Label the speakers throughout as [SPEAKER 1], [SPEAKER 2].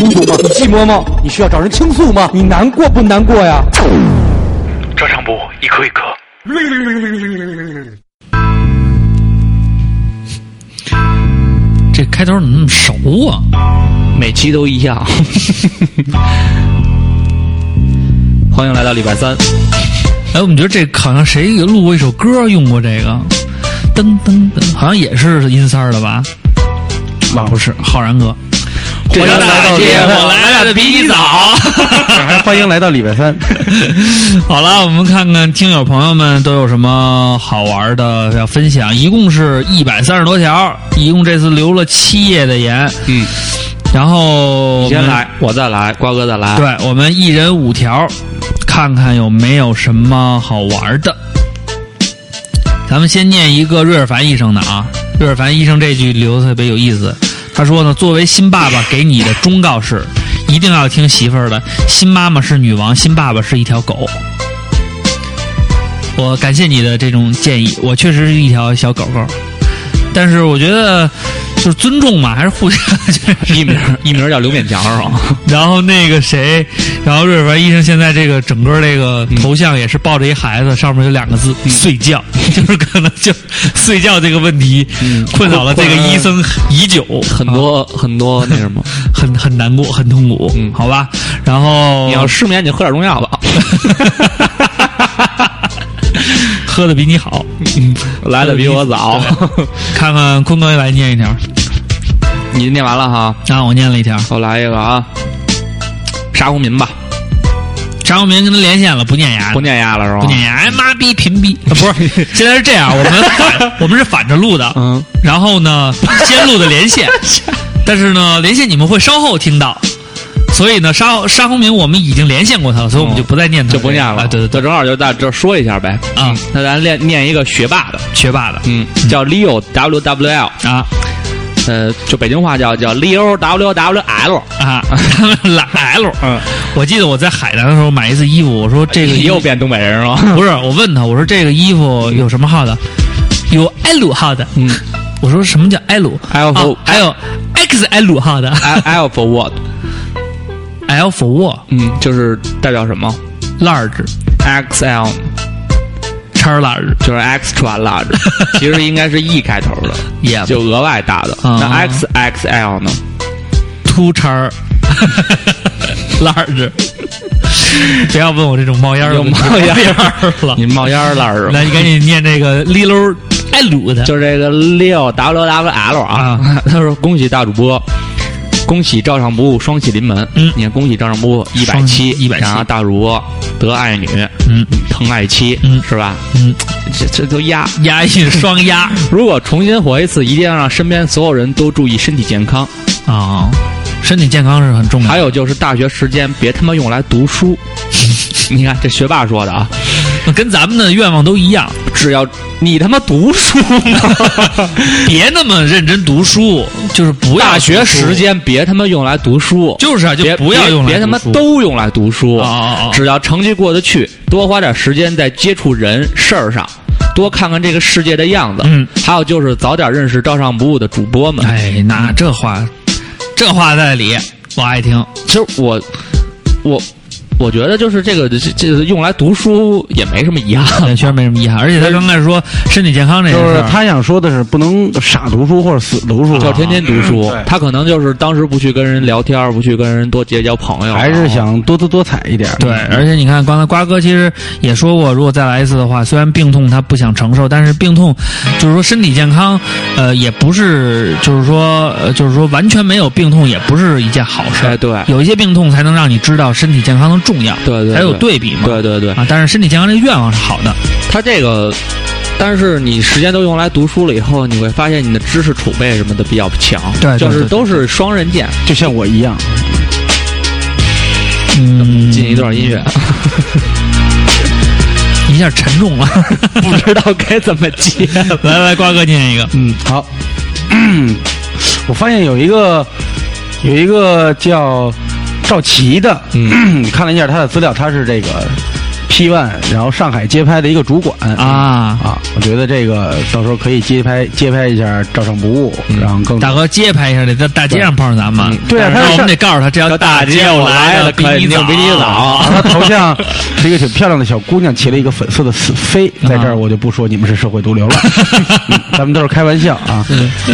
[SPEAKER 1] 你孤独吗？你寂寞吗？你需要找人倾诉吗？你难过不难过呀？
[SPEAKER 2] 照常补，一颗一颗。
[SPEAKER 3] 这开头怎么那么熟啊？
[SPEAKER 4] 每期都一样。 欢迎来到礼拜三，
[SPEAKER 3] 哎，我们觉得这好像谁录过一首歌用过这个，噔噔噔，好像也是音三儿的吧？啊，不是，浩然哥。
[SPEAKER 4] 这
[SPEAKER 3] 我
[SPEAKER 4] 就
[SPEAKER 3] 要
[SPEAKER 4] 来到
[SPEAKER 3] 大
[SPEAKER 4] 这
[SPEAKER 3] 街，
[SPEAKER 4] 样
[SPEAKER 3] 我来的比你早。
[SPEAKER 5] 还欢迎来到礼拜三。
[SPEAKER 3] 好了，我们看看听友朋友们都有什么好玩的要分享，一共是一百三十多条，一共这次留了七页的言，
[SPEAKER 4] 嗯，
[SPEAKER 3] 然后我们
[SPEAKER 4] 先来，我再来，瓜哥再来。
[SPEAKER 3] 对我们一人五条，看看有没有什么好玩的。咱们先念一个瑞尔凡医生的啊，瑞尔凡医生这句留的特别有意思。他说呢，作为新爸爸给你的忠告是，一定要听媳妇儿的。新妈妈是女王，新爸爸是一条狗。我感谢你的这种建议，我确实是一条小狗狗，但是我觉得就是尊重嘛，还是互相。 就是
[SPEAKER 4] 艺名艺名叫刘勉强是吗？
[SPEAKER 3] 然后那个谁，然后瑞尔凡医生现在这个整个这个
[SPEAKER 4] 嗯
[SPEAKER 3] 头像也是抱着一孩子，上面有两个字“睡觉”， 就是可能就睡觉这个问题
[SPEAKER 4] 嗯
[SPEAKER 3] 困扰了这个医生已久，
[SPEAKER 4] 很多很多那什么，
[SPEAKER 3] 啊很很难过，很痛苦，
[SPEAKER 4] 嗯
[SPEAKER 3] 好吧。然后
[SPEAKER 4] 你要失眠，你喝点中药吧。
[SPEAKER 3] 喝的比你好，
[SPEAKER 4] 来的比我早，
[SPEAKER 3] 看看坤哥来念一条，
[SPEAKER 4] 你念完了哈，
[SPEAKER 3] 啊，我念了一条，
[SPEAKER 4] 我来一个啊，杀公民吧，
[SPEAKER 3] 张耀明跟他连线了，不念牙，
[SPEAKER 4] 不念哦丫了是吧？
[SPEAKER 3] 不念牙，哎妈逼屏 蔽，啊 不是，现在是这样，我们反我们是反着录的，
[SPEAKER 4] 嗯，
[SPEAKER 3] 然后 呢，先录的连线，但是呢，连线你们会稍后听到，所以呢，沙沙红明我们已经连线过他了，所以我们就不再念他、
[SPEAKER 4] 哦就不念
[SPEAKER 3] 啊
[SPEAKER 4] 了，嗯
[SPEAKER 3] 对对对，
[SPEAKER 4] 这正好就在这说一下呗。
[SPEAKER 3] 啊，
[SPEAKER 4] 那咱念念一个学霸的，
[SPEAKER 3] 学霸的
[SPEAKER 4] 嗯，叫 Leo W W L，
[SPEAKER 3] 啊
[SPEAKER 4] 呃，就北京话叫叫 Leo W W L，
[SPEAKER 3] 啊，来 L，
[SPEAKER 4] 嗯，
[SPEAKER 3] 我记得我在海南的时候买一次衣服，我说这个
[SPEAKER 4] 你
[SPEAKER 3] 衣
[SPEAKER 4] 又
[SPEAKER 3] 服
[SPEAKER 4] 变东北人了，
[SPEAKER 3] 不是，我问他，我说这个衣服有什么号的？有 L 号的，
[SPEAKER 4] 嗯
[SPEAKER 3] 我说什么叫 L？
[SPEAKER 4] ，L
[SPEAKER 3] 哦
[SPEAKER 4] for，
[SPEAKER 3] 还有 XL 号的
[SPEAKER 4] L L for what？
[SPEAKER 3] L for what
[SPEAKER 4] 嗯，就是代表什么
[SPEAKER 3] large
[SPEAKER 4] ？XL
[SPEAKER 3] x large
[SPEAKER 4] 就是 extra large，其 实应该是 E 开头的，
[SPEAKER 3] yeah
[SPEAKER 4] 就额外大的。
[SPEAKER 3] 啊
[SPEAKER 4] 那 XXL 呢？
[SPEAKER 3] two 叉 large，不要问我这种冒烟儿的
[SPEAKER 4] 有冒烟
[SPEAKER 3] 儿 了。
[SPEAKER 4] 你冒烟了是吧
[SPEAKER 3] 来，？你赶紧念这个 Lilo 艾鲁的，
[SPEAKER 4] 就是这个六 W W L 啊
[SPEAKER 3] 啊，
[SPEAKER 4] 他说恭喜大主播。恭喜照常不误，双喜临门。
[SPEAKER 3] 嗯
[SPEAKER 4] 你看，恭喜照常不误一百
[SPEAKER 3] 双
[SPEAKER 4] 七，
[SPEAKER 3] 喜170
[SPEAKER 4] 然后大主播得爱女，
[SPEAKER 3] 嗯
[SPEAKER 4] 疼爱妻，
[SPEAKER 3] 嗯
[SPEAKER 4] 是吧？
[SPEAKER 3] 嗯，
[SPEAKER 4] 这这都压。
[SPEAKER 3] 押韵双押
[SPEAKER 4] 如果重新活一次，一定要让身边所有人都注意身体健康。
[SPEAKER 3] 啊，身体健康是很重要
[SPEAKER 4] 嗯还。有就是大学时间别他妈用来 读书。你看这学霸说的啊，
[SPEAKER 3] 那跟咱们的愿望都一样，
[SPEAKER 4] 只要你他妈读书 吗？
[SPEAKER 3] 别那么认真读书，就是不要
[SPEAKER 4] 大学
[SPEAKER 3] 读书
[SPEAKER 4] 时，间别他妈用来读书，
[SPEAKER 3] 就是啊，就
[SPEAKER 4] 别
[SPEAKER 3] 不要用来
[SPEAKER 4] 别别他妈
[SPEAKER 3] 读书
[SPEAKER 4] 都用来读书
[SPEAKER 3] 哦哦哦
[SPEAKER 4] 只要成绩过得去，多花点时间在接触人事儿上，多看看这个世界的样子。
[SPEAKER 3] 嗯，
[SPEAKER 4] 还有就是早点认识照上不误的主播们。
[SPEAKER 3] 哎，那这话，这话在理，我爱 听。
[SPEAKER 4] 其实我我我觉得就是这个这这个用来读书也没什么遗憾。
[SPEAKER 3] 确实没什么遗憾，而且他刚开始说身体健康这
[SPEAKER 5] 就
[SPEAKER 3] 件事
[SPEAKER 5] 是
[SPEAKER 3] 儿，
[SPEAKER 5] 他想说的是，不能傻读书或者死读
[SPEAKER 3] 哦
[SPEAKER 5] 书，
[SPEAKER 4] 就天天读
[SPEAKER 3] 嗯
[SPEAKER 4] 书
[SPEAKER 5] 对，
[SPEAKER 4] 他可能就是当时不去跟人聊天，不去跟人多结交朋友，
[SPEAKER 5] 还
[SPEAKER 4] 然
[SPEAKER 5] 是
[SPEAKER 4] 后
[SPEAKER 5] 想多姿多彩一点。
[SPEAKER 3] 对，而且你看，刚才瓜哥其实也说过，如果再来一次的话，虽然病痛他不想承受，但是病痛就是说身体健康，呃，也不是就是说呃就是说完全没有病痛也不是一件好事。
[SPEAKER 4] 哎对
[SPEAKER 3] 有一些病痛才能让你知道身体健康的重要，
[SPEAKER 4] 对对
[SPEAKER 3] 才有
[SPEAKER 4] 对
[SPEAKER 3] 对比嘛。
[SPEAKER 4] 对对对，
[SPEAKER 3] 啊，但是身体健康这个愿望是好的，
[SPEAKER 4] 他这个，但是你时间都用来读书了以后，你会发现你的知识储备什么的比较强，
[SPEAKER 3] 对对
[SPEAKER 4] 就是
[SPEAKER 3] 对
[SPEAKER 4] 都是双刃剑。
[SPEAKER 5] 就像我一样，
[SPEAKER 3] 嗯，
[SPEAKER 4] 进一段音乐，
[SPEAKER 3] 一下沉重了。
[SPEAKER 4] 不知道该怎么接。
[SPEAKER 3] 来来，瓜哥念一个，
[SPEAKER 5] 嗯，好。我发现有一个有一个叫赵琦的，
[SPEAKER 4] 嗯
[SPEAKER 3] 嗯
[SPEAKER 5] 看了一下他的资料，他是这个 P One，然后上海街拍的一个主管
[SPEAKER 3] 啊。
[SPEAKER 5] 啊，我觉得这个到时候可以街拍街拍一下，照常不误，然后更
[SPEAKER 3] 嗯大哥街拍一下得在大街上碰上咱们，
[SPEAKER 5] 对啊
[SPEAKER 3] 但是
[SPEAKER 5] 他是
[SPEAKER 3] 我们得告诉他，这条
[SPEAKER 4] 啊
[SPEAKER 3] 大街我来了，啊
[SPEAKER 4] 肯
[SPEAKER 3] 你
[SPEAKER 4] 定比你 早。
[SPEAKER 5] 然后她头像是一个挺漂亮的小姑娘，骑了一个粉色的死飞，在
[SPEAKER 4] 啊
[SPEAKER 5] 这儿我就不说你们是社会 毒瘤了，嗯咱们都是开玩笑啊。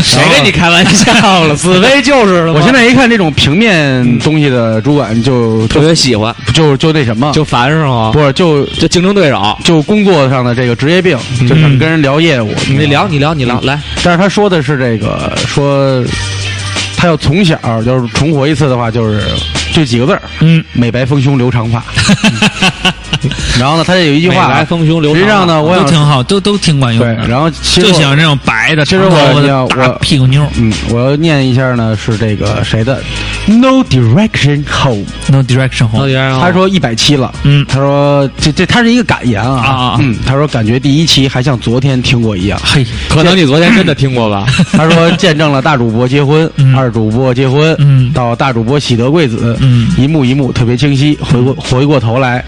[SPEAKER 4] 谁跟你开玩笑了？紫薇就是了吗，
[SPEAKER 5] 我现在一看这种平面东西的主管就
[SPEAKER 4] 特
[SPEAKER 5] 就
[SPEAKER 4] 别喜欢，
[SPEAKER 5] 就就那什么，
[SPEAKER 4] 就烦是吗？
[SPEAKER 5] 啊不是就
[SPEAKER 4] 就竞争对手，
[SPEAKER 5] 就工作上的这个职业病，
[SPEAKER 4] 嗯
[SPEAKER 5] 就想跟人聊业务，
[SPEAKER 4] 你聊，你聊，你聊，来，
[SPEAKER 5] 但是他说的是这个，说他要从小就是重活一次的话，就是就几个字儿，
[SPEAKER 3] 嗯，
[SPEAKER 5] 美白丰胸留长 发。嗯然后呢，他这有一句话
[SPEAKER 4] 美白
[SPEAKER 5] 啊，
[SPEAKER 4] 丰胸留
[SPEAKER 5] 实际上呢，我
[SPEAKER 3] 都
[SPEAKER 5] 想
[SPEAKER 3] 挺好，都都挺管用
[SPEAKER 5] 对
[SPEAKER 3] 的。，
[SPEAKER 5] 然后其实
[SPEAKER 3] 就
[SPEAKER 5] 我
[SPEAKER 3] 喜欢这种白的，
[SPEAKER 5] 其实
[SPEAKER 3] 长头
[SPEAKER 5] 我
[SPEAKER 3] 发的
[SPEAKER 5] 要
[SPEAKER 3] 大
[SPEAKER 5] 我
[SPEAKER 3] 屁股妞。
[SPEAKER 5] 嗯，我要念一下呢，是这个谁的？No direction home。
[SPEAKER 3] No direction
[SPEAKER 4] 到
[SPEAKER 3] 红
[SPEAKER 4] 底，让
[SPEAKER 5] 他说一百期了，
[SPEAKER 3] 嗯
[SPEAKER 5] 他说这这他是一个感言
[SPEAKER 3] 啊啊
[SPEAKER 5] 啊
[SPEAKER 3] 啊，
[SPEAKER 5] 嗯，他说感觉第一期还像昨天听过 一样。
[SPEAKER 3] 嘿，
[SPEAKER 4] 可能你昨天真的听过吧？
[SPEAKER 5] 他说见证了大主播结婚
[SPEAKER 3] 嗯，
[SPEAKER 5] 二主播结婚，
[SPEAKER 3] 嗯
[SPEAKER 5] 到大主播喜得贵子，
[SPEAKER 3] 嗯
[SPEAKER 5] 一幕一幕特别清晰。回过回过头来，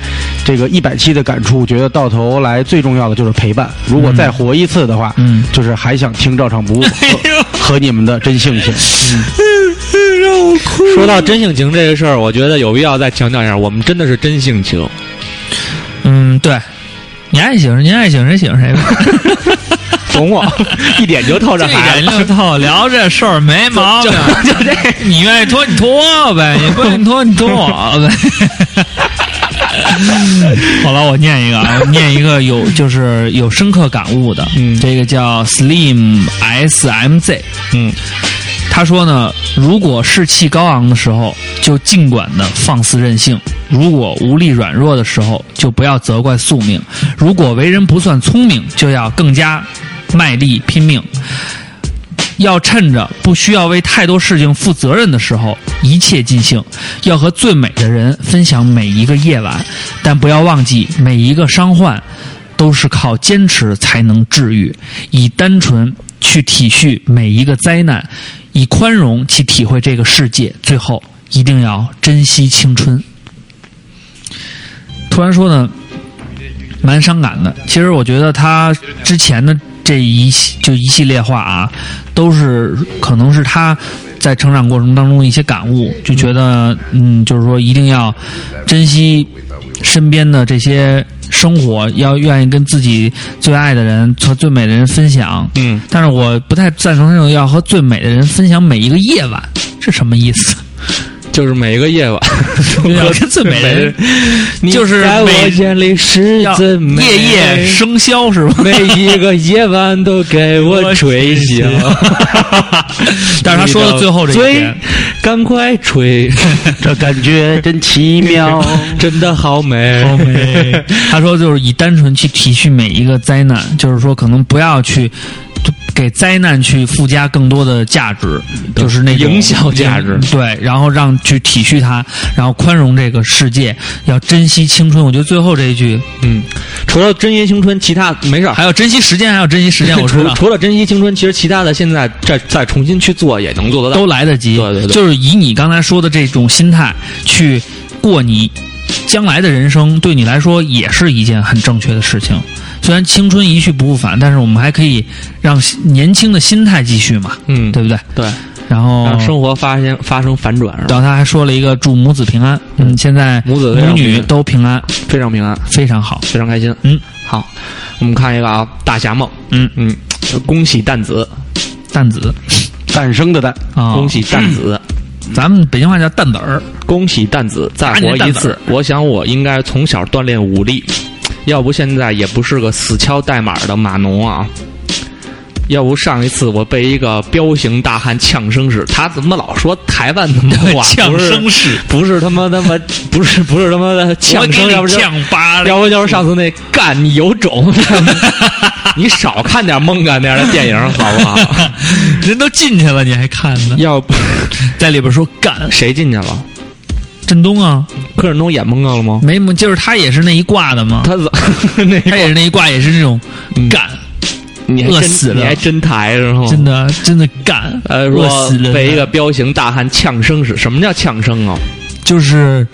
[SPEAKER 5] 这个一百期的感触，觉得到头来最重要的就是陪伴。如果再活一次的话，
[SPEAKER 3] 嗯
[SPEAKER 5] 就是还想听照常不 误和和你们的真性情。
[SPEAKER 4] 说到真性情这个事儿，我觉得有必要再强调一下，我们真的是真性情。
[SPEAKER 3] 嗯，对，你爱喜欢谁，你爱喜欢谁喜欢谁 吧。
[SPEAKER 4] 懂我，一点就透
[SPEAKER 3] 这
[SPEAKER 4] 这孩
[SPEAKER 3] 点
[SPEAKER 4] 子。
[SPEAKER 3] 就透，聊这事儿没毛病。就这， 你愿意拖你拖我 呗，你不愿意拖你拖我呗。 好了，我念一个啊，念一个有就是有深刻感悟的，
[SPEAKER 4] 嗯
[SPEAKER 3] 这个叫 Slim S M Z，
[SPEAKER 4] 嗯，
[SPEAKER 3] 他说呢，如果士气高昂的时候，就尽管的放肆任性；如果无力软弱的时候，就不要责怪宿命；如果为人不算聪明，就要更加卖力拼命。要趁着不需要为太多事情负责任的时候，一切尽兴；要和最美的人分享每一个夜晚，但不要忘记每一个伤患都是靠坚持才能治愈。以单纯去体恤每一个灾难，以宽容去体会这个世界。最后，一定要珍惜青春。突然说呢，蛮伤感的。其实我觉得他之前的这一系就一系列话啊，都是可能是他在成长过程当中的一些感悟，就觉得嗯，就是说一定要珍惜身边的这些生活，要愿意跟自己最爱的人和最美的人分享。
[SPEAKER 4] 嗯，
[SPEAKER 3] 但是我不太赞成那种要和最美的人分享每一个夜晚，这什么意 思？
[SPEAKER 4] 就是每个夜晚，
[SPEAKER 3] 要跟最美的人，
[SPEAKER 4] 你
[SPEAKER 3] 就是
[SPEAKER 4] 在我
[SPEAKER 3] 每
[SPEAKER 4] 眼里是
[SPEAKER 3] 要
[SPEAKER 4] 最美，
[SPEAKER 3] 夜夜笙箫是吧？
[SPEAKER 4] 每一个夜晚都给我吹醒。
[SPEAKER 3] 但是他说的最后这一
[SPEAKER 4] 嘴
[SPEAKER 3] 点，，
[SPEAKER 4] 赶快 吹，
[SPEAKER 5] 这感觉真奇 妙。
[SPEAKER 4] 真的好美，
[SPEAKER 3] 好美。 他说就是以单纯去体恤每一个灾难，就是说可能不要去给灾难去附加更多的价值，就是那种嗯
[SPEAKER 4] 营销价值
[SPEAKER 3] 对，然后让去体恤它，然后宽容这个世界，要珍惜青春。我觉得最后这一句
[SPEAKER 4] 嗯，除了珍惜青春，其他没事儿。
[SPEAKER 3] 还要珍惜时间，还要珍惜时间，我知
[SPEAKER 4] 除
[SPEAKER 3] 道。
[SPEAKER 4] 除了珍惜青春，其实其他的现在再再重新去做也能做得到
[SPEAKER 3] 都。来得及。
[SPEAKER 4] 对对对
[SPEAKER 3] 就是以你刚才说的这种心态去过你将来的人生，对你来说也是一件很正确的事情。虽然青春一去不复返，但是我们还可以让年轻的心态继续嘛，
[SPEAKER 4] 嗯，
[SPEAKER 3] 对不对？哦
[SPEAKER 4] 对，
[SPEAKER 3] 然后，
[SPEAKER 4] 让生活发生发生反转，是吧
[SPEAKER 3] 然后他还说了一个祝母子平安。嗯，现在
[SPEAKER 4] 母子非
[SPEAKER 3] 母
[SPEAKER 4] 常平
[SPEAKER 3] 女
[SPEAKER 4] 安
[SPEAKER 3] 都平安，
[SPEAKER 4] 非常平安，
[SPEAKER 3] 非常好。
[SPEAKER 4] 非常开心。
[SPEAKER 3] 嗯，
[SPEAKER 4] 好，我们看一个啊，大侠梦，
[SPEAKER 3] 嗯
[SPEAKER 4] 嗯，恭喜蛋子，
[SPEAKER 3] 蛋子
[SPEAKER 5] 诞生的诞，
[SPEAKER 3] 啊，
[SPEAKER 4] 恭！喜蛋子，
[SPEAKER 3] 咱们北京话叫蛋子 儿，
[SPEAKER 4] 恭喜蛋子再
[SPEAKER 3] 打
[SPEAKER 4] 活
[SPEAKER 3] 你蛋
[SPEAKER 4] 一
[SPEAKER 3] 子
[SPEAKER 4] 次。我想我应该从小锻炼武力，要不现在也不是个死敲代码的码农啊。要不上一次我被一个彪形大汉呛生死，他怎么老说台湾他妈话？
[SPEAKER 3] 呛
[SPEAKER 4] 不是
[SPEAKER 3] 生死，
[SPEAKER 4] 不是他妈他妈 不是不是他妈的
[SPEAKER 3] 我
[SPEAKER 4] 呛
[SPEAKER 3] 给
[SPEAKER 4] 生，要不
[SPEAKER 3] 你
[SPEAKER 4] 就
[SPEAKER 3] 呛巴了。
[SPEAKER 4] 要不就是上次那干你有 种，你少看点蒙干那样的电影好 不好？
[SPEAKER 3] 人都进去了，你还看呢？
[SPEAKER 4] 要不
[SPEAKER 3] 在里边说干
[SPEAKER 4] 谁进去了？
[SPEAKER 3] 振东啊，
[SPEAKER 4] 柯震东演蒙干了吗？
[SPEAKER 3] 没嘛，就是他也是那一挂的嘛，
[SPEAKER 4] 他怎 那
[SPEAKER 3] 他也是那一挂，也是那种
[SPEAKER 4] 嗯
[SPEAKER 3] 干，
[SPEAKER 4] 你还
[SPEAKER 3] 饿
[SPEAKER 4] 真
[SPEAKER 3] 死了
[SPEAKER 4] 你还真抬是吗？
[SPEAKER 3] 真。的真的干，
[SPEAKER 4] 呃，
[SPEAKER 3] 饿
[SPEAKER 4] 说
[SPEAKER 3] 死人
[SPEAKER 4] 被一
[SPEAKER 3] 了
[SPEAKER 4] 个彪形大汉呛生是什么叫呛生啊？
[SPEAKER 3] 就是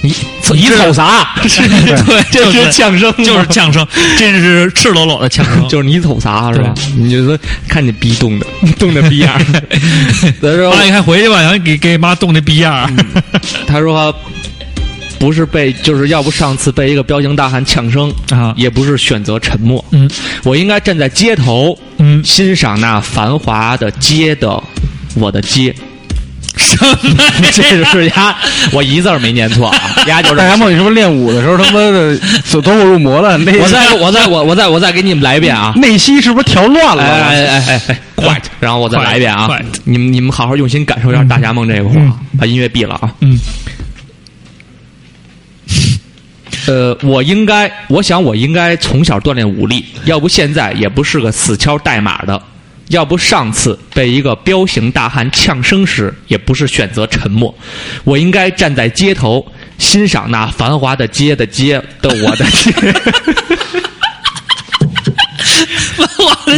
[SPEAKER 3] 你
[SPEAKER 4] 你瞅啥？
[SPEAKER 3] 是 对，
[SPEAKER 4] 这
[SPEAKER 3] 就是
[SPEAKER 4] 呛声，
[SPEAKER 3] 就是呛声，这是赤裸裸的呛声。
[SPEAKER 4] 就是你瞅啥是吧？你就说看你逼冻的，冻的逼样儿。 他说
[SPEAKER 3] 妈，你快回去吧，然后给给妈冻那逼样儿。
[SPEAKER 4] 他说不是被，就是要不上次被一个彪形大汉呛声
[SPEAKER 3] 啊
[SPEAKER 4] 嗯也不是选择沉默。
[SPEAKER 3] 嗯
[SPEAKER 4] 我应该站在街头，
[SPEAKER 3] 嗯，
[SPEAKER 4] 欣赏那繁华的街的我的街。
[SPEAKER 3] 什么呀？
[SPEAKER 4] 这是丫，我一字儿没念错啊，丫就是
[SPEAKER 5] 大。家梦，你是不是练武的时候他妈的走走火入魔了？内
[SPEAKER 4] 我再我再我我再我再给你们来一遍啊！
[SPEAKER 5] 内息是不是调乱了？
[SPEAKER 4] 哎哎哎哎哎，quiet！然后我再来一遍啊
[SPEAKER 3] Quiet，quiet！
[SPEAKER 4] 你们你们好好用心感受一下《大侠梦》这个活啊，把音乐闭了啊。
[SPEAKER 3] 嗯
[SPEAKER 4] 呃，我应该，我想我应该从小锻炼武力，要不现在也不是个死敲带码的，要不上次被一个彪形大汉呛声时，也不是选择沉默，我应该站在街头欣赏那繁华的街的街的我的 街。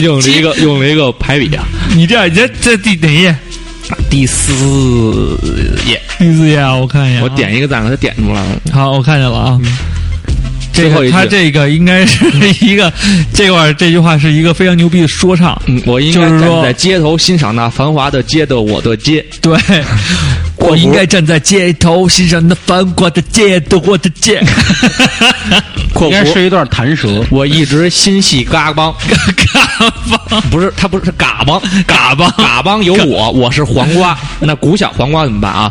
[SPEAKER 4] 用了一个用了一个排比啊，
[SPEAKER 3] 你这样，你这这第哪页？
[SPEAKER 4] 第四页，
[SPEAKER 3] 第四页啊，我看一眼啊。
[SPEAKER 4] 我点一个赞，给他点出来了。
[SPEAKER 3] 好，我看见了啊。这
[SPEAKER 4] 最后一
[SPEAKER 3] 个
[SPEAKER 4] 句嗯
[SPEAKER 3] 他这个应该是一个这块儿这句话是一个非常牛逼的说唱，
[SPEAKER 4] 嗯，我应
[SPEAKER 3] 就
[SPEAKER 4] 该
[SPEAKER 3] 是说
[SPEAKER 4] 站在街头欣赏那繁华的街的我的街。
[SPEAKER 3] 对。我应该站在街头欣赏那繁华的街的我的 街，
[SPEAKER 4] 括
[SPEAKER 5] 应该
[SPEAKER 4] 弧
[SPEAKER 5] 是一段弹舌。
[SPEAKER 4] 我一直心系嘎帮，
[SPEAKER 3] 嘎巴
[SPEAKER 4] 不是他不是嘎帮，
[SPEAKER 3] 嘎巴
[SPEAKER 4] 嘎帮有我，我是黄瓜。那古小黄瓜怎么办啊？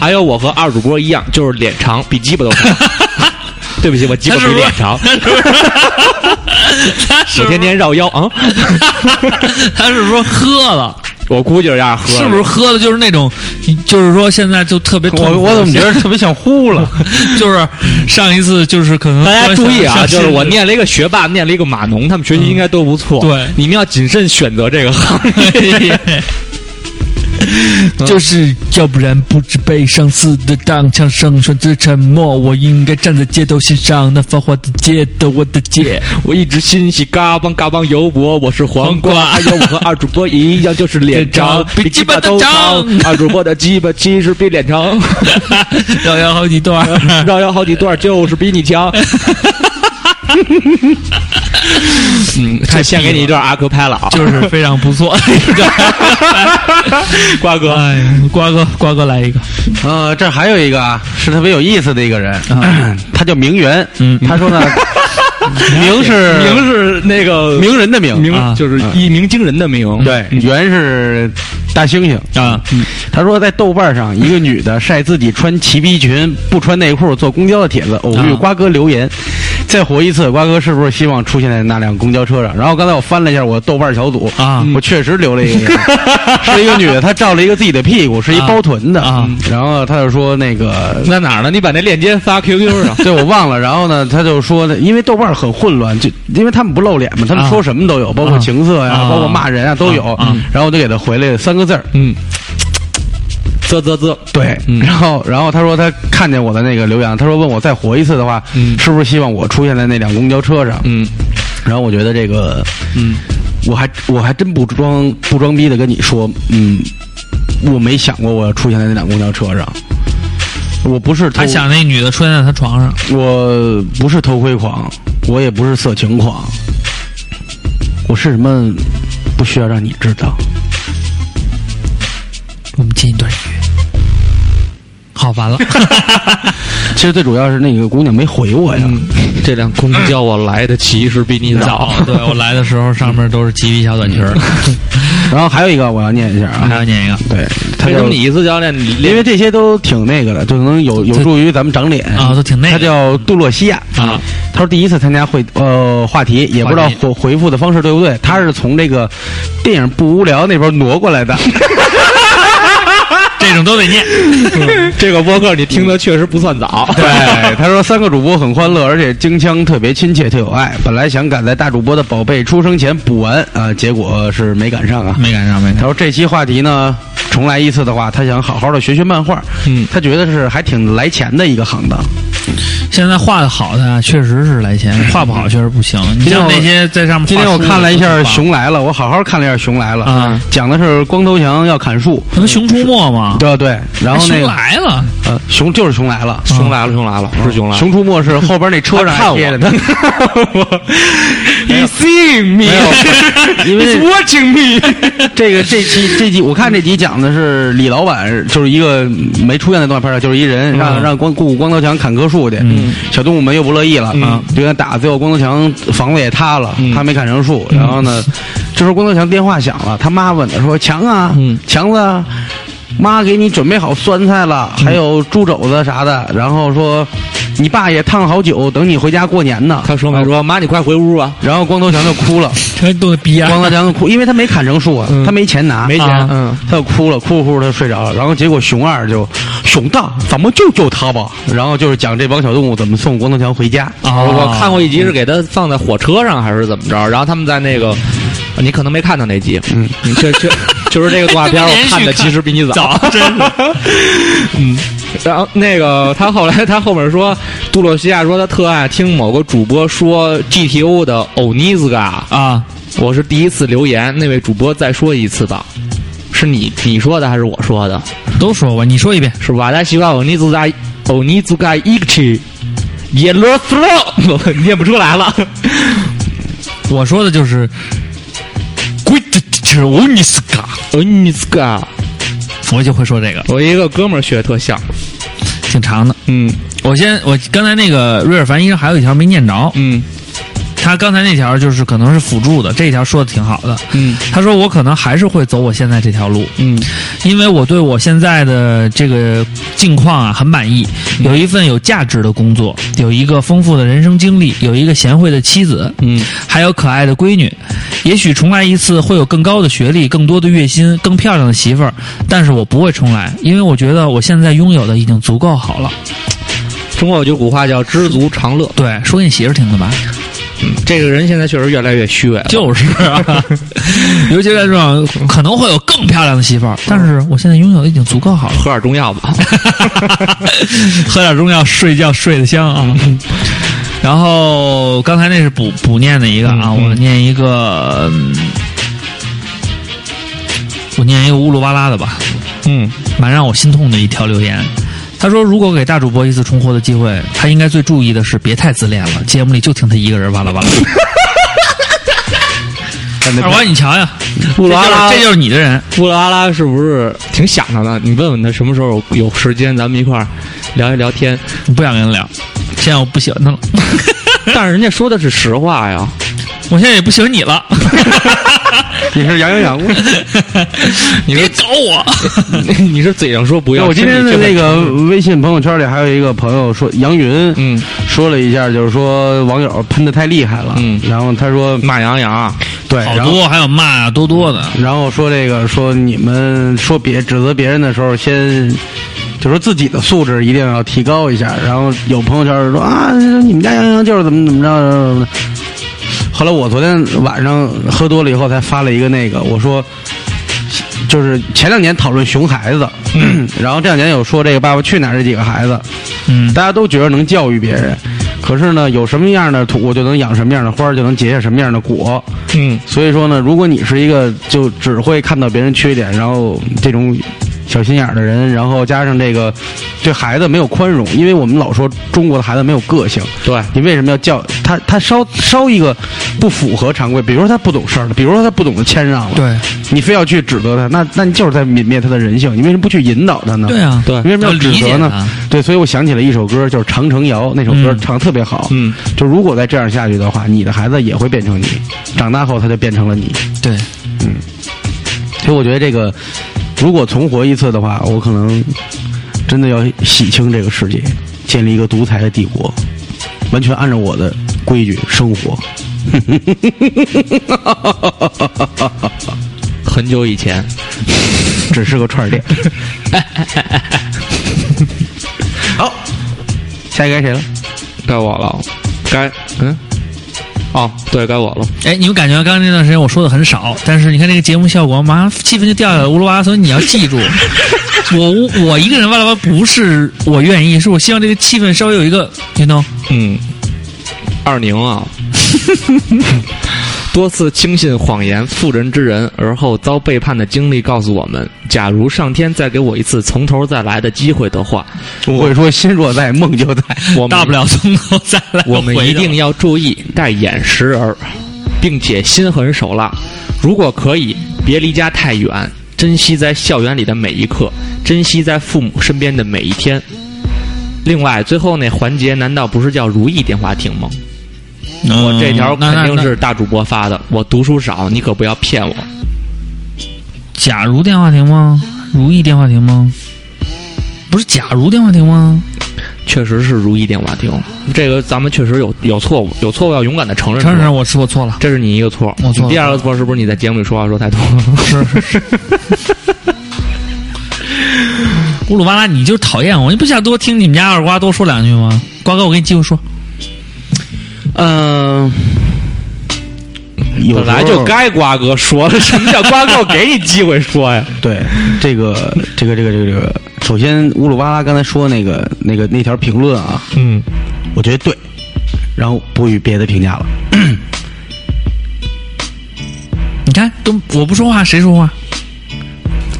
[SPEAKER 4] 还有我和二主播一样，就是脸长，比鸡巴 都长。对不起，我鸡巴
[SPEAKER 3] 他
[SPEAKER 4] 比
[SPEAKER 3] 是不是
[SPEAKER 4] 脸长，
[SPEAKER 3] 他是
[SPEAKER 4] 我
[SPEAKER 3] 不是
[SPEAKER 4] 天天绕腰啊！
[SPEAKER 3] 他是不是喝了？
[SPEAKER 4] 我估计是这啊样喝的，
[SPEAKER 3] 是不是喝的就是那种，就是说现在就特别痛
[SPEAKER 5] 我
[SPEAKER 3] 苦
[SPEAKER 5] 我怎么觉 得特别想呼了？
[SPEAKER 3] 就是上一次就是可能
[SPEAKER 4] 大家注意啊，
[SPEAKER 3] 像
[SPEAKER 4] 就是我
[SPEAKER 3] 像
[SPEAKER 4] 念了一个学霸，念了一个码农，他们学习应该都不错。
[SPEAKER 3] 嗯对
[SPEAKER 4] 你们要谨慎选择这个行 业。
[SPEAKER 3] 就是要不然不知被上司的当枪声选择沉默，我应该站在街头欣赏那繁华的街的我的街。 ，
[SPEAKER 4] 我一直欣喜嘎帮嘎帮油博，我是黄瓜，还有我和二主播一样，就是脸 长
[SPEAKER 3] 比
[SPEAKER 4] 比
[SPEAKER 3] 鸡
[SPEAKER 4] 鸡
[SPEAKER 3] 巴
[SPEAKER 4] 巴
[SPEAKER 3] 都
[SPEAKER 4] 都
[SPEAKER 3] 长
[SPEAKER 4] 长。二主播的鸡巴其实比脸长，
[SPEAKER 3] 要要好几段儿，
[SPEAKER 4] 绕腰好几段就是比你强。 嗯，太献给你一段阿克拍了啊！
[SPEAKER 3] 就是非常不 错。一个
[SPEAKER 4] 瓜哥，
[SPEAKER 3] 哎呀，瓜哥，瓜哥来一个，
[SPEAKER 5] 呃，这还有一个啊，是特别有意思的一个人， 他叫名媛。
[SPEAKER 3] 嗯
[SPEAKER 5] 他 说呢，名 是
[SPEAKER 4] 名是那个
[SPEAKER 5] 名人的名，
[SPEAKER 4] 名，
[SPEAKER 3] 啊
[SPEAKER 4] 就是一鸣惊人的名。
[SPEAKER 5] 对，媛是大猩猩。
[SPEAKER 3] 嗯啊，
[SPEAKER 5] 他说在豆瓣上，一个女的晒自己穿齐逼裙不穿内裤坐公交的帖子，偶遇
[SPEAKER 3] 啊
[SPEAKER 5] 瓜哥留言。再活一次，瓜哥是不是希望出现在那辆公交车上？然后刚才我翻了一下我豆瓣小组嗯
[SPEAKER 3] 啊
[SPEAKER 5] 我确实留了一 个人，是一个女的，她照了一个自己的屁股，是一
[SPEAKER 3] 啊
[SPEAKER 5] 包臀的嗯
[SPEAKER 3] 啊
[SPEAKER 5] 然后她就说那个
[SPEAKER 4] 在哪儿呢？你把那链接发 QQ
[SPEAKER 3] 啊
[SPEAKER 4] 上。
[SPEAKER 5] 对，我忘了。然后呢，他就说的，因为豆瓣儿很混乱，就因为他们不露脸嘛，他们
[SPEAKER 3] 啊
[SPEAKER 5] 说什么都有，包括情色呀、
[SPEAKER 3] 啊
[SPEAKER 5] 包括骂人啊都有。
[SPEAKER 3] 啊啊
[SPEAKER 5] 然后我就给他回了三个字儿，
[SPEAKER 4] 嗯，啧啧啧，
[SPEAKER 5] 对。
[SPEAKER 4] 嗯
[SPEAKER 5] 然后，然后他说他看见我的那个留言，他说问我再活一次的话，
[SPEAKER 4] 嗯
[SPEAKER 5] 是不是希望我出现在那辆公交车上？
[SPEAKER 4] 嗯
[SPEAKER 5] 然后我觉得这个，
[SPEAKER 4] 嗯，
[SPEAKER 5] 我还我还真不装不装逼的跟你说，嗯，我没想过我要出现在那辆公交车上。我不是
[SPEAKER 3] 他
[SPEAKER 5] 偷
[SPEAKER 3] 想那女的摔在他床上，
[SPEAKER 5] 我不是偷窥狂，我也不是色情狂，我是什么不需要让你知道。
[SPEAKER 3] 我们进一段音乐。好，完了，
[SPEAKER 5] 其实最主要是那个姑娘没回我
[SPEAKER 3] 嗯
[SPEAKER 5] 呀，
[SPEAKER 4] 这辆公交我来的其实比你早。
[SPEAKER 3] 早，对我来的时候上面都是及膝小短裙儿。
[SPEAKER 5] 嗯然后还有一个我要念一下
[SPEAKER 3] 还
[SPEAKER 5] 啊，
[SPEAKER 3] 要念一个，
[SPEAKER 5] 对，他
[SPEAKER 4] 为什
[SPEAKER 5] 叫
[SPEAKER 4] 么你一次教练，你
[SPEAKER 5] 因
[SPEAKER 4] 连
[SPEAKER 5] 为这些都挺那个的，就能有有助于咱们长脸
[SPEAKER 3] 啊都挺那个
[SPEAKER 5] 他叫杜洛西亚
[SPEAKER 3] 啊，
[SPEAKER 5] 他说第一次参加会呃话题，也不知道
[SPEAKER 3] 话题
[SPEAKER 5] 回回复的方式对不对，他是从这个电影不无聊那边挪过来的。
[SPEAKER 3] 这种都得念。
[SPEAKER 4] 这个播客你听的确实不算早。
[SPEAKER 5] 对，他说三个主播很欢乐，而且京腔特别亲切，特有爱。本来想赶在大主播的宝贝出生前补完啊、结果是没赶上啊。
[SPEAKER 3] 没赶上，没赶
[SPEAKER 5] 他
[SPEAKER 3] 上。
[SPEAKER 5] 说这期话题呢，重来一次的话，他想好好的学学漫画。
[SPEAKER 4] 嗯
[SPEAKER 3] 嗯
[SPEAKER 5] 他觉得是还挺来钱的一个行当。
[SPEAKER 3] 现在画的好的啊确实是来钱，画不好确实不行。你
[SPEAKER 5] 今天
[SPEAKER 3] 像
[SPEAKER 5] 我
[SPEAKER 3] 那些在上面画
[SPEAKER 5] 嗯今天我
[SPEAKER 3] 书的
[SPEAKER 5] 看了一下
[SPEAKER 3] 都
[SPEAKER 5] 《
[SPEAKER 3] 不画
[SPEAKER 5] 熊来了》，我好好看了一下《熊来了》
[SPEAKER 3] 啊，
[SPEAKER 5] 讲的是光头强要砍树，
[SPEAKER 3] 什么《熊出没》嘛，
[SPEAKER 5] 嗯对对，然后
[SPEAKER 3] 哦
[SPEAKER 5] 那
[SPEAKER 3] 哎熊
[SPEAKER 5] 个
[SPEAKER 3] 来了，
[SPEAKER 5] 呃，熊就是熊来了，
[SPEAKER 4] 熊来了，熊来了，是熊来了。
[SPEAKER 5] 熊出没是后边那车上
[SPEAKER 4] 他看
[SPEAKER 5] 还
[SPEAKER 4] 我
[SPEAKER 5] 贴着呢。
[SPEAKER 4] He seeing me,
[SPEAKER 5] 没有 因为。
[SPEAKER 4] He's watching me
[SPEAKER 5] 这个这期这集我看这集讲的是李老板，就是一个没出现在动画片上，就是一人
[SPEAKER 4] 嗯
[SPEAKER 5] 让、让光雇光头强砍棵树去，小动物们又不乐意了，
[SPEAKER 4] 嗯
[SPEAKER 5] 就跟他打，最后光头强房子也塌了，
[SPEAKER 4] 嗯
[SPEAKER 5] 他没砍成树，然后呢，这时候光头强电话响了，他妈问他说：“强啊，
[SPEAKER 4] 嗯
[SPEAKER 5] 强子啊。”妈给你准备好酸菜了，
[SPEAKER 4] 嗯
[SPEAKER 5] 还有猪肘子啥的，然后说，你爸也烫好酒，等你回家过年呢。
[SPEAKER 4] 他说没说妈，你快回屋啊吧。
[SPEAKER 5] 然后光头强就哭了，
[SPEAKER 3] 这都逼啊！
[SPEAKER 5] 光 头强就哭，因为他没砍成树啊，他没钱拿，
[SPEAKER 4] 没钱
[SPEAKER 3] 啊
[SPEAKER 5] 嗯，他就哭了，哭着哭着他睡着了，然后结果熊二就熊大，咱们救救他吧，然后就是讲这帮小动物怎么送光头强回家，
[SPEAKER 3] 啊
[SPEAKER 4] 我看过一集是给他放在火车上还是怎么着，然后他们在那个，你可能没看到那集，嗯，确确就是这个动画片我看的其实比你早， 真 的，嗯。然后那个他后来他后面说，杜洛西亚说他特爱听某个主播说 GTO 的欧尼斯嘎，
[SPEAKER 3] 啊，
[SPEAKER 4] 我是第一次留言，那位主播再说一次吧，是你你说的还是我说的？
[SPEAKER 3] 都说过，你说一遍。
[SPEAKER 4] 是瓦达西瓦欧尼祖嘎欧尼祖嘎伊奇耶罗 斯罗，我念不出来 了。
[SPEAKER 3] 我说的就是，鬼这这我你斯嘎，
[SPEAKER 4] 欧尼祖嘎，
[SPEAKER 3] 我就会说这个，
[SPEAKER 4] 我一个哥们儿学的特像，
[SPEAKER 3] 挺长的。
[SPEAKER 4] 嗯
[SPEAKER 3] 我先，我刚才那个瑞尔凡医生还有一条没念着，
[SPEAKER 4] 嗯
[SPEAKER 3] 他刚才那条就是可能是辅助的，这一条说的挺好的。
[SPEAKER 4] 嗯
[SPEAKER 3] 他说我可能还是会走我现在这条路，
[SPEAKER 4] 嗯
[SPEAKER 3] 因为我对我现在的这个境况啊很满意，有一份有价值的工作，有一个丰富的人生经历，有一个贤惠的妻子，
[SPEAKER 4] 嗯
[SPEAKER 3] 还有可爱的闺女。也许重来一次会有更高的学历、更多的月薪、更漂亮的媳妇儿，但是我不会重来，因为我觉得我现在拥有的已经足够好了。
[SPEAKER 4] 中国有句古话叫“知足常乐
[SPEAKER 3] 对，说给你媳妇儿听的吧。”，
[SPEAKER 4] 这个人现在确实越来越虚伪了。
[SPEAKER 3] 就是啊，尤其在这种可能会有更漂亮的媳妇儿，但是我现在拥有的已经足够好了。
[SPEAKER 4] 喝点中药 吧。
[SPEAKER 3] 喝点中药，睡觉睡得香啊。然后刚才那是补补念的一个啊，
[SPEAKER 4] 嗯嗯
[SPEAKER 3] 我念一个，嗯我念一个乌鲁巴拉的吧，
[SPEAKER 4] 嗯
[SPEAKER 3] 蛮让我心痛的一条留言。他说：“如果给大主播一次重活的机会，他应该最注意的是别太自恋了。节目里就听他一个人哇啦哇啦。二娃，你瞧瞧，
[SPEAKER 4] 乌拉拉
[SPEAKER 3] 这就是这就是你的人。
[SPEAKER 4] 乌拉拉是不是挺想他的？你问问他什么时候有时间，咱们一块儿聊一聊 天。
[SPEAKER 3] 你不想跟他聊，现在我不喜欢他了，
[SPEAKER 4] 但是人家说的是实话呀。
[SPEAKER 3] 我现在也不喜欢你了。
[SPEAKER 5] 你是杨洋洋吗？
[SPEAKER 3] 你别搞我，
[SPEAKER 4] 你是嘴上说不要，
[SPEAKER 5] 我今天
[SPEAKER 4] 的
[SPEAKER 5] 的那个微信朋友圈里还有一个朋友说杨云，
[SPEAKER 4] 嗯，
[SPEAKER 5] 说了一下，就是说网友喷的太厉害了，
[SPEAKER 4] 嗯
[SPEAKER 5] 然后他说
[SPEAKER 4] 骂杨洋啊，
[SPEAKER 5] 对，
[SPEAKER 3] 好
[SPEAKER 5] 哎然后
[SPEAKER 3] 多还有骂多多的。
[SPEAKER 5] 然后说这个说你们说别指责别人的时候，先就说自己的素质一定要提高一下。然后有朋友圈说啊，你们家杨洋就是怎么怎么着怎么怎么着。后来我昨天晚上喝多了以后，才发了一个那个，我说。就是前两年讨论熊孩子，然后这两年有说这个《爸爸去哪儿》这几个孩子，
[SPEAKER 3] 嗯，
[SPEAKER 5] 大家都觉得能教育别人，可是呢，有什么样的土我就能养什么样的花儿，就能结下什么样的果。
[SPEAKER 4] 嗯
[SPEAKER 5] 所以说呢，如果你是一个就只会看到别人缺点，然后这种小心眼儿的人，然后加上这个对孩子没有宽容，因为我们老说中国的孩子没有个性，
[SPEAKER 4] 对，
[SPEAKER 5] 你为什么要叫他？他稍稍一个不符合常规，比如说他不懂事儿了，比如说他不懂得谦让了，
[SPEAKER 3] 对啊
[SPEAKER 5] 你非要去指责他，那那你就是在泯灭他的人性，你为什么不去引导他呢？
[SPEAKER 3] 对啊，
[SPEAKER 4] 对
[SPEAKER 5] 你为什么
[SPEAKER 3] 要
[SPEAKER 5] 要指
[SPEAKER 3] 理解啊
[SPEAKER 5] 责
[SPEAKER 3] 他
[SPEAKER 5] 呢？对，所以我想起了一首歌，就是《长城谣》，那首歌
[SPEAKER 3] 嗯
[SPEAKER 5] 唱得特别好。
[SPEAKER 4] 嗯，
[SPEAKER 5] 就如果再这样下去的话，你的孩子也会变成你，长大后他就变成了你。嗯
[SPEAKER 3] 对，
[SPEAKER 5] 所以我觉得这个，如果重活一次的话，我可能真的要洗清这个世界，建立一个独裁的帝国，完全按照我的规矩生活。
[SPEAKER 4] 很久以前，
[SPEAKER 5] 只是个串 儿店。好，下一个该谁了？
[SPEAKER 4] 该我了，该嗯，哦，对，该我了。
[SPEAKER 3] 哎，你们感觉刚刚那段时间我说的很少，但是你看这个节目效果，马上气氛就掉下来了。乌鲁巴拉，所以你要记住，我我一个人哇啦哇不是我愿意，是我希望这个气氛稍微有一个，you know，
[SPEAKER 4] 嗯，二宁啊， 多次轻信谎言、妇人之仁，而后遭背叛的经历告诉我们：假如上天再给我一次从头再来的机会的话，
[SPEAKER 5] 我会说心若在，梦就在。
[SPEAKER 4] 我们
[SPEAKER 3] 大不了从头再来个回头。
[SPEAKER 4] 我们一定要注意戴眼识人，并且心狠手辣。如果可以，别离家太远，珍惜在校园里的每一刻，珍惜在父母身边的每一天。另外，最后那环节难道不是叫如意电话亭吗？
[SPEAKER 3] 嗯，
[SPEAKER 4] 我这条
[SPEAKER 3] 那
[SPEAKER 4] 肯定。
[SPEAKER 3] 那
[SPEAKER 4] 是大主播发的。我读书少，你可不要骗我。
[SPEAKER 3] 假如电话亭吗？如意电话亭吗？不是假如电话亭吗？
[SPEAKER 4] 确实是如意电话亭，这个咱们确实有有错误，有错误要勇敢的承认。
[SPEAKER 3] 承认承认我是我错了。
[SPEAKER 4] 这是你一个错。
[SPEAKER 3] 我错了
[SPEAKER 4] 第二个错是不是你在节目里说话说太多了？
[SPEAKER 3] 乌鲁巴拉，你就讨厌我，你不想多听你们家二瓜多说两句吗？瓜哥，我给你机会说，
[SPEAKER 4] 嗯，
[SPEAKER 5] 有
[SPEAKER 4] 本来
[SPEAKER 5] 时候
[SPEAKER 4] 就该瓜哥说了，什么叫瓜哥？我给你机会说呀。
[SPEAKER 5] 对这个这个这个这个这个，首先乌鲁巴拉刚才说那个那个那条评论啊，
[SPEAKER 4] 嗯，
[SPEAKER 5] 我觉得对，然后不予别的评价了。
[SPEAKER 3] 你看都我不说话，谁说话？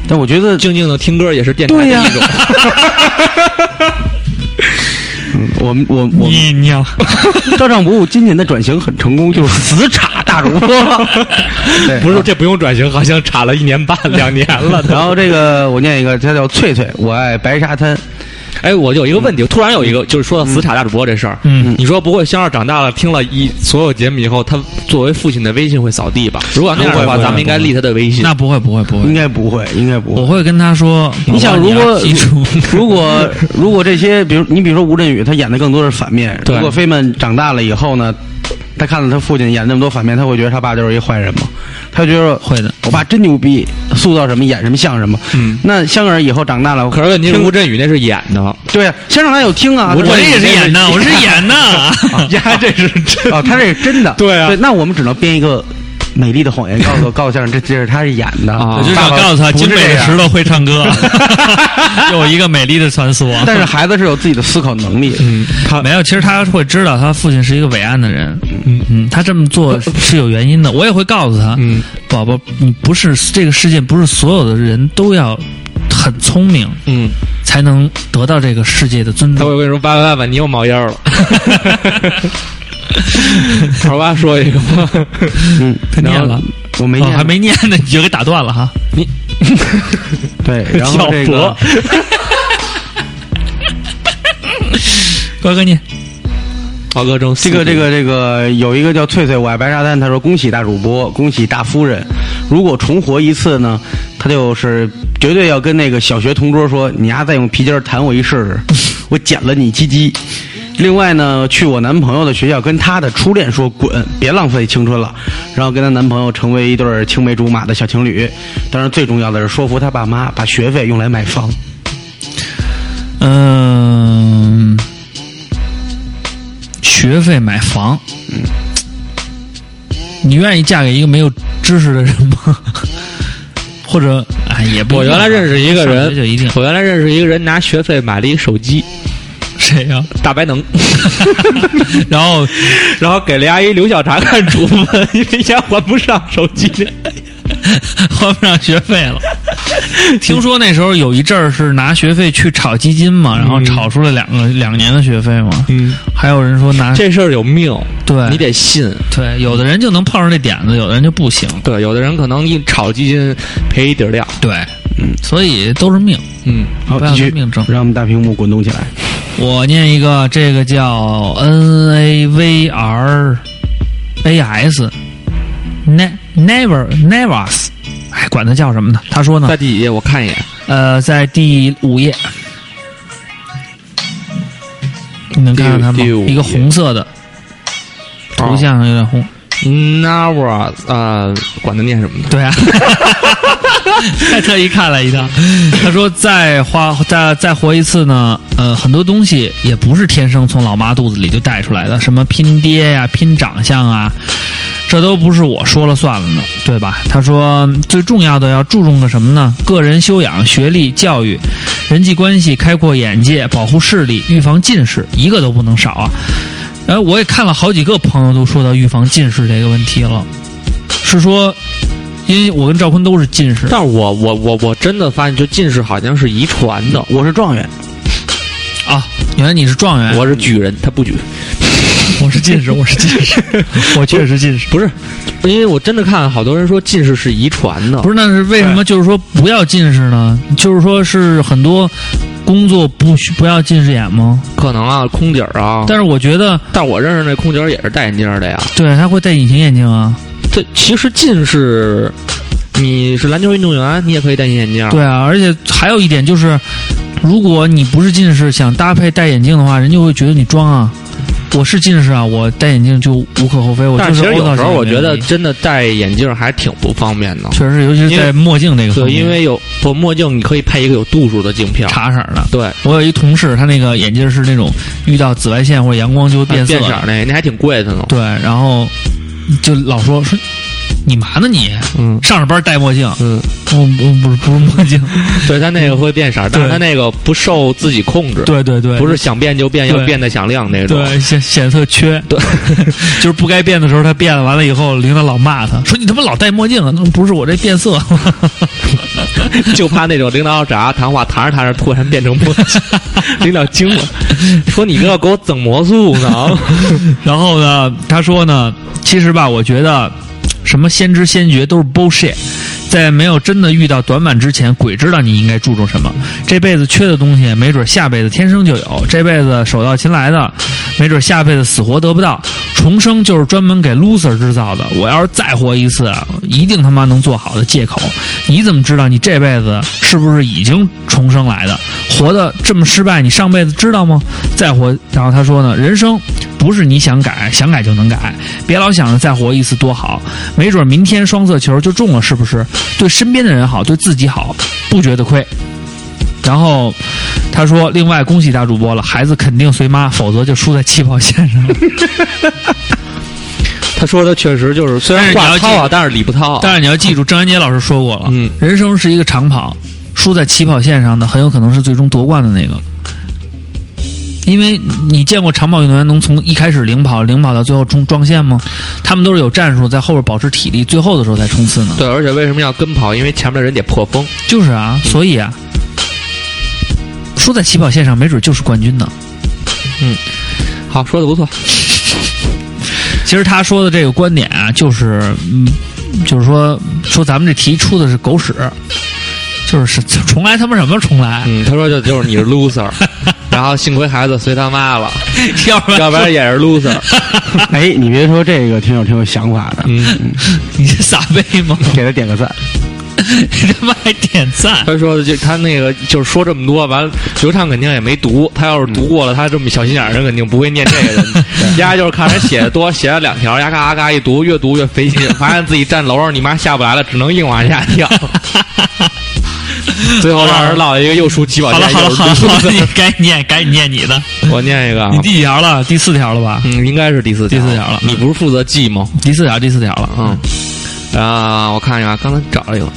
[SPEAKER 5] 但我觉 得
[SPEAKER 4] 静静的听歌也是电台的
[SPEAKER 5] 对呀
[SPEAKER 4] 一种。
[SPEAKER 5] 嗯我们我我
[SPEAKER 3] 你娘！
[SPEAKER 5] 照账不误，今年的转型很成功，就是死叉大主播。 对，
[SPEAKER 4] 不是，这不用转型，好像差了一年半、两年了都。
[SPEAKER 5] 然后这个我念一个，他叫翠翠，我爱白沙滩。
[SPEAKER 4] 哎，我有一个问题，突然有一个，就是说到死叉大主播这事儿，
[SPEAKER 3] 嗯，
[SPEAKER 4] 你说不会香儿长大了听了一所有节目以后，他作为父亲的微信会扫地吧？如果那样的
[SPEAKER 5] 不会
[SPEAKER 4] 话，
[SPEAKER 5] 不会
[SPEAKER 4] 咱们应该立他的微 信。
[SPEAKER 3] 那不会不会不
[SPEAKER 5] 应
[SPEAKER 3] 会，
[SPEAKER 5] 该不会，应该不
[SPEAKER 3] 我
[SPEAKER 5] 会。
[SPEAKER 3] 会跟他说。
[SPEAKER 5] 你
[SPEAKER 3] 宝
[SPEAKER 5] 想，
[SPEAKER 3] 宝
[SPEAKER 5] 如
[SPEAKER 3] 要
[SPEAKER 5] 果
[SPEAKER 3] 记住，
[SPEAKER 5] 如果如果这些，比如你比如说吴镇宇，他演的更多是反面。
[SPEAKER 4] 对
[SPEAKER 5] 如果飞曼长大了以后呢，他看到他父亲演那么多反面，他会觉得他爸就是一坏人吗？他觉得
[SPEAKER 3] 会的，
[SPEAKER 5] 我爸真牛逼，塑造什么演什么像什么。
[SPEAKER 4] 嗯
[SPEAKER 5] 那香儿以后长大了，
[SPEAKER 4] 可是问题是
[SPEAKER 5] 听
[SPEAKER 4] 吴镇宇那是演 的，
[SPEAKER 5] 对啊，香儿还有听 啊，
[SPEAKER 3] 我
[SPEAKER 5] 他
[SPEAKER 3] 这也是演 的，我是演的。
[SPEAKER 4] 呀，这是真
[SPEAKER 5] 哦，他这是真 的。
[SPEAKER 4] 对啊
[SPEAKER 5] 对，那我们只能编一个美丽的谎言，告诉告诉相声，这这是他是演的
[SPEAKER 4] 啊
[SPEAKER 3] 我就想告诉他，金北的石。头会唱 歌，有一个美丽的传说。
[SPEAKER 5] 爸爸不是这样但是孩子是有自己的思考能力。嗯，
[SPEAKER 3] 没有，其实他会知道他父亲是一个伟岸的人，嗯嗯，他这么做是有原因的。我也会告诉他，
[SPEAKER 4] 嗯，
[SPEAKER 3] 宝宝，你不是这个世界不是所有的人都要很聪明
[SPEAKER 4] 嗯，
[SPEAKER 3] 才能得到这个世界的尊
[SPEAKER 4] 他
[SPEAKER 3] 重。
[SPEAKER 4] 会跟你说：“爸爸，爸爸，你又冒烟 了。”二娃说一个吧，
[SPEAKER 3] 他念了，
[SPEAKER 5] 嗯我没
[SPEAKER 3] 哦
[SPEAKER 5] 念，
[SPEAKER 3] 还没念呢，你就给打断了哈。
[SPEAKER 5] 对。然后这个
[SPEAKER 4] 小
[SPEAKER 3] 瓜哥念，
[SPEAKER 4] 豪哥中
[SPEAKER 5] 这个这个这个有一个叫翠翠，我爱白沙滩，他说恭喜大主播，恭喜大夫人。如果重活一次呢，他就是绝对要跟那个小学同桌说，你丫再用皮筋儿弹我一试试，我剪了你鸡鸡。另外呢，去我男朋友的学校跟他的初恋说滚，别浪费青春了，然后跟她男朋友成为一对儿青梅竹马的小情侣。当然，最重要的是说服他爸妈把学费用来买房。
[SPEAKER 3] 嗯，学费买房，
[SPEAKER 4] 嗯
[SPEAKER 3] 你愿意嫁给一个没有知识的人吗？ 或者，哎，也不
[SPEAKER 4] 我
[SPEAKER 3] 一定
[SPEAKER 4] 原来认识一个
[SPEAKER 3] 上学就一
[SPEAKER 4] 人
[SPEAKER 3] 定，
[SPEAKER 4] 我原来认识一个人拿学费买了一手机，
[SPEAKER 3] 谁呀、
[SPEAKER 4] 大白能，
[SPEAKER 3] 然后
[SPEAKER 4] 然后给了阿姨留小茶看处分，因为钱还不上手机。
[SPEAKER 3] 还不上学费 了。听说那时候有一阵儿是拿学费去炒基金嘛，然后炒出了两个两年的学费嘛。
[SPEAKER 4] 嗯，
[SPEAKER 3] 还有人说拿
[SPEAKER 4] 这事儿有命，
[SPEAKER 3] 对
[SPEAKER 4] 你得信。
[SPEAKER 3] 对，有的人就能碰上这点子，有的人就不行。
[SPEAKER 4] 对，有的人可能一炒基金赔一底儿掉。
[SPEAKER 3] 对，所以都是命，
[SPEAKER 4] 嗯，
[SPEAKER 5] 好，
[SPEAKER 3] 不要
[SPEAKER 5] 继续
[SPEAKER 3] 跟命争
[SPEAKER 5] 让我们大屏幕滚动起来。
[SPEAKER 3] 我念一个，这个叫 N A V R A S Ne Never Nevers，哎，管它叫什么呢？他说呢
[SPEAKER 4] 在，第几页？我看一眼。
[SPEAKER 3] 呃，在第五页，你能看到它吗
[SPEAKER 4] 第？五
[SPEAKER 3] 一个红色的图像上有点红，
[SPEAKER 4] Nara 啊，管他念什么呢？
[SPEAKER 3] 对啊， 还特意看了一趟。他说再花再再活一次呢，呃，很多东西也不是天生从老妈肚子里就带出来的，什么拼爹呀、拼长相啊，这都不是我说了算了的，对吧？他说最重要的要注重个什么呢？个人修养、学历、教育、人际关系，开阔眼界，保护视力，预防近视，一个都不能少啊！哎，我也看了好几个朋友都说到预防近视这个问题了，是说，因为我跟赵坤都是近视，
[SPEAKER 4] 但是我我我我真的发现，就近视好像是遗传的。
[SPEAKER 5] 我是状元，
[SPEAKER 3] 啊，原来你是状元，
[SPEAKER 4] 我是举人，他不举，
[SPEAKER 3] 我是近视， 我是近视，我确实近视。
[SPEAKER 4] 不是，因为我真的看好多人说近视是遗传的。
[SPEAKER 3] 不是，那是为什
[SPEAKER 4] 哎
[SPEAKER 3] 么？就是说不要近视呢？就是说是很多工作不需不要近视眼吗？
[SPEAKER 4] 可能啊，空姐儿啊，
[SPEAKER 3] 但是我觉得，
[SPEAKER 4] 但我认识那空姐儿也是戴眼镜儿的呀。
[SPEAKER 3] 对他会戴隐形眼镜啊，
[SPEAKER 4] 这其实近视，你是篮球运动员，你也可以戴隐形眼镜儿。
[SPEAKER 3] 对啊，而且还有一点就是，如果你不是近视，想搭配戴眼镜的话，人就会觉得你装啊。我是近视啊，我戴眼镜就无可厚非。我
[SPEAKER 4] 但
[SPEAKER 3] 就是是
[SPEAKER 4] 其实
[SPEAKER 3] 凹造
[SPEAKER 4] 有时候
[SPEAKER 3] 型
[SPEAKER 4] 我
[SPEAKER 3] 也
[SPEAKER 4] 觉
[SPEAKER 3] 没
[SPEAKER 4] 得
[SPEAKER 3] 问题
[SPEAKER 4] 真的戴眼镜儿还挺不方便的。
[SPEAKER 3] 确实，尤其是
[SPEAKER 4] 因为
[SPEAKER 3] 在墨镜这个方
[SPEAKER 4] 对，
[SPEAKER 3] 面，
[SPEAKER 4] 因为有不墨镜，你可以配一个有度数的镜片儿。
[SPEAKER 3] 茶色儿的。
[SPEAKER 4] 啊对，
[SPEAKER 3] 我有一同事，他那个眼镜是那种遇到紫外线或者阳光就会
[SPEAKER 4] 啊变
[SPEAKER 3] 变色的
[SPEAKER 4] 色儿那那还挺贵的呢。
[SPEAKER 3] 对，然后就老说说你嘛呢你？
[SPEAKER 4] 嗯
[SPEAKER 3] 上着班戴墨镜，
[SPEAKER 4] 嗯，
[SPEAKER 3] 我我不是不是墨 镜，
[SPEAKER 4] 对，它那个会变色儿，但是它那个不受自己控制，
[SPEAKER 3] 对对对，
[SPEAKER 4] 不是想变就变，
[SPEAKER 3] 对
[SPEAKER 4] 要变得响亮那种。
[SPEAKER 3] 对显显色缺，对， 就是不该变的时候他变了，完了以后领导老骂他说你他妈老戴墨镜啊，那不是我这变色了，
[SPEAKER 4] 就怕那种领导找他谈话，谈着谈着突然变成 墨镜，领导惊了，说你这要给我整魔术呢？啊
[SPEAKER 3] 然后呢，他说呢，其实吧，我觉得什么先知先觉都是 bullshit。在没有真的遇到短板之前，鬼知道你应该注重什么。这辈子缺的东西，没准下辈子天生就有；这辈子手到擒来的，没准下辈子死活得不到。重生就是专门给 loser 制造的。我要是再活一次，一定他妈能做好的借口。你怎么知道你这辈子是不是已经重生来的？活得这么失败，你上辈子知道吗？再活，然后他说呢，人生不是你想改，想改就能改，别老想着再活一次多好，没准明天双色球就中了，是不是？对身边的人好，对自己好，不觉得亏。然后他说：“另外，恭喜大主播了，孩子肯定随妈，否则就输在起跑线上了。
[SPEAKER 4] 他说的确实就是，虽然
[SPEAKER 3] 但是你
[SPEAKER 4] 话
[SPEAKER 3] 要记
[SPEAKER 4] 糙啊，但是理不糙。
[SPEAKER 3] 但是你要记住，郑渊洁老师说过了，
[SPEAKER 4] 嗯
[SPEAKER 3] 人生是一个长跑，输在起跑线上的，很有可能是最终夺冠的那个。因为你见过长跑运动员能从一开始领跑，领跑到最后冲撞线吗？他们都是有战术，在后边保持体力，最后的时候才冲刺呢。
[SPEAKER 4] 对，而且为什么要跟跑？因为前面的人得破 风。
[SPEAKER 3] 就是啊，所以啊，输在起跑线上，没准就是冠军呢。
[SPEAKER 4] 好，说的不错。
[SPEAKER 3] 其实他说的这个观点啊，就是嗯，就是说说咱们这题出的是狗屎，就是重来他妈什么重来，
[SPEAKER 4] 嗯，他说就就是你 是 loser，然后幸亏孩子随他妈了，
[SPEAKER 3] 要不然
[SPEAKER 4] 要不然也是 loser。
[SPEAKER 5] 哎，你别说这个，挺有挺有想法的，
[SPEAKER 4] 嗯，
[SPEAKER 3] 你这傻逼吗？
[SPEAKER 5] 给他点个赞。
[SPEAKER 3] 你他妈还点赞？
[SPEAKER 4] 他说的就他那个就是说这么多，完了刘畅肯定也没读，他要是
[SPEAKER 3] 嗯
[SPEAKER 4] 读过了，他这么小心眼儿的人肯定不会念这个 的。丫就是看人写的多，写了两条，丫嘎嘎嘎一读，越读越费劲，发现自己站楼上你妈下不来了，只能硬往下 跳。最后让人落一个又输起跑
[SPEAKER 3] 好了
[SPEAKER 4] 线，
[SPEAKER 3] 好了
[SPEAKER 4] 又
[SPEAKER 3] 好了
[SPEAKER 4] 是
[SPEAKER 3] 好了，
[SPEAKER 4] loser
[SPEAKER 3] 你 该念该念你的，
[SPEAKER 4] 我念一个啊，
[SPEAKER 3] 你第几条了？第四条了啊吧？
[SPEAKER 4] 嗯，应该是第四
[SPEAKER 3] 第四条了
[SPEAKER 4] 你不是负责记吗？
[SPEAKER 3] 第四条，第四条了。
[SPEAKER 4] 嗯，啊，我看一下啊，刚才找了一个，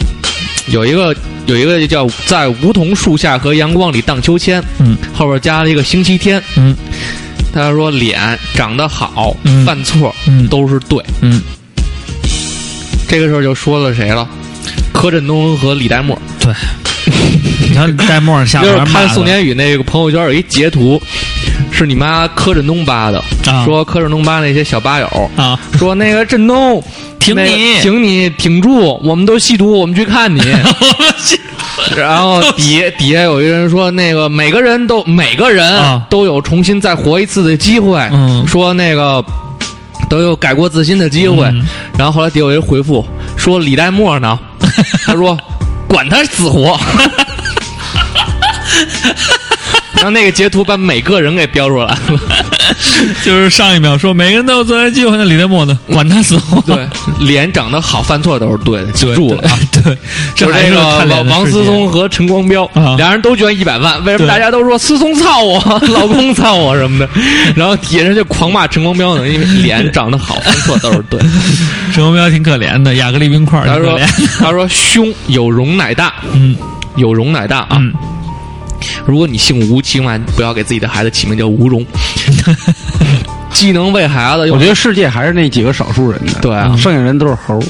[SPEAKER 4] 有一个有一个叫在梧桐树下和阳光里荡秋千，
[SPEAKER 3] 嗯
[SPEAKER 4] 后边加了一个星期天，
[SPEAKER 3] 嗯
[SPEAKER 4] 他说脸长得好，
[SPEAKER 3] 嗯
[SPEAKER 4] 犯错
[SPEAKER 3] 嗯
[SPEAKER 4] 都是对，
[SPEAKER 3] 嗯，
[SPEAKER 4] 这个时候就说了谁了。柯震东和李代沫，
[SPEAKER 3] 对。你看戴墨下
[SPEAKER 4] 就是
[SPEAKER 3] 边
[SPEAKER 4] 看
[SPEAKER 3] 骂
[SPEAKER 4] 宋
[SPEAKER 3] 的
[SPEAKER 4] 典宇那个朋友圈有一截图，是你妈柯震东扒的，
[SPEAKER 3] 啊
[SPEAKER 4] 说柯震东扒那些小吧友，
[SPEAKER 3] 啊，
[SPEAKER 4] 说那个震东，
[SPEAKER 3] 挺
[SPEAKER 4] 那个
[SPEAKER 3] 你
[SPEAKER 4] 挺你，挺住，我们都吸毒，我们去 看你。然后底下底下有一个人说，那个每个人都每个人
[SPEAKER 3] 啊
[SPEAKER 4] 都有重新再活一次的机会，
[SPEAKER 3] 嗯
[SPEAKER 4] 说那个都有改过自新的机会。
[SPEAKER 3] 嗯
[SPEAKER 4] 然后后来底下有人回复说李代沫 呢，他说管他死活。让那个截图把每个人给标出来了。
[SPEAKER 3] 就是上一秒说每个人都有作战计划，那李代沫 呢？管他死活。
[SPEAKER 4] 对， 脸长得好，犯错都是对的，记
[SPEAKER 3] 对
[SPEAKER 4] 住了啊。
[SPEAKER 3] 对，对这
[SPEAKER 4] 就是
[SPEAKER 3] 还
[SPEAKER 4] 这
[SPEAKER 3] 是
[SPEAKER 4] 个
[SPEAKER 3] 看脸
[SPEAKER 4] 王
[SPEAKER 3] 的
[SPEAKER 4] 王
[SPEAKER 3] 世
[SPEAKER 4] 思
[SPEAKER 3] 界
[SPEAKER 4] 聪和陈光标
[SPEAKER 3] 啊，
[SPEAKER 4] 两人都捐一百万，为什么
[SPEAKER 3] 对
[SPEAKER 4] 大家都说思聪操我， 老公操我什么的？然后底下人就狂骂陈光标呢，因为脸长得好，犯错都是 对的。
[SPEAKER 3] 陈光标挺可怜的，亚克力冰块儿
[SPEAKER 4] 他
[SPEAKER 3] 挺可
[SPEAKER 4] 说
[SPEAKER 3] 怜。：“
[SPEAKER 4] 他说胸有容乃大，
[SPEAKER 3] 嗯
[SPEAKER 4] 有容乃大啊！
[SPEAKER 3] 嗯，
[SPEAKER 4] 如果你姓吴，千万不要给自己的孩子起名叫 吴荣，既能为孩子，又
[SPEAKER 5] 我觉得世界还是那几个少数人的，嗯
[SPEAKER 4] 对啊
[SPEAKER 5] 剩下人都是 猴儿。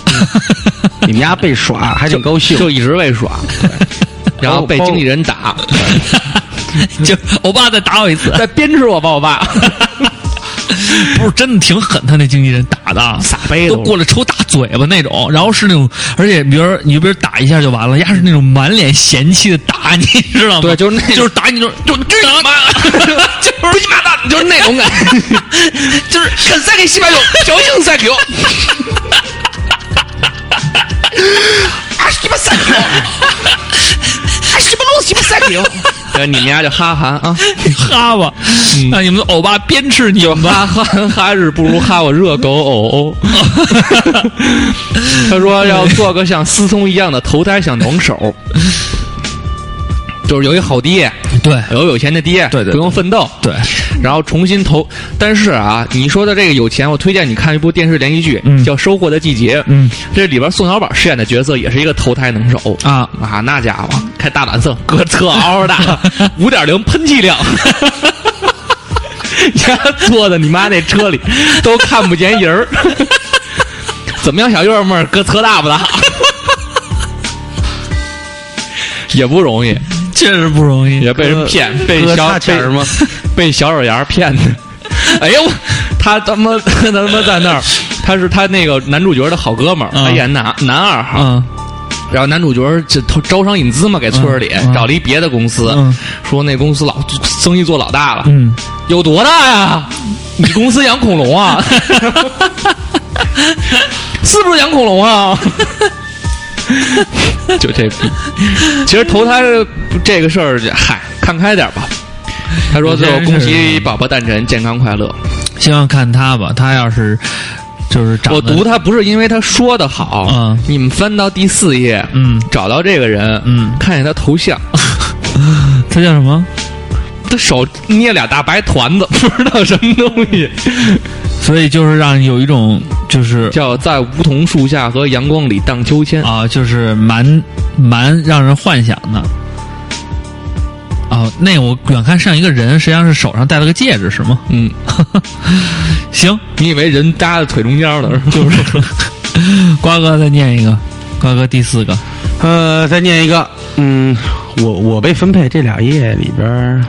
[SPEAKER 5] 你们家被耍还挺高兴，
[SPEAKER 4] 就一直为 耍，对然后被经纪人打，
[SPEAKER 3] 就欧巴再打我一 次，
[SPEAKER 4] 再鞭笞我吧，我爸。
[SPEAKER 3] 不是真的挺狠，他那经纪人打的啊
[SPEAKER 4] 撒杯子
[SPEAKER 3] 都过来抽大嘴巴那种，然后是那种，而且比如说你比如打一下就完了，丫是那种满脸嫌弃的打你， 知道吗？
[SPEAKER 4] 对就是那
[SPEAKER 3] 就是打你那种，就这你 妈，就是你妈蛋，
[SPEAKER 4] 就是那种感觉，
[SPEAKER 3] 就是
[SPEAKER 4] 肯塞给西班牙，小硬塞 给我。”啊什么塞给我？啊什么东西不塞 给我？对，你们家就哈韩啊。
[SPEAKER 3] 哈吧，
[SPEAKER 4] 嗯
[SPEAKER 3] 让你们的欧巴鞭笞你们吧。
[SPEAKER 4] 哈哈哈日不如哈我热狗偶偶。 他说要做个像思聪一样的投胎小能 手，就是有一好爹，
[SPEAKER 3] 对
[SPEAKER 4] 有有钱的爹，
[SPEAKER 3] 对对对
[SPEAKER 4] 不用奋斗，
[SPEAKER 3] 对，
[SPEAKER 4] 然后重新投。但是啊，你说的这个有钱，我推荐你看一部电视连续剧，
[SPEAKER 3] 嗯
[SPEAKER 4] 叫《收获的季节》。
[SPEAKER 3] 嗯，
[SPEAKER 4] 这里边宋小宝饰演的角色也是一个投胎能手
[SPEAKER 3] 啊
[SPEAKER 4] 啊，那家伙开大蓝色，胳特嗷 嗷大，五点零喷气量。你看他坐在你妈那车里，都看不见人儿。 怎么样，小月妹儿，胳特大不 大？也不容易，
[SPEAKER 3] 确实不容易。
[SPEAKER 4] 也被人骗，被
[SPEAKER 5] 哥
[SPEAKER 4] 小
[SPEAKER 5] 差钱儿吗？
[SPEAKER 4] 被小手牙骗的。哎呦，他他妈 他他妈在那儿，他是他那个男主角的好哥们儿，
[SPEAKER 3] 嗯
[SPEAKER 5] 啊
[SPEAKER 4] 他演男男二号。
[SPEAKER 3] 嗯
[SPEAKER 4] 然后男主角就投招商引资嘛，给村儿里、
[SPEAKER 3] 嗯嗯
[SPEAKER 4] 找了一别的公司，
[SPEAKER 3] 嗯
[SPEAKER 4] 说那公司老生意做老大了，
[SPEAKER 3] 嗯，
[SPEAKER 4] 有多大呀？你公司养恐 龙啊？是不是养恐龙啊？ 就这逼，其实投胎这个事儿，嗨，看开点吧。他说：“最后恭喜宝宝诞辰，健康快乐。
[SPEAKER 3] 希望看他吧，他要是就是”长
[SPEAKER 4] 我
[SPEAKER 3] 得
[SPEAKER 4] 读他不是因为他说的好，
[SPEAKER 3] 嗯
[SPEAKER 4] 你们翻到第四页，
[SPEAKER 3] 嗯
[SPEAKER 4] 找到这个人，
[SPEAKER 3] 嗯
[SPEAKER 4] 看见他头像，
[SPEAKER 3] 他叫什么？
[SPEAKER 4] 他手捏俩大白团子， 不知道什么东西，
[SPEAKER 3] 所以就是让有一种就是
[SPEAKER 4] 叫在梧桐树下和阳光里荡秋千。
[SPEAKER 3] 啊，就是蛮蛮让人幻想的。哦，那我远看像一个人，实际上是手上戴了个戒指，是吗？
[SPEAKER 4] 嗯，
[SPEAKER 3] 行，
[SPEAKER 4] 你以为人搭在腿中间 了？
[SPEAKER 3] 就是 瓜哥再念一个，瓜哥第四个，
[SPEAKER 5] 呃，再念一个，嗯，我我被分配这俩页里边儿，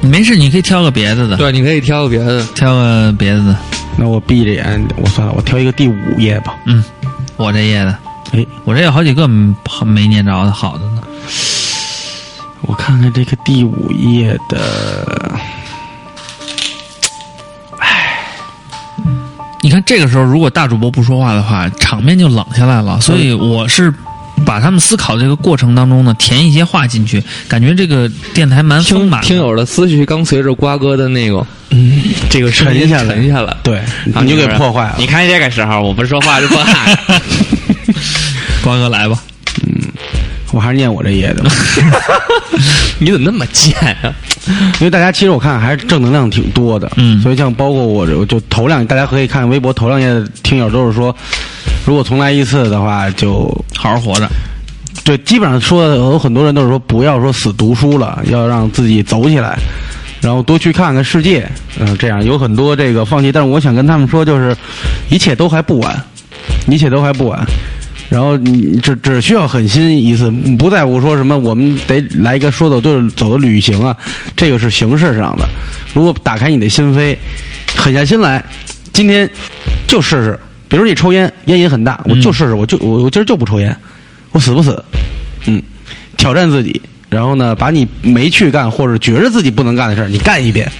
[SPEAKER 3] 没事，你可以挑个别的的，
[SPEAKER 4] 对，你可以挑个别的。
[SPEAKER 3] 挑个别的的。
[SPEAKER 5] 那我闭着眼，我算了，我挑一个第五页吧。
[SPEAKER 3] 嗯，我这页的，
[SPEAKER 5] 哎，
[SPEAKER 3] 我这有好几个没没念着的好的呢。
[SPEAKER 5] 我看看这个第五页的，
[SPEAKER 3] 你看这个时候，如果大主播不说话的话，场面就冷下来了。所以我是把他们思考这个过程当中呢，填一些话进去，感觉这个电台蛮丰
[SPEAKER 4] 听
[SPEAKER 3] 满的。
[SPEAKER 4] 听友的思绪刚随着瓜哥的那个，嗯，这个声音
[SPEAKER 5] 沉下来
[SPEAKER 4] 沉下来，
[SPEAKER 5] 对，
[SPEAKER 4] 然后
[SPEAKER 5] 你就给
[SPEAKER 4] 说
[SPEAKER 5] 破坏了
[SPEAKER 4] 你。看这个时候，我不说话就不喊。
[SPEAKER 3] 瓜哥来吧，
[SPEAKER 5] 我还是念我这页的吧，
[SPEAKER 4] 你怎么那么贱啊？
[SPEAKER 5] 因为大家其实我看还是正能量挺多的，
[SPEAKER 3] 嗯
[SPEAKER 5] 所以像包括我，我就头两，大家可以看微博头两页的听友都是说，如果重来一次的话，就
[SPEAKER 3] 好好活着。
[SPEAKER 5] 对，基本上说的有很多人都是说不要说死读书了，要让自己走起来，然后多去看看世界，嗯、这样有很多这个放弃。但是我想跟他们说，就是一切都还不晚，一切都还不晚。然后你只只需要狠心一次，嗯不在乎说什么，我们得来一个说走就走的旅行啊，这个是形式上的。如果打开你的心扉，狠下心来，今天就试试。比如你抽烟，烟瘾很大，我就试试，我就我我今儿就不抽烟，我死不死？嗯，挑战自己，然后呢，把你没去干或者觉着自己不能干的事儿，你干一遍。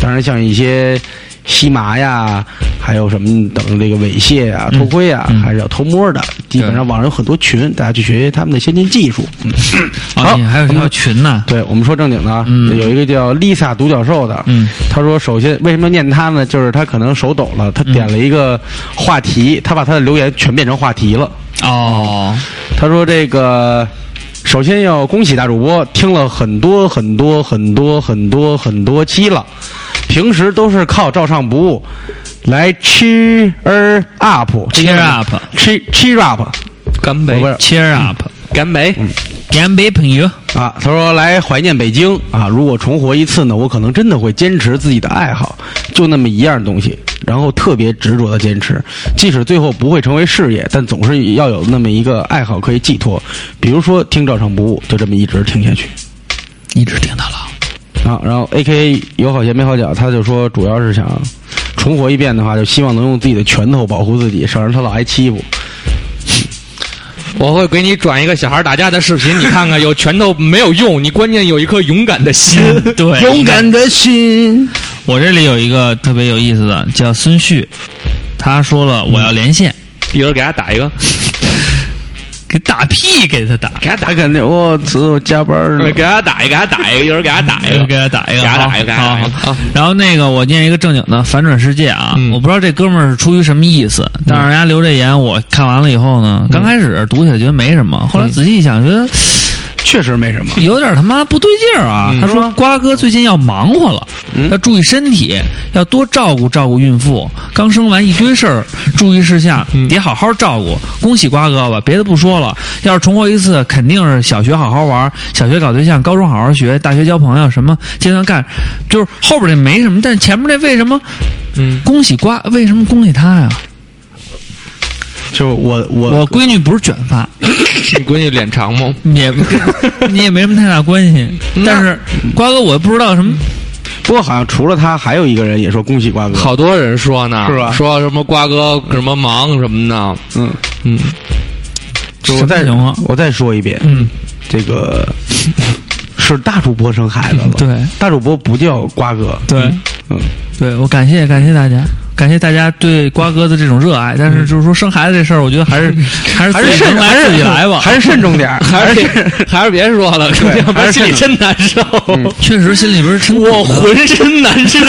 [SPEAKER 5] 当然，像一些西麻呀，还有什么等这个猥亵啊、偷窥啊，
[SPEAKER 3] 嗯
[SPEAKER 5] 还是要偷摸的。基本上网上有很多群，大家去学习他们的先进技术。嗯，
[SPEAKER 3] 啊，
[SPEAKER 5] 好
[SPEAKER 3] 你还有一
[SPEAKER 5] 我
[SPEAKER 3] 条
[SPEAKER 5] 们
[SPEAKER 3] 群呢，
[SPEAKER 5] 对我们说正经的啊，
[SPEAKER 3] 嗯
[SPEAKER 5] 有一个叫 Lisa 独角兽的，
[SPEAKER 3] 嗯
[SPEAKER 5] 他说首先为什么要念他呢？就是他可能手抖了，
[SPEAKER 3] 嗯
[SPEAKER 5] 他点了一个话题，他把他的留言全变成话题了。
[SPEAKER 3] 哦，
[SPEAKER 5] 他说这个。首先要恭喜大主播，听了很多很多很多很多很多期了，平时都是靠照唱不误来 cheer up
[SPEAKER 3] Cheer up
[SPEAKER 5] cheer cheer up
[SPEAKER 4] 干
[SPEAKER 5] 不
[SPEAKER 4] 杯
[SPEAKER 5] 是，
[SPEAKER 3] ，cheer up，
[SPEAKER 4] 干杯！
[SPEAKER 3] 干杯，朋友，
[SPEAKER 5] 啊，他说来怀念北京啊，如果重活一次呢，我可能真的会坚持自己的爱好，就那么一样东西，然后特别执着的坚持，即使最后不会成为事业，但总是要有那么一个爱好可以寄托，比如说听照常不误，就这么一直听下去
[SPEAKER 3] 一直听到老，
[SPEAKER 5] 啊。然后 A K 有好鞋没好脚，他就说主要是想重活一遍的话，就希望能用自己的拳头保护自己，省得他老挨欺负。
[SPEAKER 4] 我会给你转一个小孩打架的视频，你看看，有拳头没有用，你关键有一颗勇敢的 心。
[SPEAKER 3] 嗯对，
[SPEAKER 5] 勇敢的心，
[SPEAKER 3] 我这里有一个特别有意思的，叫孙旭，他说了我要连线，
[SPEAKER 4] 一会儿给他打一个，
[SPEAKER 3] 给打屁给他打，
[SPEAKER 4] 给他打
[SPEAKER 5] 他
[SPEAKER 4] 一
[SPEAKER 5] 肯定我我加班了
[SPEAKER 4] 个，。给他打一个，给他打一个，一会儿给他打一个，
[SPEAKER 3] 给他打一个，
[SPEAKER 4] 哎给他打一个，给他
[SPEAKER 3] 好
[SPEAKER 4] 打一
[SPEAKER 3] 好
[SPEAKER 4] 个。
[SPEAKER 3] 好
[SPEAKER 4] 好。
[SPEAKER 3] 然后那个我念一个正经的反转世界啊，
[SPEAKER 4] 嗯
[SPEAKER 3] 我不知道这哥们儿是出于什么意思，但是人家留这言，我看完了以后呢，刚开始读起来觉得没什么，后来仔细一想觉得。
[SPEAKER 5] 确实没什么。
[SPEAKER 3] 有点他妈不对劲儿啊！他说瓜哥最近要忙活了，要注意身体，要多照顾照顾孕妇，刚生完一堆事儿，注意事项得好好照顾。恭喜瓜哥吧，别的不说了，要是重活一次，肯定是小学好好玩，小学搞对象，高中好好学，大学交朋友，什么阶段干，就是后边这没什么，但前面这为什么？
[SPEAKER 4] 嗯，
[SPEAKER 3] 恭喜瓜，为什么恭喜他呀？
[SPEAKER 5] 就是我我
[SPEAKER 3] 我闺女不是卷发，
[SPEAKER 4] 你闺女脸长吗？
[SPEAKER 3] 也不 你也没什么太大关系，但是瓜哥我不知道什么。
[SPEAKER 5] 不过好像除了他，还有一个人也说恭喜瓜哥。，
[SPEAKER 4] 好多人说呢，
[SPEAKER 5] 是吧
[SPEAKER 4] 说什么瓜哥什么忙什么的，
[SPEAKER 5] 嗯，
[SPEAKER 4] 嗯，
[SPEAKER 5] 我再
[SPEAKER 3] 什么情况
[SPEAKER 5] 我再说一遍，
[SPEAKER 3] 嗯，
[SPEAKER 5] 这个是大主播生孩子了，
[SPEAKER 3] 对，
[SPEAKER 5] 大主播不叫瓜哥，
[SPEAKER 3] 对，
[SPEAKER 5] 嗯，
[SPEAKER 3] 对我感谢感谢大家，感谢大家对瓜哥的这种热爱。但
[SPEAKER 4] 嗯
[SPEAKER 3] 是就是说生孩子这事儿，我觉得还是 还是
[SPEAKER 5] 还是
[SPEAKER 3] 自己
[SPEAKER 5] 慎
[SPEAKER 3] 能来自己来吧。
[SPEAKER 5] 还是慎重点儿，
[SPEAKER 4] 还是别还是别说了，姑 娘，
[SPEAKER 5] 还是
[SPEAKER 4] 心里真难受，
[SPEAKER 3] 嗯确实心里边儿挺苦的
[SPEAKER 4] 我浑身难受。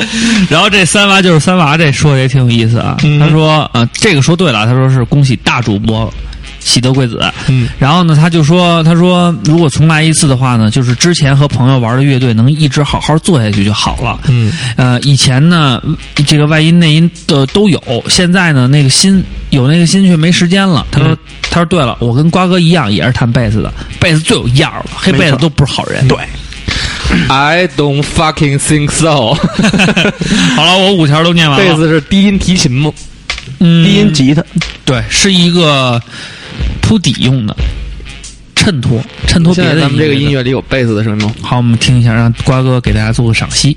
[SPEAKER 3] 然后这三娃就是三娃，这说的也挺有意思啊。
[SPEAKER 4] 嗯
[SPEAKER 3] 他说，呃，这个说对了，他说是恭喜大主播喜得贵子。
[SPEAKER 4] 嗯，
[SPEAKER 3] 然后呢，他就说，他说如果重来一次的话呢，就是之前和朋友玩的乐队能一直好好做下去就好了。
[SPEAKER 4] 嗯，
[SPEAKER 3] 呃，以前呢，这个外音内音的都有，现在呢，那个心有那个心却没时间了。他说，
[SPEAKER 4] 嗯
[SPEAKER 3] 他说对了，我跟瓜哥一样也是弹贝斯的，贝斯最有样儿了，黑贝斯都不是好人。对。
[SPEAKER 4] I don't fucking think so。
[SPEAKER 3] 好了，我五条都念完了。
[SPEAKER 4] 贝斯是低音提琴吗？
[SPEAKER 3] 嗯，
[SPEAKER 5] 低音吉他，
[SPEAKER 3] 对，是一个铺底用的，衬托衬托别
[SPEAKER 4] 现在
[SPEAKER 3] 的
[SPEAKER 4] 咱们这个音
[SPEAKER 3] 乐
[SPEAKER 4] 乐里有贝斯的声音吗？
[SPEAKER 3] 的。好，我们听一下，让瓜哥给大家做个赏析。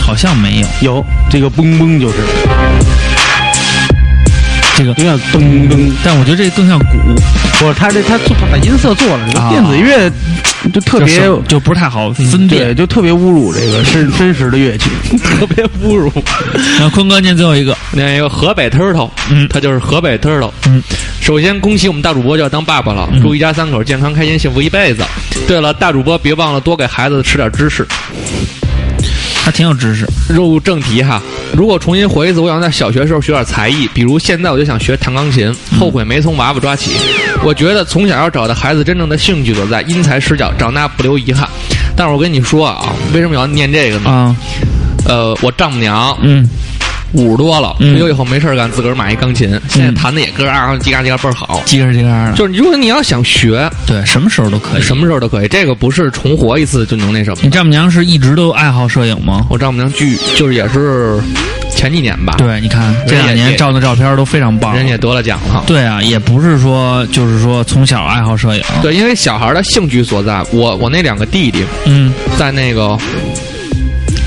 [SPEAKER 3] 好像没有
[SPEAKER 5] 有这个嘣嘣就是，
[SPEAKER 3] 这个，
[SPEAKER 5] 有点噔噔，
[SPEAKER 3] 但我觉得这更像鼓，
[SPEAKER 5] 不是他这他做把音色做了，这
[SPEAKER 3] 啊
[SPEAKER 5] 个电子乐就特别
[SPEAKER 3] 就。是就不是太好分
[SPEAKER 5] 对，
[SPEAKER 3] 辨。
[SPEAKER 5] 就特别侮辱这 个真真实的乐器。
[SPEAKER 4] 特别侮辱。
[SPEAKER 3] 然后坤哥念最后一个，
[SPEAKER 4] 那个河北 turtle，
[SPEAKER 3] 嗯
[SPEAKER 4] 他就是河北 turtle。
[SPEAKER 3] 嗯，
[SPEAKER 4] 首先恭喜我们大主播就要当爸爸了，祝一家三口健康开心幸福一辈子。对了，大主播别忘了多给孩子吃点知识。
[SPEAKER 3] 他挺有知识。
[SPEAKER 4] 入正题哈，如果重新回一次，我想在小学时候学点才艺，比如现在我就想学弹钢琴，
[SPEAKER 3] 嗯
[SPEAKER 4] 后悔没从娃娃抓起。我觉得从小要找到孩子真正的兴趣所在，因材施教，长大不留遗憾。但是我跟你说啊，为什么要念这个呢？
[SPEAKER 3] 啊，
[SPEAKER 4] 呃，我丈母娘
[SPEAKER 3] 嗯，
[SPEAKER 4] 五十多了，
[SPEAKER 3] 嗯
[SPEAKER 4] 退休以后没事儿干，自个儿买一钢琴，现在弹的也咯啊叽嘎叽嘎倍儿好。
[SPEAKER 3] 叽个叽个的，
[SPEAKER 4] 就是如果你要想学，
[SPEAKER 3] 啊对，什么时候都可以。
[SPEAKER 4] 什么时候都可
[SPEAKER 3] 嗯
[SPEAKER 4] 以，这个不是重活一次就能那什么。
[SPEAKER 3] 你丈母娘是一直都爱好摄影吗？
[SPEAKER 4] 我丈母娘剧就是也是前几年吧，
[SPEAKER 3] 对，你看这两年照的照片都非常棒。
[SPEAKER 4] 人也得了奖了。
[SPEAKER 3] 对啊，也不是说就是说从小爱好摄影，
[SPEAKER 4] 对，因为小孩的兴趣所在，我我那两个弟弟
[SPEAKER 3] 嗯
[SPEAKER 4] 在那个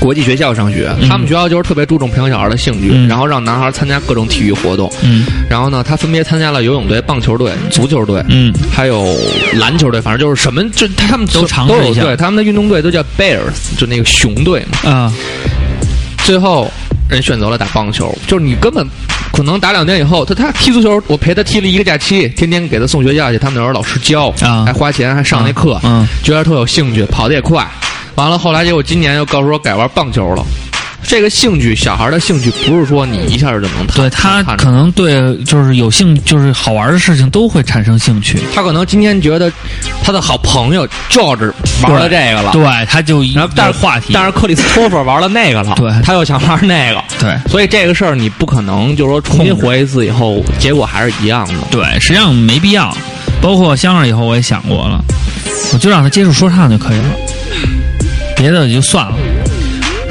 [SPEAKER 4] 国际学校上学，他们学校就是特别注重培养小孩的兴趣，
[SPEAKER 3] 嗯
[SPEAKER 4] 然后让男孩参加各种体育活动。
[SPEAKER 3] 嗯
[SPEAKER 4] 然后呢，他分别参加了游泳队、棒球队、足球队，
[SPEAKER 3] 嗯
[SPEAKER 4] 还有篮球队，反正就是什么，就他们
[SPEAKER 3] 都尝试
[SPEAKER 4] 都有
[SPEAKER 3] 一下
[SPEAKER 4] 对，他们的运动队都叫 Bears，就那个熊队嘛。
[SPEAKER 3] 啊，
[SPEAKER 4] 最后人选择了打棒球，就是你根本可能打两年以后，他他踢足球，我陪他踢了一个假期，天天给他送学校去，他们那时候老师教，
[SPEAKER 3] 啊
[SPEAKER 4] 还花钱还上那课，
[SPEAKER 3] 嗯嗯
[SPEAKER 4] 觉得特有兴趣，跑得也快。完了，后来结果今年又告诉我改玩棒球了。这个兴趣，小孩的兴趣不是说你一下就能
[SPEAKER 3] 对他
[SPEAKER 4] 看看出来
[SPEAKER 3] 可能对就是有兴，就是好玩的事情都会产生兴趣。
[SPEAKER 4] 他可能今天觉得他的好朋友 George 玩了这个了，
[SPEAKER 3] 对，他就
[SPEAKER 4] 然后但
[SPEAKER 3] 有
[SPEAKER 4] 是
[SPEAKER 3] 话题，
[SPEAKER 4] 但是克里斯托弗玩了那个了，
[SPEAKER 3] 对
[SPEAKER 4] 他又想玩那个，
[SPEAKER 3] 对
[SPEAKER 4] 所以这个事儿你不可能就是说重新活一次以后，结果还是一样的。
[SPEAKER 3] 对，实际上没必要。包括香儿以后我也想过了，我就让他接触说唱就可以了，别的就算了。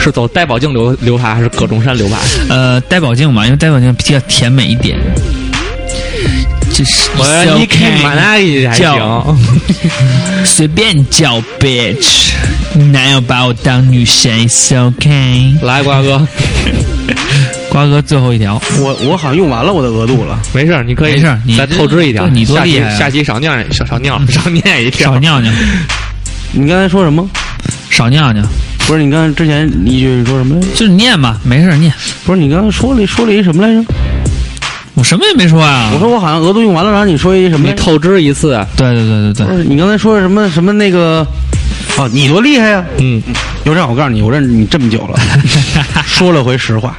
[SPEAKER 4] 是走戴宝镜流流派还是葛中山流派？
[SPEAKER 3] 呃，戴宝镜吧，因为戴宝镜比较甜美一点。这是
[SPEAKER 4] 你看马拉里还
[SPEAKER 3] 叫
[SPEAKER 4] 行，
[SPEAKER 3] 随便叫 bitch，男友把我当女神，it's OK。
[SPEAKER 4] 来瓜哥，
[SPEAKER 3] 瓜哥最后一条，
[SPEAKER 5] 我我好像用完了我的额度了，
[SPEAKER 4] 没事儿，你可以
[SPEAKER 3] 没事儿你
[SPEAKER 4] 再透支一条。
[SPEAKER 3] 对你多
[SPEAKER 4] 下期
[SPEAKER 3] 厉害啊嗯
[SPEAKER 4] 下期少念少少尿少念一条
[SPEAKER 3] 少。尿尿，
[SPEAKER 5] 你刚才说什么？
[SPEAKER 3] 少尿尿，
[SPEAKER 5] 不是你刚才之前一句说什么来着？
[SPEAKER 3] 就是念吧，没事儿念。
[SPEAKER 5] 不是你刚才说了说了一什么来着？
[SPEAKER 3] 我什么也没说啊
[SPEAKER 5] 我。说我好像额度用完了，然后你说一什么
[SPEAKER 4] 你
[SPEAKER 5] 来着？
[SPEAKER 4] 透支一次，
[SPEAKER 3] 对对对对
[SPEAKER 5] 不
[SPEAKER 3] 对，
[SPEAKER 5] 是你刚才说什么什么那个？哦，你多厉害呀、
[SPEAKER 4] 嗯，
[SPEAKER 5] 刘畅，我告诉你，我认识你这么 久了，说了回实 话，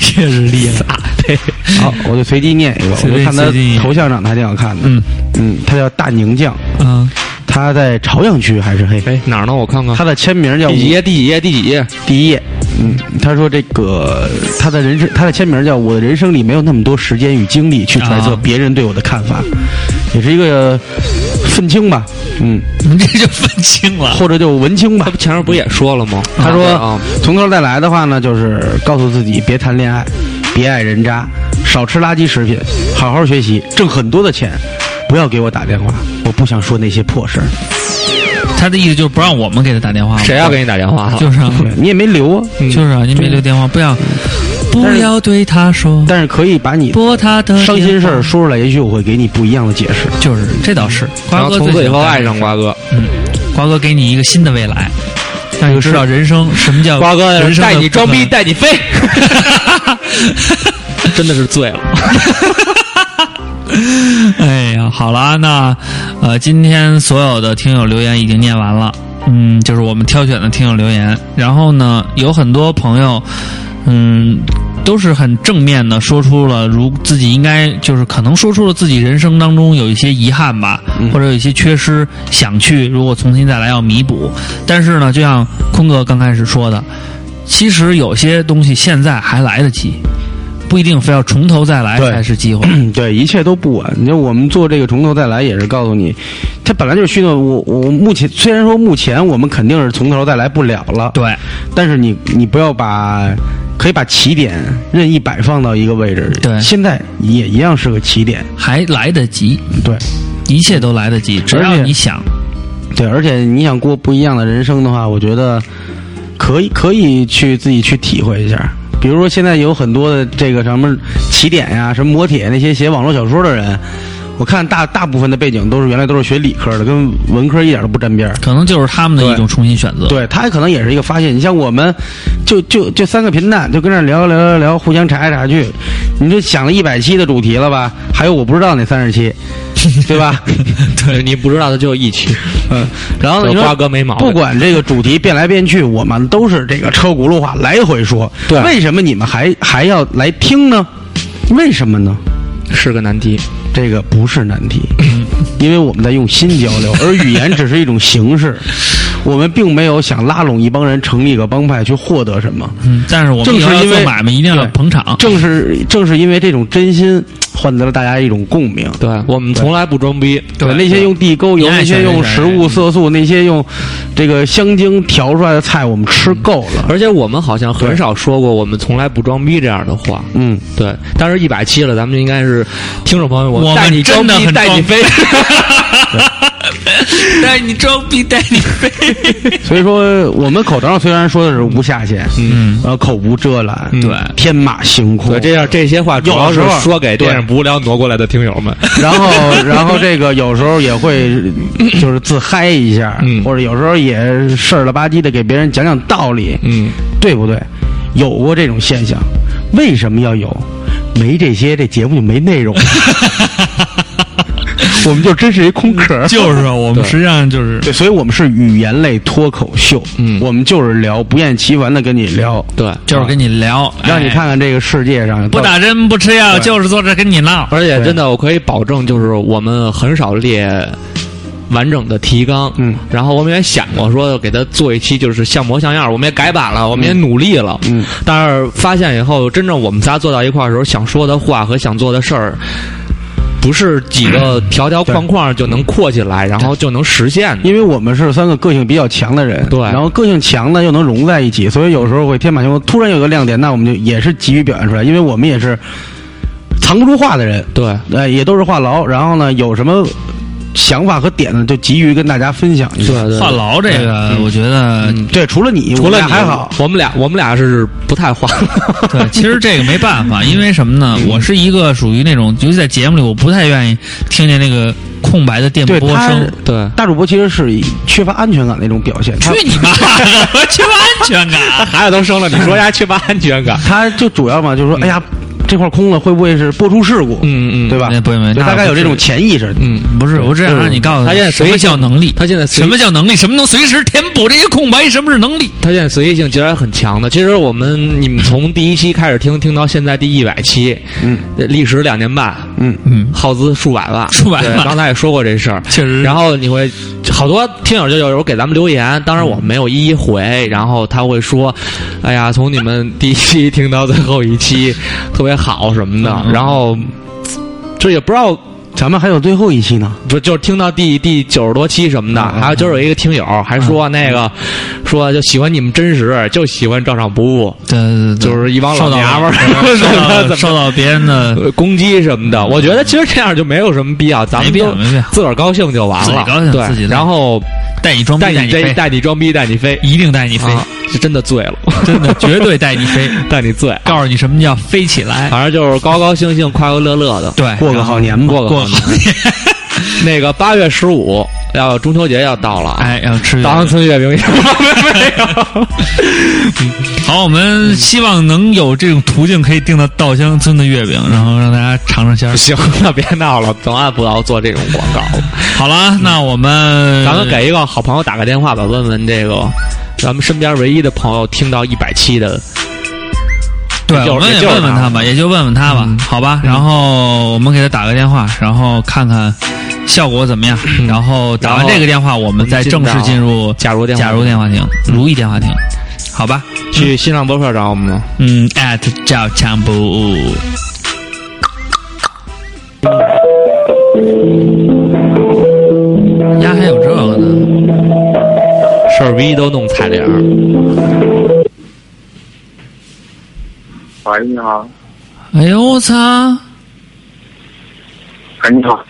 [SPEAKER 3] 确实厉害。
[SPEAKER 5] 好，我就随机念一个，我
[SPEAKER 3] 随
[SPEAKER 5] 就
[SPEAKER 3] 便
[SPEAKER 5] 看他
[SPEAKER 3] 随机念
[SPEAKER 5] 头像长得还挺好看的，
[SPEAKER 3] 嗯
[SPEAKER 5] 嗯，他叫大宁酱，
[SPEAKER 3] 嗯，
[SPEAKER 5] 他在朝阳区还是黑，
[SPEAKER 4] 哎，哪儿呢？我看看
[SPEAKER 5] 他。的签名叫
[SPEAKER 4] 第几页？第几页？第几页？
[SPEAKER 5] 第一页，嗯，他说这个他的人生，他的签名叫“我的人生里没有那么多时间与精力去揣测
[SPEAKER 3] 啊
[SPEAKER 5] 别人对我的看法”，也是一个愤青吧，嗯，
[SPEAKER 3] 你这就分清了。
[SPEAKER 5] 或者就文青吧
[SPEAKER 4] 他。不前面不也说了吗？
[SPEAKER 5] 他说、
[SPEAKER 3] 嗯
[SPEAKER 4] 啊，
[SPEAKER 5] 从头再来的话呢，就是告诉自己别谈恋爱，别爱人渣，少吃垃圾食品，好好学习，挣很多的钱，不要给我打电话，我不想说那些破事儿。
[SPEAKER 3] 他的意思就是不让我们给他打电话嘛。
[SPEAKER 4] 谁要给你打电话了？
[SPEAKER 3] 就是啊，
[SPEAKER 5] 对你也没留啊，
[SPEAKER 4] 嗯
[SPEAKER 3] 就是啊，您别留电话，不要，不
[SPEAKER 5] 但是
[SPEAKER 3] 要对他说
[SPEAKER 5] 但是可以把你
[SPEAKER 3] 拨他的
[SPEAKER 5] 伤心
[SPEAKER 3] 电
[SPEAKER 5] 事儿
[SPEAKER 3] 话
[SPEAKER 5] 说出来，也许我会给你不一样的解 释。
[SPEAKER 3] 就是这倒是。
[SPEAKER 4] 然
[SPEAKER 3] 瓜
[SPEAKER 4] 后
[SPEAKER 3] 哥
[SPEAKER 4] 从
[SPEAKER 3] 最
[SPEAKER 4] 此以
[SPEAKER 3] 喜
[SPEAKER 4] 后
[SPEAKER 3] 欢
[SPEAKER 4] 爱上瓜哥，
[SPEAKER 3] 嗯，瓜哥给你一个新的未来，让你知道人生什么叫
[SPEAKER 4] 瓜哥
[SPEAKER 3] 人生的
[SPEAKER 4] 带你装
[SPEAKER 3] 不
[SPEAKER 4] 逼
[SPEAKER 3] 可
[SPEAKER 4] 带你飞，真的是醉了。
[SPEAKER 3] 哎呀，好了，那呃，今天所有的听友留言已经念完了，嗯，就是我们挑选的听友留言。然后呢，有很多朋友，嗯，都是很正面的说出了如自己应该就是可能说出了自己人生当中有一些遗憾吧，或者有一些缺失，想去如果重新再来要弥补。但是呢，就像坤哥刚开始说的，其实有些东西现在还来得及。不一定非要从头再来
[SPEAKER 5] 对
[SPEAKER 3] 才是机会，
[SPEAKER 5] 嗯，对，一切都不晚。你看，我们做这个从头再来，也是告诉你，它本来就是虚的。我我目前虽然说目前我们肯定是从头再来不了了，
[SPEAKER 3] 对。
[SPEAKER 5] 但是你你不要把可以把起点任意摆放到一个位置，
[SPEAKER 3] 对
[SPEAKER 5] 现在也一样是个起点，
[SPEAKER 3] 还来得及，
[SPEAKER 5] 对
[SPEAKER 3] 一切都来得及，只要你想。
[SPEAKER 5] 对，而且你想过不一样的人生的话，我觉得可以可以去自己去体会一下。比如说，现在有很多的这个什么起点呀、什么磨铁那些写网络小说的人，我看大大部分的背景都是原来都是学理科的，跟文科一点都不沾边儿。
[SPEAKER 3] 可能就是他们的
[SPEAKER 5] 对
[SPEAKER 3] 一种重新选择。
[SPEAKER 5] 对他可能也是一个发现。你像我们就，就就三个频道，就跟那儿聊聊聊聊，互相查来查去。你就想了一百期的主题了吧？还有我不知道那三十期，对吧？
[SPEAKER 4] 对你不知道的就一起，
[SPEAKER 5] 嗯，然后呢
[SPEAKER 4] 就
[SPEAKER 5] 你说
[SPEAKER 4] 瓜哥没毛病
[SPEAKER 5] 不管这个主题变来变去，我们都是这个车轱辘话来回说。
[SPEAKER 4] 对
[SPEAKER 5] 为什么你们还还要来听呢？为什么呢？
[SPEAKER 4] 是个难题。
[SPEAKER 5] 这个不是难 题，因为我们在用心交流，而语言只是一种 形式。我们并没有想拉拢一帮人成立个帮派去获得什么，
[SPEAKER 3] 嗯，但是我们
[SPEAKER 5] 正
[SPEAKER 3] 以
[SPEAKER 5] 是
[SPEAKER 3] 后要
[SPEAKER 5] 因为
[SPEAKER 3] 做买卖一定要
[SPEAKER 5] 对
[SPEAKER 3] 捧
[SPEAKER 4] 啊
[SPEAKER 3] 场。
[SPEAKER 5] 正是正是因为这种真心，换得了大家一种共鸣。
[SPEAKER 4] 对我们从来不装逼，
[SPEAKER 5] 那些用地沟油，
[SPEAKER 3] 你爱
[SPEAKER 5] 那些
[SPEAKER 3] 谁
[SPEAKER 5] 用
[SPEAKER 3] 谁
[SPEAKER 5] 食物色素，那些用这个香精调出来的菜，我们吃够了。
[SPEAKER 4] 而且我们好像很少说过我们从来不装逼这样的话。
[SPEAKER 5] 嗯，
[SPEAKER 4] 对，但是一百期了，咱们应该是听众朋友，
[SPEAKER 3] 我们
[SPEAKER 4] 带你
[SPEAKER 3] 真的
[SPEAKER 4] 逼
[SPEAKER 3] 很
[SPEAKER 4] 带你
[SPEAKER 3] 装
[SPEAKER 4] 飞，
[SPEAKER 3] 带你装逼带你飞。
[SPEAKER 5] 所以说，我们口头上虽然说的是无下限，
[SPEAKER 3] 嗯，
[SPEAKER 5] 呃，口无遮拦，
[SPEAKER 3] 对
[SPEAKER 5] 天马行空
[SPEAKER 6] 嗯对，。这样这些话主要是说给电影不无聊挪过来的听友们。
[SPEAKER 5] 然后， 然后这个有时候也会就是自嗨一下，
[SPEAKER 6] 嗯
[SPEAKER 5] 或者有时候也事儿了吧唧的给别人讲讲道理，
[SPEAKER 6] 嗯，
[SPEAKER 5] 对不对？有过这种现象，为什么要有？没这些，这节目就 没内容，我们就真是一空壳。
[SPEAKER 3] 就是啊，我们实际上就是
[SPEAKER 5] 对，所以我们是语言类脱口秀，
[SPEAKER 4] 嗯
[SPEAKER 5] 我们就是聊，不厌其烦的跟你聊，
[SPEAKER 4] 对，
[SPEAKER 3] 就是跟你聊，
[SPEAKER 5] 让你
[SPEAKER 3] 哎
[SPEAKER 5] 看看这个世界上
[SPEAKER 3] 不
[SPEAKER 5] 到
[SPEAKER 3] 打针不吃药，就是坐这跟你闹。
[SPEAKER 4] 而且
[SPEAKER 5] 对
[SPEAKER 4] 真的，我可以保证，就是我们很少列完整的提纲。
[SPEAKER 5] 嗯，
[SPEAKER 4] 然后我们也想过说给他做一期，就是像模像样儿。我们也改版了，我们也努力了。
[SPEAKER 5] 嗯，
[SPEAKER 4] 但是发现以后，真正我们仨坐到一块儿的时候，想说的话和想做的事儿。不是几个条条框框就能括起来，然后就能实现的。
[SPEAKER 5] 因为我们是三个个性比较强的人，
[SPEAKER 4] 对
[SPEAKER 5] 然后个性强的又能融在一起，所以有时候会天马行空。突然有个亮点，那我们就也是急于表现出来，因为我们也是藏不住话的人，
[SPEAKER 4] 对，
[SPEAKER 5] 呃，也都是话痨。然后呢，有什么想法和点呢，就急于跟大家分享一下。
[SPEAKER 4] 对对
[SPEAKER 3] 话痨这个，我觉得
[SPEAKER 5] 对，嗯除了你，
[SPEAKER 4] 除
[SPEAKER 5] 我
[SPEAKER 4] 了
[SPEAKER 5] 俩
[SPEAKER 4] 你
[SPEAKER 5] 还好，，
[SPEAKER 4] 我们俩我们俩是不太话。
[SPEAKER 3] 对，其实这个没办法，因为什么呢？我是一个属于那种，尤其在节目里，我不太愿意听见那个空白的电
[SPEAKER 5] 对
[SPEAKER 3] 波
[SPEAKER 5] 他
[SPEAKER 3] 声。
[SPEAKER 4] 对，
[SPEAKER 5] 大主播其实是以缺乏安全感的一种表现，他
[SPEAKER 3] 去你妈的！我缺乏安全感。啊
[SPEAKER 4] 孩子都生了，你说丫缺乏安全感？
[SPEAKER 5] 他就主要嘛，就是说，哎呀，这块空了，会不会是播出事故？
[SPEAKER 4] 嗯嗯
[SPEAKER 5] 对吧
[SPEAKER 3] 那？不不，
[SPEAKER 5] 就
[SPEAKER 3] 那
[SPEAKER 5] 大概有
[SPEAKER 3] 不
[SPEAKER 5] 这
[SPEAKER 3] 是
[SPEAKER 5] 种潜意识。
[SPEAKER 4] 嗯，
[SPEAKER 3] 不是，我只想让你告诉
[SPEAKER 4] 他现在
[SPEAKER 3] 什
[SPEAKER 4] 随
[SPEAKER 3] 么
[SPEAKER 4] 意
[SPEAKER 3] 叫能力，
[SPEAKER 4] 他现在随
[SPEAKER 3] 什么叫能力，什么能随时填补这些空白，什么是能力？
[SPEAKER 4] 他现在随意性其实还很强的。其实我们你们从第一期开始听，听到现在第一百期，呃
[SPEAKER 5] 嗯，
[SPEAKER 4] 历时两年半，
[SPEAKER 5] 嗯，
[SPEAKER 3] 嗯，
[SPEAKER 4] 耗资数百万，
[SPEAKER 3] 数百万
[SPEAKER 4] 对刚才也说过这事儿，
[SPEAKER 3] 确实
[SPEAKER 4] 然后你会好多听友就有时候给咱们留言，当然我们没有一一回，然后他会说：“哎呀，从你们第一期听到最后一期，特别好什么
[SPEAKER 3] 嗯
[SPEAKER 4] 的。”然后这也不知道
[SPEAKER 5] 咱们还有最后一期呢，
[SPEAKER 4] 不就是听到第第九十多期什么
[SPEAKER 3] 嗯
[SPEAKER 4] 的，还有今儿有一个听友还说那个，说就喜欢你们真实，就喜欢照常不误，
[SPEAKER 3] 对对对，
[SPEAKER 4] 就是一帮老
[SPEAKER 3] 受到
[SPEAKER 4] 娘们 儿
[SPEAKER 3] 嗯受
[SPEAKER 4] 怎
[SPEAKER 3] 到
[SPEAKER 4] 么
[SPEAKER 3] 受到别人的
[SPEAKER 4] 呃攻击什么的。我觉得其实这样就没有什么必要，咱
[SPEAKER 3] 没
[SPEAKER 4] 们
[SPEAKER 3] 必
[SPEAKER 4] 就
[SPEAKER 3] 要没必要
[SPEAKER 4] 自个儿高兴就完
[SPEAKER 3] 自己
[SPEAKER 4] 了，
[SPEAKER 3] 高兴自己
[SPEAKER 4] 对，
[SPEAKER 3] 乐
[SPEAKER 4] 然后
[SPEAKER 3] 带你装逼，
[SPEAKER 4] 带
[SPEAKER 3] 带
[SPEAKER 4] 你
[SPEAKER 3] 飞，
[SPEAKER 4] 带你装逼，带你飞，
[SPEAKER 3] 一定带你飞，
[SPEAKER 4] 啊，是真的 醉了，
[SPEAKER 3] 真的绝对带你 飞，
[SPEAKER 4] 带你醉，
[SPEAKER 3] 告诉你什么叫飞起来。
[SPEAKER 4] 反正就是高高兴兴、快快乐 乐的。
[SPEAKER 3] 对，
[SPEAKER 5] 过个好年吧。
[SPEAKER 4] 过个
[SPEAKER 3] 过好
[SPEAKER 4] 年，那个八月十五要中秋节要到了啊，
[SPEAKER 3] 哎，要吃
[SPEAKER 4] 当村月饼也 没有。
[SPEAKER 3] 好，我们希望能有这种途径可以订到稻香村的月饼，然后让大家尝尝鲜儿
[SPEAKER 4] 不。 行，那别闹 了，从来不要做这种广告了。
[SPEAKER 3] 好了，那我们
[SPEAKER 4] 咱们给一个好朋友打个电话吧，问问这个咱们身边唯一的朋友听到一百期的，
[SPEAKER 3] 对
[SPEAKER 4] 也，就
[SPEAKER 3] 我们
[SPEAKER 4] 也
[SPEAKER 3] 也
[SPEAKER 4] 就是
[SPEAKER 3] 问问
[SPEAKER 4] 他嗯
[SPEAKER 3] 他吧，也就问问他吧，好吧。然后我们给他打个电话，然后看看效果怎么样。
[SPEAKER 4] 嗯
[SPEAKER 3] 然后打
[SPEAKER 4] 然
[SPEAKER 3] 完
[SPEAKER 4] 后
[SPEAKER 3] 这个电话，我们再正式进入
[SPEAKER 4] 假如电话，
[SPEAKER 3] 假如电话亭、
[SPEAKER 4] 嗯
[SPEAKER 3] 如意电话亭，好吧？
[SPEAKER 4] 去新浪博客找我们吗？
[SPEAKER 3] 嗯，at 赵强不误。呀，还有这个呢？
[SPEAKER 4] 事儿逼都弄彩铃儿。
[SPEAKER 7] 喂，你好。
[SPEAKER 3] 哎呦我操！
[SPEAKER 7] 哎，你好。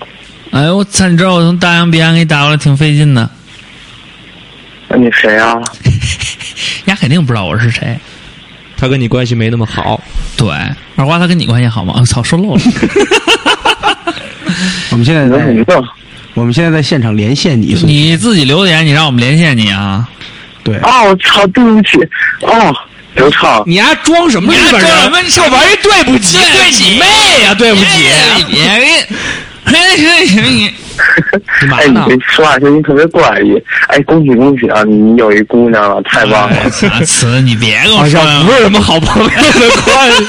[SPEAKER 3] 哎呦我操！你知道我从大洋彼岸给你打过来挺费劲的，
[SPEAKER 7] 那你谁啊？
[SPEAKER 3] 丫肯定不知道我是谁。
[SPEAKER 4] 他跟你关系没那么好，
[SPEAKER 3] 对，二瓜他跟你关系好吗？我、哦操，说漏了。
[SPEAKER 5] 我们现在
[SPEAKER 7] 你怎么
[SPEAKER 5] 在
[SPEAKER 7] 弄？
[SPEAKER 5] 我们现在在现场连线你，
[SPEAKER 3] 你自己留的言，你让我们连线你啊！
[SPEAKER 5] 对，
[SPEAKER 7] 啊，我操，对不起。哦，刘畅，
[SPEAKER 4] 你还装什么日本人？
[SPEAKER 3] 么？啊这玩意对不起，哎对你妹呀、对不起！别，嘿嘿嘿，
[SPEAKER 4] 你嘛
[SPEAKER 7] 哎，你
[SPEAKER 4] 呢？
[SPEAKER 7] 这说话声音特别怪异。哎，恭喜恭喜啊，你有一姑娘了，太棒了。
[SPEAKER 3] 阿慈，你别跟我
[SPEAKER 4] 好
[SPEAKER 3] 说
[SPEAKER 4] 像
[SPEAKER 3] 了
[SPEAKER 4] 不。是什么好朋友 的关系，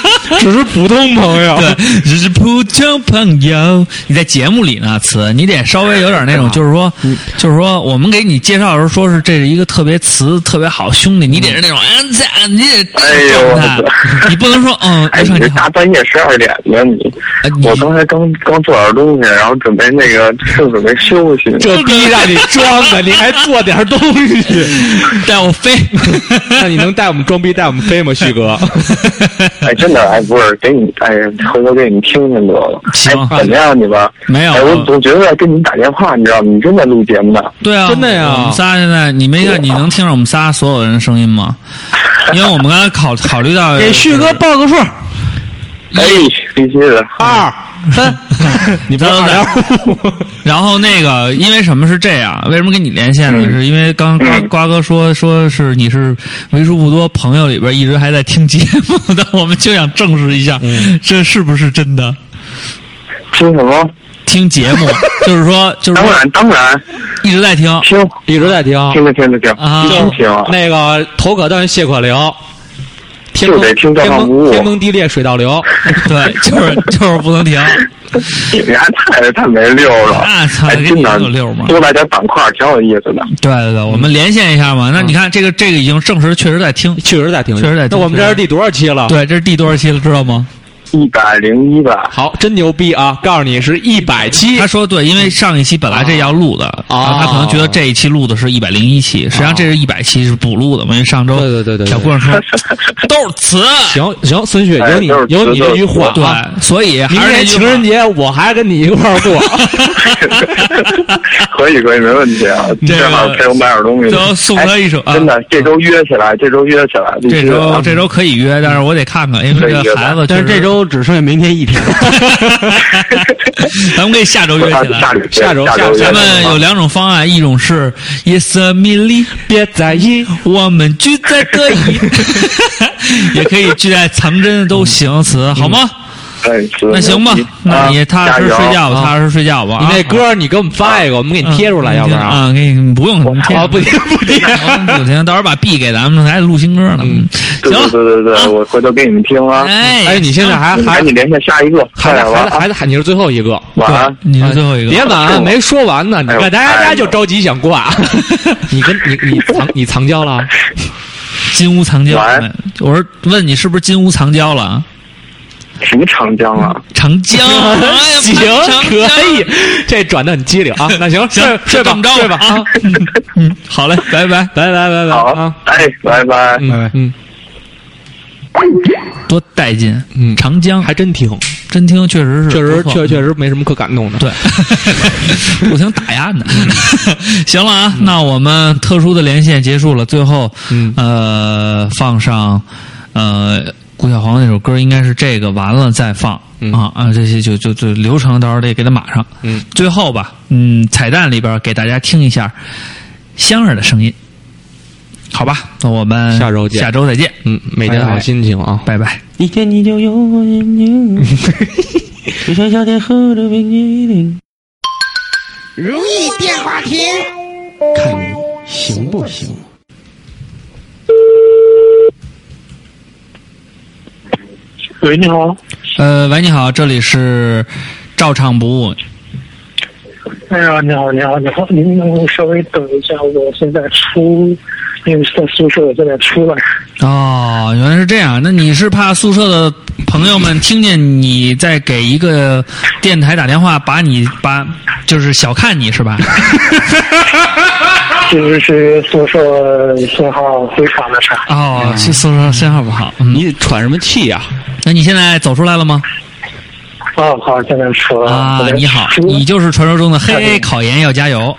[SPEAKER 4] 只是普通朋友。
[SPEAKER 3] 对，只是普通朋友。你在节目里呢，词你得稍微有点那种，就是
[SPEAKER 4] 啊
[SPEAKER 3] 说，
[SPEAKER 4] 嗯
[SPEAKER 3] 就是说，我们给你介绍的时候，说是这是一个特别词特别好兄弟，你得是那种，哎，这你得
[SPEAKER 7] 哎呦
[SPEAKER 3] 这状态
[SPEAKER 7] 我操，
[SPEAKER 3] 你不能说嗯，
[SPEAKER 7] 哎，
[SPEAKER 3] 刘畅
[SPEAKER 7] 你
[SPEAKER 3] 你
[SPEAKER 7] 这
[SPEAKER 3] 好
[SPEAKER 7] 大，半夜十二点的你
[SPEAKER 3] 哎，你
[SPEAKER 7] 我刚才刚刚做点东西，然后准备那个正准备休息呢。
[SPEAKER 4] 这逼让你装的，你 还做点东西，
[SPEAKER 3] 带我飞，
[SPEAKER 4] 那你能带我们装逼带我们飞吗，旭哥？
[SPEAKER 7] 哎，真的，哎，不是，给你，哎，回头给你听听得了。
[SPEAKER 3] 行
[SPEAKER 7] 哎，怎么样，你们？
[SPEAKER 3] 没有
[SPEAKER 7] 哎，我总觉得在跟你打电话，你知道吗？你真在录节目呢。
[SPEAKER 3] 对啊，
[SPEAKER 4] 真的呀
[SPEAKER 3] 我们仨现在你没看，你能听着我们仨所有人的声音吗？因为我们刚才考考虑到
[SPEAKER 5] 给旭哥报个数，
[SPEAKER 7] 哎，
[SPEAKER 3] 嗯
[SPEAKER 7] 必须的。
[SPEAKER 5] 二三，
[SPEAKER 3] 你不要聊。 然后那个，因为什么是这样？为什么跟你连线呢？
[SPEAKER 7] 嗯
[SPEAKER 3] 是因为刚瓜瓜哥说说是你是为数不多朋友里边一直还在听节目的，我们就想证实一下，
[SPEAKER 7] 嗯
[SPEAKER 3] 这是不是真的？
[SPEAKER 7] 听什么？
[SPEAKER 3] 听节目就是说就是
[SPEAKER 7] 当
[SPEAKER 3] 说
[SPEAKER 7] 然，当然，
[SPEAKER 3] 一直在听
[SPEAKER 7] 听，
[SPEAKER 4] 一直在听，
[SPEAKER 7] 听着听着听，
[SPEAKER 3] 啊
[SPEAKER 7] 必须听啊。
[SPEAKER 4] 那个头可断谢可留，天
[SPEAKER 7] 就得
[SPEAKER 4] 崩
[SPEAKER 7] 听这
[SPEAKER 4] 天
[SPEAKER 7] 帮无
[SPEAKER 4] 崩
[SPEAKER 7] 误
[SPEAKER 4] 天崩地裂水 倒流，
[SPEAKER 3] 对，就是就是不能停。
[SPEAKER 7] 你们哎还太太没溜了。
[SPEAKER 3] 那操
[SPEAKER 7] 哎，
[SPEAKER 3] 给
[SPEAKER 7] 真
[SPEAKER 3] 你
[SPEAKER 7] 的
[SPEAKER 3] 个溜嘛
[SPEAKER 7] 多来点板块，挺有意思的。
[SPEAKER 3] 对对对，我们连线一下嘛。
[SPEAKER 7] 嗯
[SPEAKER 3] 那你看这个这个已经证实确实在听，
[SPEAKER 4] 确实在听，
[SPEAKER 3] 确实在听
[SPEAKER 4] 那我们这是第多少期了？
[SPEAKER 3] 对，这是第多少期了，知道吗？
[SPEAKER 7] 一百零一 吧，
[SPEAKER 4] 好，真牛逼啊！告诉你是一百期
[SPEAKER 3] 他，说对，因为上一期本来这要录的，
[SPEAKER 4] 哦
[SPEAKER 3] 然后他可能觉得这一期录的是一百零一期，实际上这是一百期是补录的嘛，因为上周
[SPEAKER 4] 对对对对对
[SPEAKER 3] 小姑娘说都是词，
[SPEAKER 4] 行行，孙旭
[SPEAKER 7] 哎
[SPEAKER 4] 有你
[SPEAKER 7] 就是
[SPEAKER 4] 有你这句话
[SPEAKER 3] 对
[SPEAKER 4] 啊，，
[SPEAKER 3] 所以
[SPEAKER 4] 明
[SPEAKER 3] 还是
[SPEAKER 4] 天情人
[SPEAKER 3] 节，
[SPEAKER 4] 节我还跟你一块 儿过，
[SPEAKER 7] 可以可以，没问题啊。
[SPEAKER 3] 这个
[SPEAKER 7] 正好陪我买点东西。
[SPEAKER 3] 就送他一首
[SPEAKER 7] 哎
[SPEAKER 3] 啊
[SPEAKER 7] 真的，这周约起来，这周约起来，必
[SPEAKER 3] 这
[SPEAKER 7] 须啊的
[SPEAKER 3] 周这周可以约，但是我得看看，因为这个孩子确
[SPEAKER 5] 但
[SPEAKER 3] 实，
[SPEAKER 5] 是这周只剩下明天一天。
[SPEAKER 3] 咱们可以下周约
[SPEAKER 7] 啊
[SPEAKER 3] 起来
[SPEAKER 7] 下。周下
[SPEAKER 4] 下周
[SPEAKER 7] 周约
[SPEAKER 3] 咱们有两种方案，一种是 Yes a m i l y
[SPEAKER 4] 别在意。
[SPEAKER 3] 我们聚在这里， 也可以聚在藏针都行，词好吗？
[SPEAKER 7] 哎，啊
[SPEAKER 3] 那
[SPEAKER 7] 那
[SPEAKER 3] 行吧，那你踏实睡觉吧，踏实睡觉吧。
[SPEAKER 4] 啊你
[SPEAKER 3] 啊
[SPEAKER 4] 那歌儿你给我们发一个，我们给你贴出来，要不然啊，
[SPEAKER 3] 啊，给你不用你贴
[SPEAKER 4] 啊不贴不贴，
[SPEAKER 3] 不听，到时候把 B 给咱们，还得录新歌呢。
[SPEAKER 7] 对
[SPEAKER 3] 行
[SPEAKER 7] 对
[SPEAKER 3] 了，
[SPEAKER 7] 对对对，我回头给你们听啊。
[SPEAKER 3] 哎
[SPEAKER 4] 嗯哎，你现在还
[SPEAKER 7] 你们
[SPEAKER 4] 还
[SPEAKER 7] 赶紧连线下一个，快
[SPEAKER 4] 还在
[SPEAKER 7] 点吧
[SPEAKER 4] 还在
[SPEAKER 7] 啊！
[SPEAKER 4] 还在，你是最后一个。
[SPEAKER 7] 晚安。
[SPEAKER 3] 你是最后一个，
[SPEAKER 4] 啊别晚，没说完呢，你
[SPEAKER 7] 哎
[SPEAKER 4] 看
[SPEAKER 7] 呦
[SPEAKER 4] 大家
[SPEAKER 7] 哎呦
[SPEAKER 4] 大家就着急想 挂，你跟你你藏你藏胶了？啊
[SPEAKER 3] 金屋藏娇哎
[SPEAKER 7] 晚安。
[SPEAKER 3] 我说，问你是不是金屋藏娇了？啊
[SPEAKER 7] 什么长江啊？
[SPEAKER 3] 长江，哎呀
[SPEAKER 4] 行，可以，这转的很机灵啊。那行，睡
[SPEAKER 3] 行，
[SPEAKER 4] 睡
[SPEAKER 3] 这
[SPEAKER 4] 吧
[SPEAKER 3] 么着
[SPEAKER 4] 睡吧啊，
[SPEAKER 3] 啊。嗯，好嘞，拜拜。
[SPEAKER 4] 拜拜拜拜
[SPEAKER 7] 好
[SPEAKER 4] 啊，，
[SPEAKER 7] 哎，拜拜。
[SPEAKER 4] 嗯嗯，
[SPEAKER 3] 多带劲！
[SPEAKER 4] 嗯
[SPEAKER 3] 长江
[SPEAKER 4] 还真听，
[SPEAKER 3] 真听，确实是
[SPEAKER 4] 确实
[SPEAKER 3] 不错嗯
[SPEAKER 4] 确确实没什么可感动的。
[SPEAKER 3] 对， 不停打压呢。 行了啊，那我们特殊的连线结束了，最后、
[SPEAKER 4] 嗯
[SPEAKER 3] 呃放上呃顾小黄那首歌，应该是这个，完了再放、
[SPEAKER 4] 嗯
[SPEAKER 3] 啊啊，这些就就就流程到时候得给它码上。
[SPEAKER 4] 嗯，
[SPEAKER 3] 最后吧，嗯，彩蛋里边给大家听一下香儿的声音，好吧？那我们
[SPEAKER 4] 下周见
[SPEAKER 3] 下周再见，
[SPEAKER 4] 嗯，每天
[SPEAKER 5] 哎
[SPEAKER 4] 好心情啊。
[SPEAKER 3] 拜拜。
[SPEAKER 5] 一天你就有我眼 睛，就像夏天喝的冰激凌。
[SPEAKER 8] 如意电话亭，
[SPEAKER 5] 看你行不行？
[SPEAKER 7] 喂，你好。
[SPEAKER 3] 呃，喂，你好，这里是照唱不误，
[SPEAKER 9] 哎呀，你好，你好，你好，您能不能稍微等一下？我现在出，因为在宿舍，我现在出来。
[SPEAKER 3] 哦，原来是这样。那你是怕宿舍的朋友们听见你在给一个电台打电话，把你把就是小看你是吧？
[SPEAKER 9] 其实是宿舍信号非常的差。
[SPEAKER 3] 哦，去宿舍信号不好。嗯，
[SPEAKER 4] 你喘什么气呀？
[SPEAKER 3] 那你现在走出来了吗？
[SPEAKER 9] 啊，好，现在出来了。
[SPEAKER 3] 啊
[SPEAKER 9] 我，在
[SPEAKER 3] 你好，
[SPEAKER 9] 出
[SPEAKER 3] 你就是传说中的嘿，考研要加油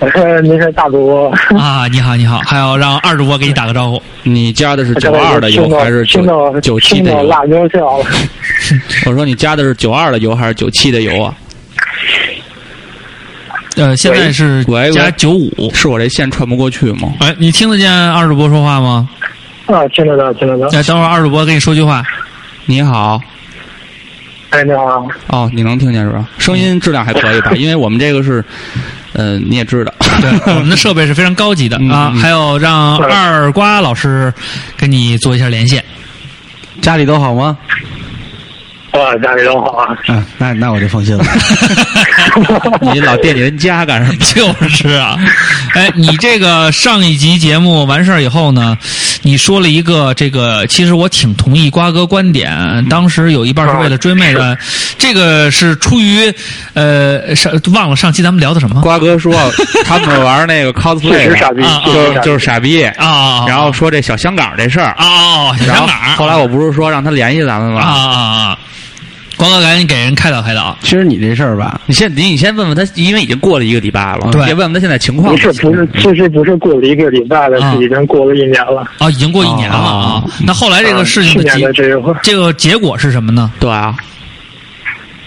[SPEAKER 9] 我是您是大主播。
[SPEAKER 3] 啊！你好，你好，还有让二主播给你打个招呼。
[SPEAKER 4] 你加的是
[SPEAKER 9] 我
[SPEAKER 4] 九
[SPEAKER 9] 刚才
[SPEAKER 4] 二的油
[SPEAKER 9] 听到
[SPEAKER 4] 还是
[SPEAKER 9] 呃听
[SPEAKER 4] 九
[SPEAKER 9] 到
[SPEAKER 4] 九七
[SPEAKER 9] 听
[SPEAKER 4] 的
[SPEAKER 9] 到
[SPEAKER 4] 油？啊
[SPEAKER 9] 辣椒叫了，
[SPEAKER 4] 我说你加的是九二的油还是九七的油啊？
[SPEAKER 3] 呃，现在是
[SPEAKER 4] 喂喂
[SPEAKER 3] 加九五。
[SPEAKER 4] 是我这线串不过去吗？
[SPEAKER 3] 哎，你听得见二主播说话吗？
[SPEAKER 9] 啊，听得到，听得到。
[SPEAKER 3] 哎，等会儿二主播跟你说句话。
[SPEAKER 4] 你好，
[SPEAKER 9] 哎，你好，
[SPEAKER 4] 哦，你能听见是吧？声音质量还可以吧？因为我们这个是，呃，你也知道，
[SPEAKER 3] 对，我们的设备是非常高级的
[SPEAKER 4] 嗯
[SPEAKER 3] 啊。
[SPEAKER 4] 嗯
[SPEAKER 3] 还有让
[SPEAKER 9] 对
[SPEAKER 3] 二瓜老师跟你做一下连线。
[SPEAKER 5] 家里都好吗？
[SPEAKER 9] 哇，大家都好啊！
[SPEAKER 5] 嗯，那那我就放心了。
[SPEAKER 4] 你老惦记人家干什么？
[SPEAKER 3] 就是啊，哎，你这个上一集节目完事儿以后呢，你说了一个这个，其实我挺同意瓜哥观点，
[SPEAKER 4] 嗯
[SPEAKER 3] 当时有一半是为了追妹
[SPEAKER 4] 啊
[SPEAKER 3] 的，这个是出于呃上忘了上期咱们聊的什么
[SPEAKER 4] 瓜哥说他们玩那个 cosplay，
[SPEAKER 7] 确实傻逼
[SPEAKER 3] 啊啊，
[SPEAKER 4] 就
[SPEAKER 7] 确实
[SPEAKER 4] 是就是傻逼。
[SPEAKER 3] 啊啊，啊
[SPEAKER 4] 然后说这小香港这事儿，
[SPEAKER 3] 哦，
[SPEAKER 4] 然
[SPEAKER 3] 想
[SPEAKER 4] 后
[SPEAKER 3] 哪儿？
[SPEAKER 4] 后来我不是说让他联系咱
[SPEAKER 3] 啊
[SPEAKER 4] 们吗？
[SPEAKER 3] 啊啊！瓜哥赶紧给人开导开导，
[SPEAKER 5] 其实你这事儿吧，
[SPEAKER 4] 你先你你先问问他，因为已经过了一个礼拜了，
[SPEAKER 3] 对
[SPEAKER 4] 你先问问他现在情况
[SPEAKER 9] 不。是不是，其实不是过了一个礼拜了，
[SPEAKER 3] 啊
[SPEAKER 9] 是已经过了一年了。
[SPEAKER 3] 啊，已经过一年
[SPEAKER 4] 哦
[SPEAKER 3] 了啊。那后来这
[SPEAKER 4] 嗯
[SPEAKER 3] 个事情
[SPEAKER 9] 去
[SPEAKER 3] 的
[SPEAKER 9] 年的
[SPEAKER 3] 结
[SPEAKER 9] 这一会儿，
[SPEAKER 3] 这个结果是什么呢？
[SPEAKER 4] 对啊，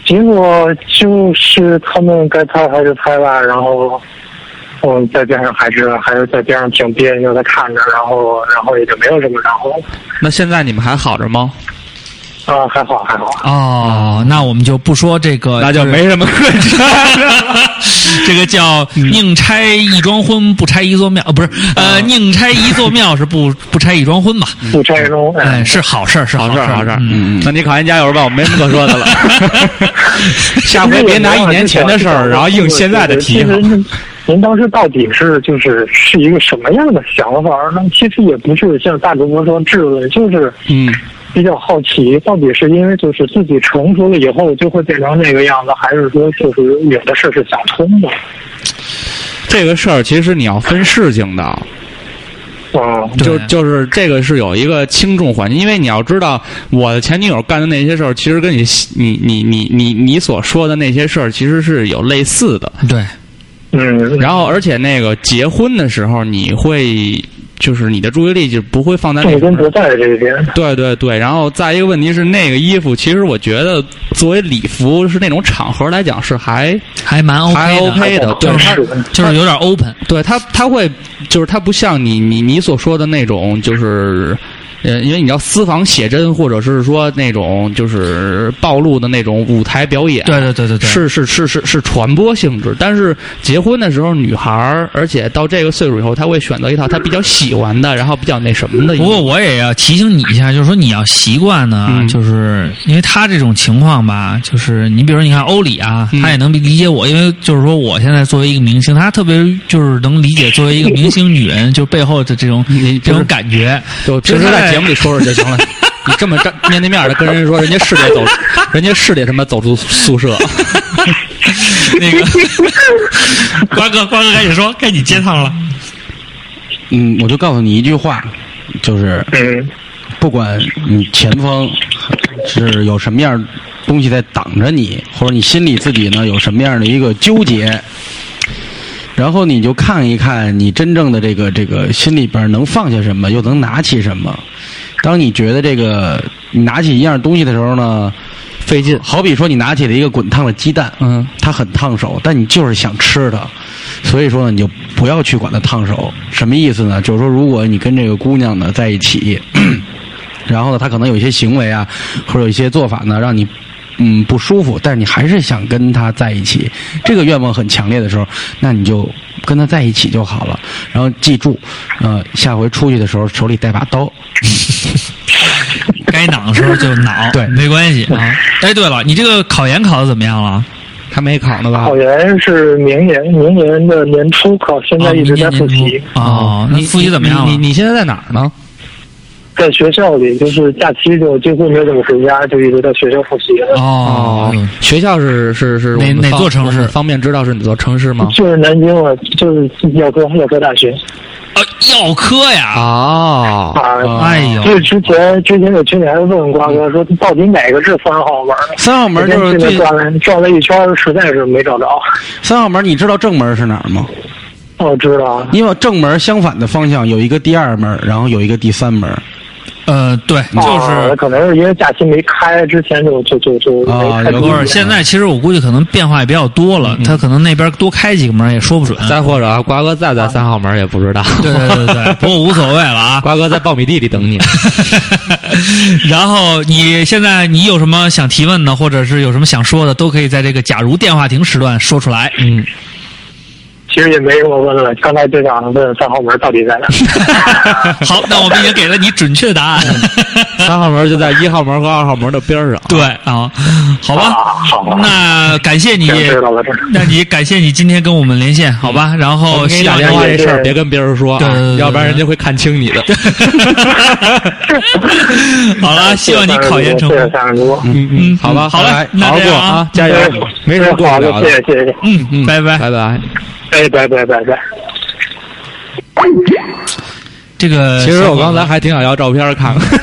[SPEAKER 9] 结果就是他们该拍还是拍吧，然后嗯，在边上还是还是在边上挺别扭的看着，然后然后也就没有什么然后
[SPEAKER 4] 那现在你们还好着吗？
[SPEAKER 9] 啊，还好还好。
[SPEAKER 3] 哦，那我们呃就不说这个，
[SPEAKER 4] 那就是没什 么可讲了。
[SPEAKER 3] 这个叫宁拆一桩婚，不拆一座庙。啊，不是，呃，宁拆一座庙是不不拆一桩婚吧？
[SPEAKER 4] 嗯
[SPEAKER 9] 不拆中，
[SPEAKER 3] 哎，
[SPEAKER 9] 哎，
[SPEAKER 3] 是好事儿，是
[SPEAKER 4] 好事
[SPEAKER 3] 事
[SPEAKER 4] 儿，
[SPEAKER 3] 儿，
[SPEAKER 4] 好事儿。
[SPEAKER 3] 嗯
[SPEAKER 6] 嗯嗯
[SPEAKER 4] 那你考研加油吧，我没什么可说的了。下
[SPEAKER 9] 那
[SPEAKER 4] 回
[SPEAKER 9] 我
[SPEAKER 4] 别拿
[SPEAKER 9] 没
[SPEAKER 4] 一
[SPEAKER 9] 有
[SPEAKER 4] 年前的事儿，然后硬现在的提。
[SPEAKER 9] 就是就是您您当时到底是就是是一个什么样的想法儿呢？其实也不是像大主播说质问，就是
[SPEAKER 6] 嗯，
[SPEAKER 9] 比较好奇，到底是因为就是自己成熟了以后就会变成那个样子，还是说就是有的事儿是想通的？
[SPEAKER 6] 这个事儿其实你要分事情的，
[SPEAKER 9] 嗯，
[SPEAKER 6] 就
[SPEAKER 3] 对
[SPEAKER 6] 就是这个是有一个轻重缓急，因为你要知道，我的前女友干的那些事儿，其实跟你你你你你你所说的那些事儿，其实是有类似的。
[SPEAKER 3] 对，
[SPEAKER 9] 嗯，
[SPEAKER 6] 然后，而且那个结婚的时候，你会就是你的注意力就不会放在那
[SPEAKER 9] 重
[SPEAKER 6] 个
[SPEAKER 9] 心不在这边，
[SPEAKER 6] 对对对，然后再一个问题是，那个衣服其实我觉得作为礼服是那种场合来讲是还
[SPEAKER 3] 还蛮 OK 的，
[SPEAKER 6] 还 OK 的，对
[SPEAKER 3] 就
[SPEAKER 6] 它
[SPEAKER 3] 是就是有点 open，
[SPEAKER 6] 对它它会就是它不像你你你所说的那种就是。呃，因为你要私房写真，或者是说那种就是暴露的那种舞台表演，
[SPEAKER 3] 对对对对对，
[SPEAKER 6] 是是是是是传播性质，但是结婚的时候，女孩儿，而且到这个岁数以后，她会选择一套她比较喜欢的，然后比较那什么的衣服。
[SPEAKER 3] 不过我也要提醒你一下，就是说你要习惯呢，
[SPEAKER 6] 嗯
[SPEAKER 3] 就是因为他这种情况吧，就是你比如说你看欧里啊，
[SPEAKER 6] 嗯
[SPEAKER 3] 他也能理解我，因为就是说我现在作为一个明星，他特别就是能理解作为一个明星女人就背后的这种
[SPEAKER 4] 嗯
[SPEAKER 6] 你
[SPEAKER 3] 这
[SPEAKER 6] 不
[SPEAKER 3] 种
[SPEAKER 6] 是
[SPEAKER 3] 感觉。
[SPEAKER 6] 就平时在节目里说说就 行了。你这么站面对面的跟人说，人家是得走，人家是得他妈走出宿舍。
[SPEAKER 3] 那个 瓜哥，瓜哥赶紧说，该你接趟了。
[SPEAKER 5] 嗯，我就告诉你一句话，就是
[SPEAKER 9] 嗯
[SPEAKER 5] 不管你前方是有什么样东西在挡着你，或者你心里自己呢有什么样的一个纠结，然后你就看一看你真正的这个这个心里边能放下什么，又能拿起什么。当你觉得这个你拿起一样东西的时候呢，费劲。好比说你拿起了一个滚烫的鸡蛋，
[SPEAKER 6] 嗯，
[SPEAKER 5] 它很烫手，但你就是想吃它，所以说呢，你就不要去管它烫手。什么意思呢？就是说，如果你跟这个姑娘呢在一起，然后呢，她可能有一些行为啊，或者有一些做法呢，让你。嗯，不舒服，但是你还是想跟她在一起，这个愿望很强烈的时候，那你就跟她在一起就好了。然后记住，呃，下回出去的时候手里带把刀，
[SPEAKER 3] 该挠的时候就挠，
[SPEAKER 5] 对
[SPEAKER 3] 没关系 啊。哎，对了，你这个考研考的怎么样了？
[SPEAKER 6] 还没考呢吧
[SPEAKER 9] 考？研是明年明年的年初考，现在一直在
[SPEAKER 3] 啊明
[SPEAKER 9] 复
[SPEAKER 3] 年
[SPEAKER 9] 习
[SPEAKER 3] 年，初哦，那复习怎么样
[SPEAKER 6] 啊你你
[SPEAKER 3] 了？
[SPEAKER 6] 你现在在哪儿呢？
[SPEAKER 9] 在学校里就是假期就几乎没怎么回家，就一直在学校复习。
[SPEAKER 3] 哦，嗯
[SPEAKER 6] 啊学校是是是
[SPEAKER 3] 哪
[SPEAKER 6] 我们
[SPEAKER 3] 哪
[SPEAKER 6] 方
[SPEAKER 3] 座城市
[SPEAKER 6] 我们方便知道是哪座城市 吗？
[SPEAKER 9] 就是南京啊，就是药科药科大学
[SPEAKER 3] 啊，药科呀，
[SPEAKER 6] 哦，
[SPEAKER 9] 啊。
[SPEAKER 3] 哎呦，
[SPEAKER 9] 就是之前之前有群里还问瓜哥说，到底哪个是三好门儿？
[SPEAKER 5] 三号门就是
[SPEAKER 9] 最
[SPEAKER 5] 最
[SPEAKER 9] 转了转了一圈儿，实在是没找着。
[SPEAKER 5] 三号门，你知道正门是哪儿吗？
[SPEAKER 9] 我知道，
[SPEAKER 5] 因为正门相反的方向有一个第二门，然后有一个第三门。
[SPEAKER 3] 呃，对，就是
[SPEAKER 9] 啊、可能是因为假期没开，之前就就就就没
[SPEAKER 5] 啊
[SPEAKER 9] 开
[SPEAKER 5] 有
[SPEAKER 9] 机
[SPEAKER 3] 不是，嗯现在其实我估计可能变化也比较多了，他可能那边多开几个门也说不准。
[SPEAKER 6] 再或者啊瓜哥在不在三号门也不知道。
[SPEAKER 3] 对对对对对， 不过无所谓了 啊。
[SPEAKER 6] 瓜哥在苞米地里等 你。
[SPEAKER 3] 然后你现在你有什么想提问的，或者是有什么想说的，都可以在这个假如电话亭时段说出来。嗯，
[SPEAKER 9] 其其实也没什么问了，刚才就想问三号门到底在哪。
[SPEAKER 3] 好，那我们已经给了你准确答 案。
[SPEAKER 4] 三号门就在一号门和二号门的边儿上。
[SPEAKER 3] 对啊，好吧，
[SPEAKER 9] 啊好吧
[SPEAKER 3] 那感谢你
[SPEAKER 9] 行，知道了知道，
[SPEAKER 3] 那你感谢你今天跟我们连线， 好吧？然后
[SPEAKER 4] 给你
[SPEAKER 3] 希
[SPEAKER 4] 打
[SPEAKER 3] 望
[SPEAKER 4] 电话这事儿别跟别人说
[SPEAKER 3] 对对对
[SPEAKER 4] 啊，
[SPEAKER 3] 对
[SPEAKER 4] 要不然人家会看清 你的。
[SPEAKER 3] 好了，希望你考研成
[SPEAKER 9] 谢谢
[SPEAKER 3] 功。
[SPEAKER 9] 三十多，
[SPEAKER 3] 嗯，
[SPEAKER 4] 好吧，
[SPEAKER 3] 好嘞
[SPEAKER 4] 嘞，，好
[SPEAKER 3] 那
[SPEAKER 4] 好
[SPEAKER 3] 这
[SPEAKER 4] 过
[SPEAKER 3] 样
[SPEAKER 4] 啊，，加油，没什么过
[SPEAKER 9] 哎好
[SPEAKER 4] 不
[SPEAKER 9] 的
[SPEAKER 4] 了，
[SPEAKER 9] 谢
[SPEAKER 4] 的。
[SPEAKER 9] 谢谢谢，
[SPEAKER 3] 嗯，拜拜。
[SPEAKER 4] 拜拜。
[SPEAKER 9] 哎，拜拜拜拜。
[SPEAKER 3] 这个
[SPEAKER 4] 其实我刚才还挺想要照片看看，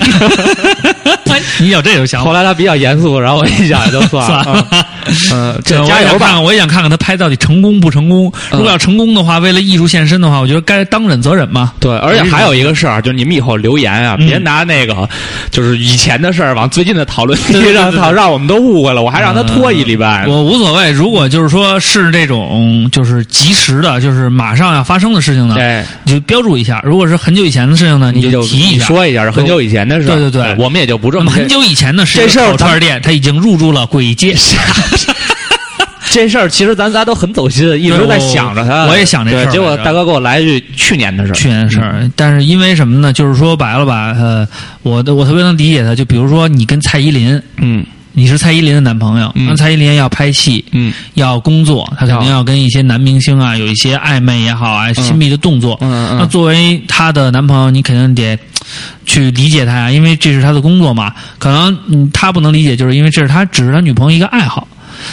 [SPEAKER 3] 哎 你有这种想法，
[SPEAKER 4] 后来他比较严肃，然后我一想也就算
[SPEAKER 3] 算
[SPEAKER 4] 了。
[SPEAKER 3] 了。
[SPEAKER 4] 嗯，
[SPEAKER 3] 这
[SPEAKER 4] 这
[SPEAKER 3] 我
[SPEAKER 4] 加
[SPEAKER 3] 也想看
[SPEAKER 4] 油吧，嗯
[SPEAKER 3] 看，我也想看看他拍到底成功不成功。如果要成功的话，为了艺术献身的话，我觉得该当忍则忍嘛。
[SPEAKER 4] 对，而且还有一个事儿，啊就是你们以后留言啊，
[SPEAKER 3] 嗯
[SPEAKER 4] 别拿那个就是以前的事儿往最近的讨论
[SPEAKER 3] 对
[SPEAKER 4] 区
[SPEAKER 3] 对
[SPEAKER 4] 让他让我们都误会了，我还让他拖一礼拜呢。
[SPEAKER 3] 我无所谓，如果就是说是这种就是及时的，就是马上要发生的事情呢，
[SPEAKER 4] 对，
[SPEAKER 3] 你就标注一下；如果是很久以前的事情呢，
[SPEAKER 4] 你
[SPEAKER 3] 就提一
[SPEAKER 4] 你
[SPEAKER 3] 下。
[SPEAKER 4] 说一下，是很久以前的事儿。哎
[SPEAKER 3] 对对对
[SPEAKER 4] 我们也就不这
[SPEAKER 3] 那
[SPEAKER 4] 么
[SPEAKER 3] 么很久以前呢，是一个
[SPEAKER 4] 这事儿
[SPEAKER 3] 烤串店，他已经入驻了簋街。
[SPEAKER 4] 这事儿其实咱仨都很走心，一直在想着他。
[SPEAKER 3] 我我也想这
[SPEAKER 4] 对
[SPEAKER 3] 事儿
[SPEAKER 4] 结果
[SPEAKER 3] 来着
[SPEAKER 4] 大哥给我来一句去年的事儿，
[SPEAKER 3] 去年的事儿，
[SPEAKER 4] 嗯
[SPEAKER 3] 但是因为什么呢？就是说白了吧，呃，我的我特别能理解他，就比如说你跟蔡依林，
[SPEAKER 4] 嗯
[SPEAKER 3] 你是蔡依林的男朋友，
[SPEAKER 4] 嗯
[SPEAKER 3] 那蔡依林要拍戏，
[SPEAKER 4] 嗯
[SPEAKER 3] 要工作，他肯定要跟一些男明星啊有一些暧昧也好啊，亲密的动作。
[SPEAKER 4] 嗯
[SPEAKER 3] 那
[SPEAKER 4] 嗯，
[SPEAKER 3] 作为她的男朋友，你肯定得去理解她呀，因为这是她的工作嘛。可能嗯他不能理解，就是因为这是他只是他女朋友一个爱好。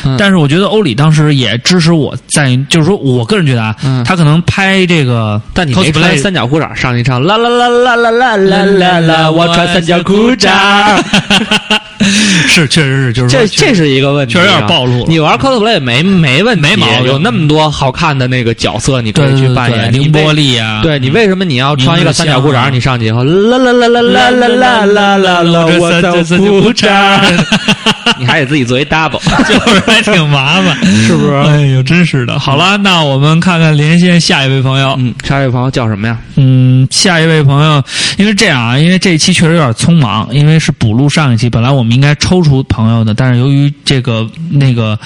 [SPEAKER 4] 嗯
[SPEAKER 3] 但是我觉得欧里当时也支持我在，就是说我个人觉得啊，
[SPEAKER 4] 嗯
[SPEAKER 3] 他可能拍这个 cosplay，
[SPEAKER 4] 但你没穿三角裤衩上去唱啦啦啦啦啦啦啦啦啦，我穿三角裤衩。
[SPEAKER 3] 是确实是，就是说
[SPEAKER 4] 这这是一个问题、啊，
[SPEAKER 3] 确实有点暴露了嗯
[SPEAKER 4] 你玩 cosplay 没没问题，
[SPEAKER 3] 没毛病
[SPEAKER 4] 有那么多好看的那个角色，你可
[SPEAKER 3] 对
[SPEAKER 4] 以
[SPEAKER 3] 对
[SPEAKER 4] 去
[SPEAKER 3] 对
[SPEAKER 4] 扮
[SPEAKER 3] 对
[SPEAKER 4] 演。
[SPEAKER 3] 凌
[SPEAKER 4] 你为
[SPEAKER 3] 波丽啊，
[SPEAKER 4] 对你为什么你要穿一个三角裤
[SPEAKER 3] 明日香啊
[SPEAKER 4] 衩？你上去以后啦啦啦啦啦啦啦啦啦啦，我的裤 衩，你还得自己作为 double。
[SPEAKER 3] 就是还挺麻 烦，是不是？哎呦，真是的。好了，那我们看看连线下一位朋友。
[SPEAKER 4] 嗯，下一位朋友叫什么呀？
[SPEAKER 3] 嗯，下一位朋友，因为这样啊，因为这一期确实有点匆忙，因为是补录上一期，本来我们应该抽出朋友的，但是由于这个那个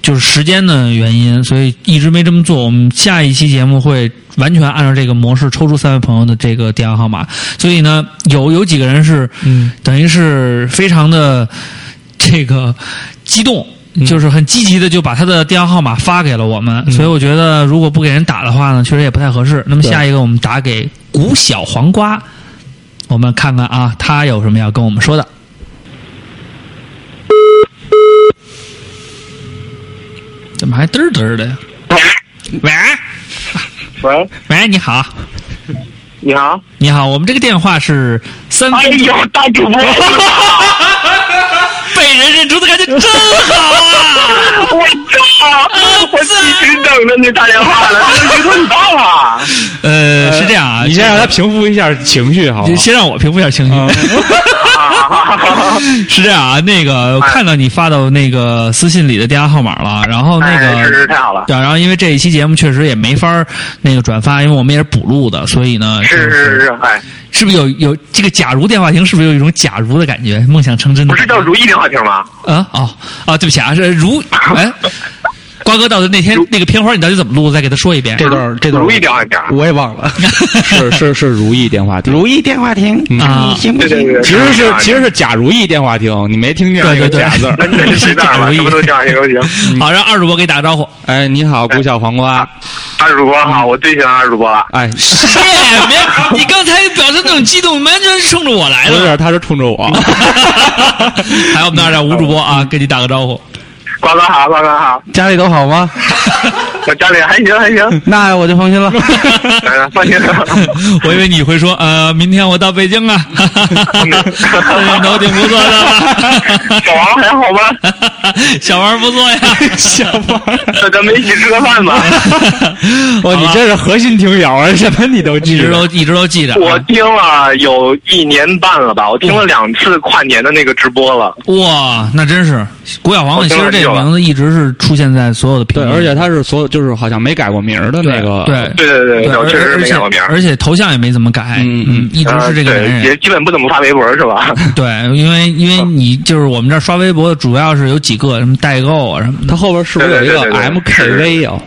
[SPEAKER 3] 就是时间的原因，所以一直没这么做。我们下一期节目会完全按照这个模式抽出三位朋友的这个电话号码，所以呢，有有几个人是
[SPEAKER 4] 嗯
[SPEAKER 3] 等于是非常的这个激动。就是很积极的就把他的电话号码发给了我们，所以我觉得如果不给人打的话呢，确实也不太合适。那么下一个我们打给古小黄瓜，我们看看啊，他有什么要跟我们说的？怎么还嘚儿嘚儿的呀？喂
[SPEAKER 9] 喂，
[SPEAKER 3] 喂，你好，
[SPEAKER 9] 你好。
[SPEAKER 3] 你好，我们这个电话是三分钟
[SPEAKER 9] 哎呦，大主播，
[SPEAKER 3] 被人认出的感觉真 好啊！
[SPEAKER 9] 我操！我一直等着你打电话呢，你说你到 了。
[SPEAKER 3] 呃，是这样啊，
[SPEAKER 4] 你先让他平复一下情绪，好嗯吗
[SPEAKER 3] 先？先让我平复一下情绪。是这样啊，那个我
[SPEAKER 9] 哎
[SPEAKER 3] 看到你发到那个私信里的电话号码了，然后那
[SPEAKER 9] 哎，是
[SPEAKER 3] 个
[SPEAKER 9] 是，太好了。
[SPEAKER 3] 对，然后因为这一期节目确实也没法儿那个转发，因为我们也是补录的，所以呢，就是
[SPEAKER 9] 是是，哎，
[SPEAKER 3] 是不是有有这个假如电话亭，是不是有一种假如的感觉，梦想成真的
[SPEAKER 9] 不是
[SPEAKER 3] 感觉？
[SPEAKER 9] 叫如意电话亭吗？
[SPEAKER 3] 啊哦啊，对不起啊，是如哎，瓜哥到底那天那个片花你到底怎么录？再给他说一遍。
[SPEAKER 5] 这段这段
[SPEAKER 9] 啊如意电话亭。
[SPEAKER 5] 我也忘 了，
[SPEAKER 4] 是是是如意电话亭，
[SPEAKER 5] 如意电话亭，
[SPEAKER 9] 嗯
[SPEAKER 5] 你
[SPEAKER 3] 啊
[SPEAKER 5] 行不
[SPEAKER 9] 对对
[SPEAKER 5] 行？
[SPEAKER 9] 对，
[SPEAKER 4] 其实是其实是假如意电话亭，你没听见
[SPEAKER 3] 对
[SPEAKER 4] 那
[SPEAKER 3] 对
[SPEAKER 4] 个
[SPEAKER 3] 对
[SPEAKER 4] 假字儿。嗯
[SPEAKER 9] 那你是这样吧，什么都这样也都行。
[SPEAKER 3] 好，让二主播给打个招呼。
[SPEAKER 4] 哎，你好，古小黄瓜。
[SPEAKER 9] 二啊主播好，我最喜欢二主播了。
[SPEAKER 4] 哎，
[SPEAKER 3] 谢别，你刚才表示那种激动，完全是冲着我来
[SPEAKER 4] 不
[SPEAKER 3] 的。
[SPEAKER 4] 是，他是冲着我。
[SPEAKER 3] 还有我们那儿的吴主播啊，跟你打个招呼。
[SPEAKER 9] 瓜哥好，瓜哥好，
[SPEAKER 5] 家里都好吗？
[SPEAKER 9] 我家里还行还 行，
[SPEAKER 5] 那我就放心了。
[SPEAKER 9] 嗯，放心。
[SPEAKER 3] 我以为你会说，呃，明天我到北京啊，这都挺不错的。
[SPEAKER 9] 小王还好吗？
[SPEAKER 3] 小王不错呀，小王。
[SPEAKER 9] 那咱们一起吃个 饭吧。
[SPEAKER 4] 哇，你这是核心听友啊，什么你都
[SPEAKER 3] 一
[SPEAKER 4] 记
[SPEAKER 3] 直
[SPEAKER 4] 着。
[SPEAKER 3] 都一直都记着。
[SPEAKER 9] 我听了有一年半了吧，我听了两次跨年的那个直播了。
[SPEAKER 3] 哇，那真是古小黄，其实这个名字一直是出现在所有的评
[SPEAKER 4] 对，
[SPEAKER 3] 论，
[SPEAKER 4] 而且他是所有就是好像没改过名儿的那个。
[SPEAKER 3] 对
[SPEAKER 9] 对对对，
[SPEAKER 3] 对，
[SPEAKER 9] 我
[SPEAKER 3] 而
[SPEAKER 9] 确实
[SPEAKER 3] 而
[SPEAKER 9] 没
[SPEAKER 3] 且
[SPEAKER 9] 改过名儿。
[SPEAKER 3] 而且头像也没怎么改，
[SPEAKER 4] 嗯
[SPEAKER 3] 嗯，一直
[SPEAKER 9] 呃
[SPEAKER 3] 是这个
[SPEAKER 9] 对，
[SPEAKER 3] 男人
[SPEAKER 9] 也。基本不怎么发微博是吧？
[SPEAKER 3] 对，因为因为你就是我们这儿 刷微博，主要是有几个什么代购啊什么的。
[SPEAKER 4] 他后边是不是有一个
[SPEAKER 9] 对对对对对
[SPEAKER 4] MKV 啊？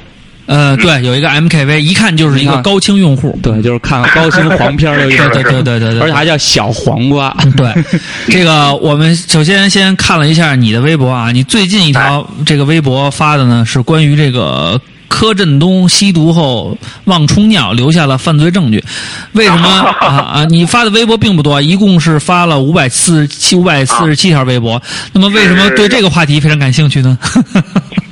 [SPEAKER 3] 呃，对，有一个 MKV，一看就是一
[SPEAKER 4] 你
[SPEAKER 3] 个
[SPEAKER 4] 看
[SPEAKER 3] 高清用户。
[SPEAKER 4] 对，就是看高清黄片 儿的
[SPEAKER 3] 对
[SPEAKER 4] 那
[SPEAKER 3] 对
[SPEAKER 4] 种，
[SPEAKER 3] 对对对对，
[SPEAKER 4] 而且还叫小黄瓜。
[SPEAKER 3] 对，这个我们首先先看了一下你的微博啊，你最近一条这个微博发的呢是关于这个柯震东吸毒后忘冲尿留下了犯罪证据，为什 么啊啊？你发的微博并不多，一共是发了五百四七五百四十七条微博，那么为什么对这个话题非常感兴趣呢？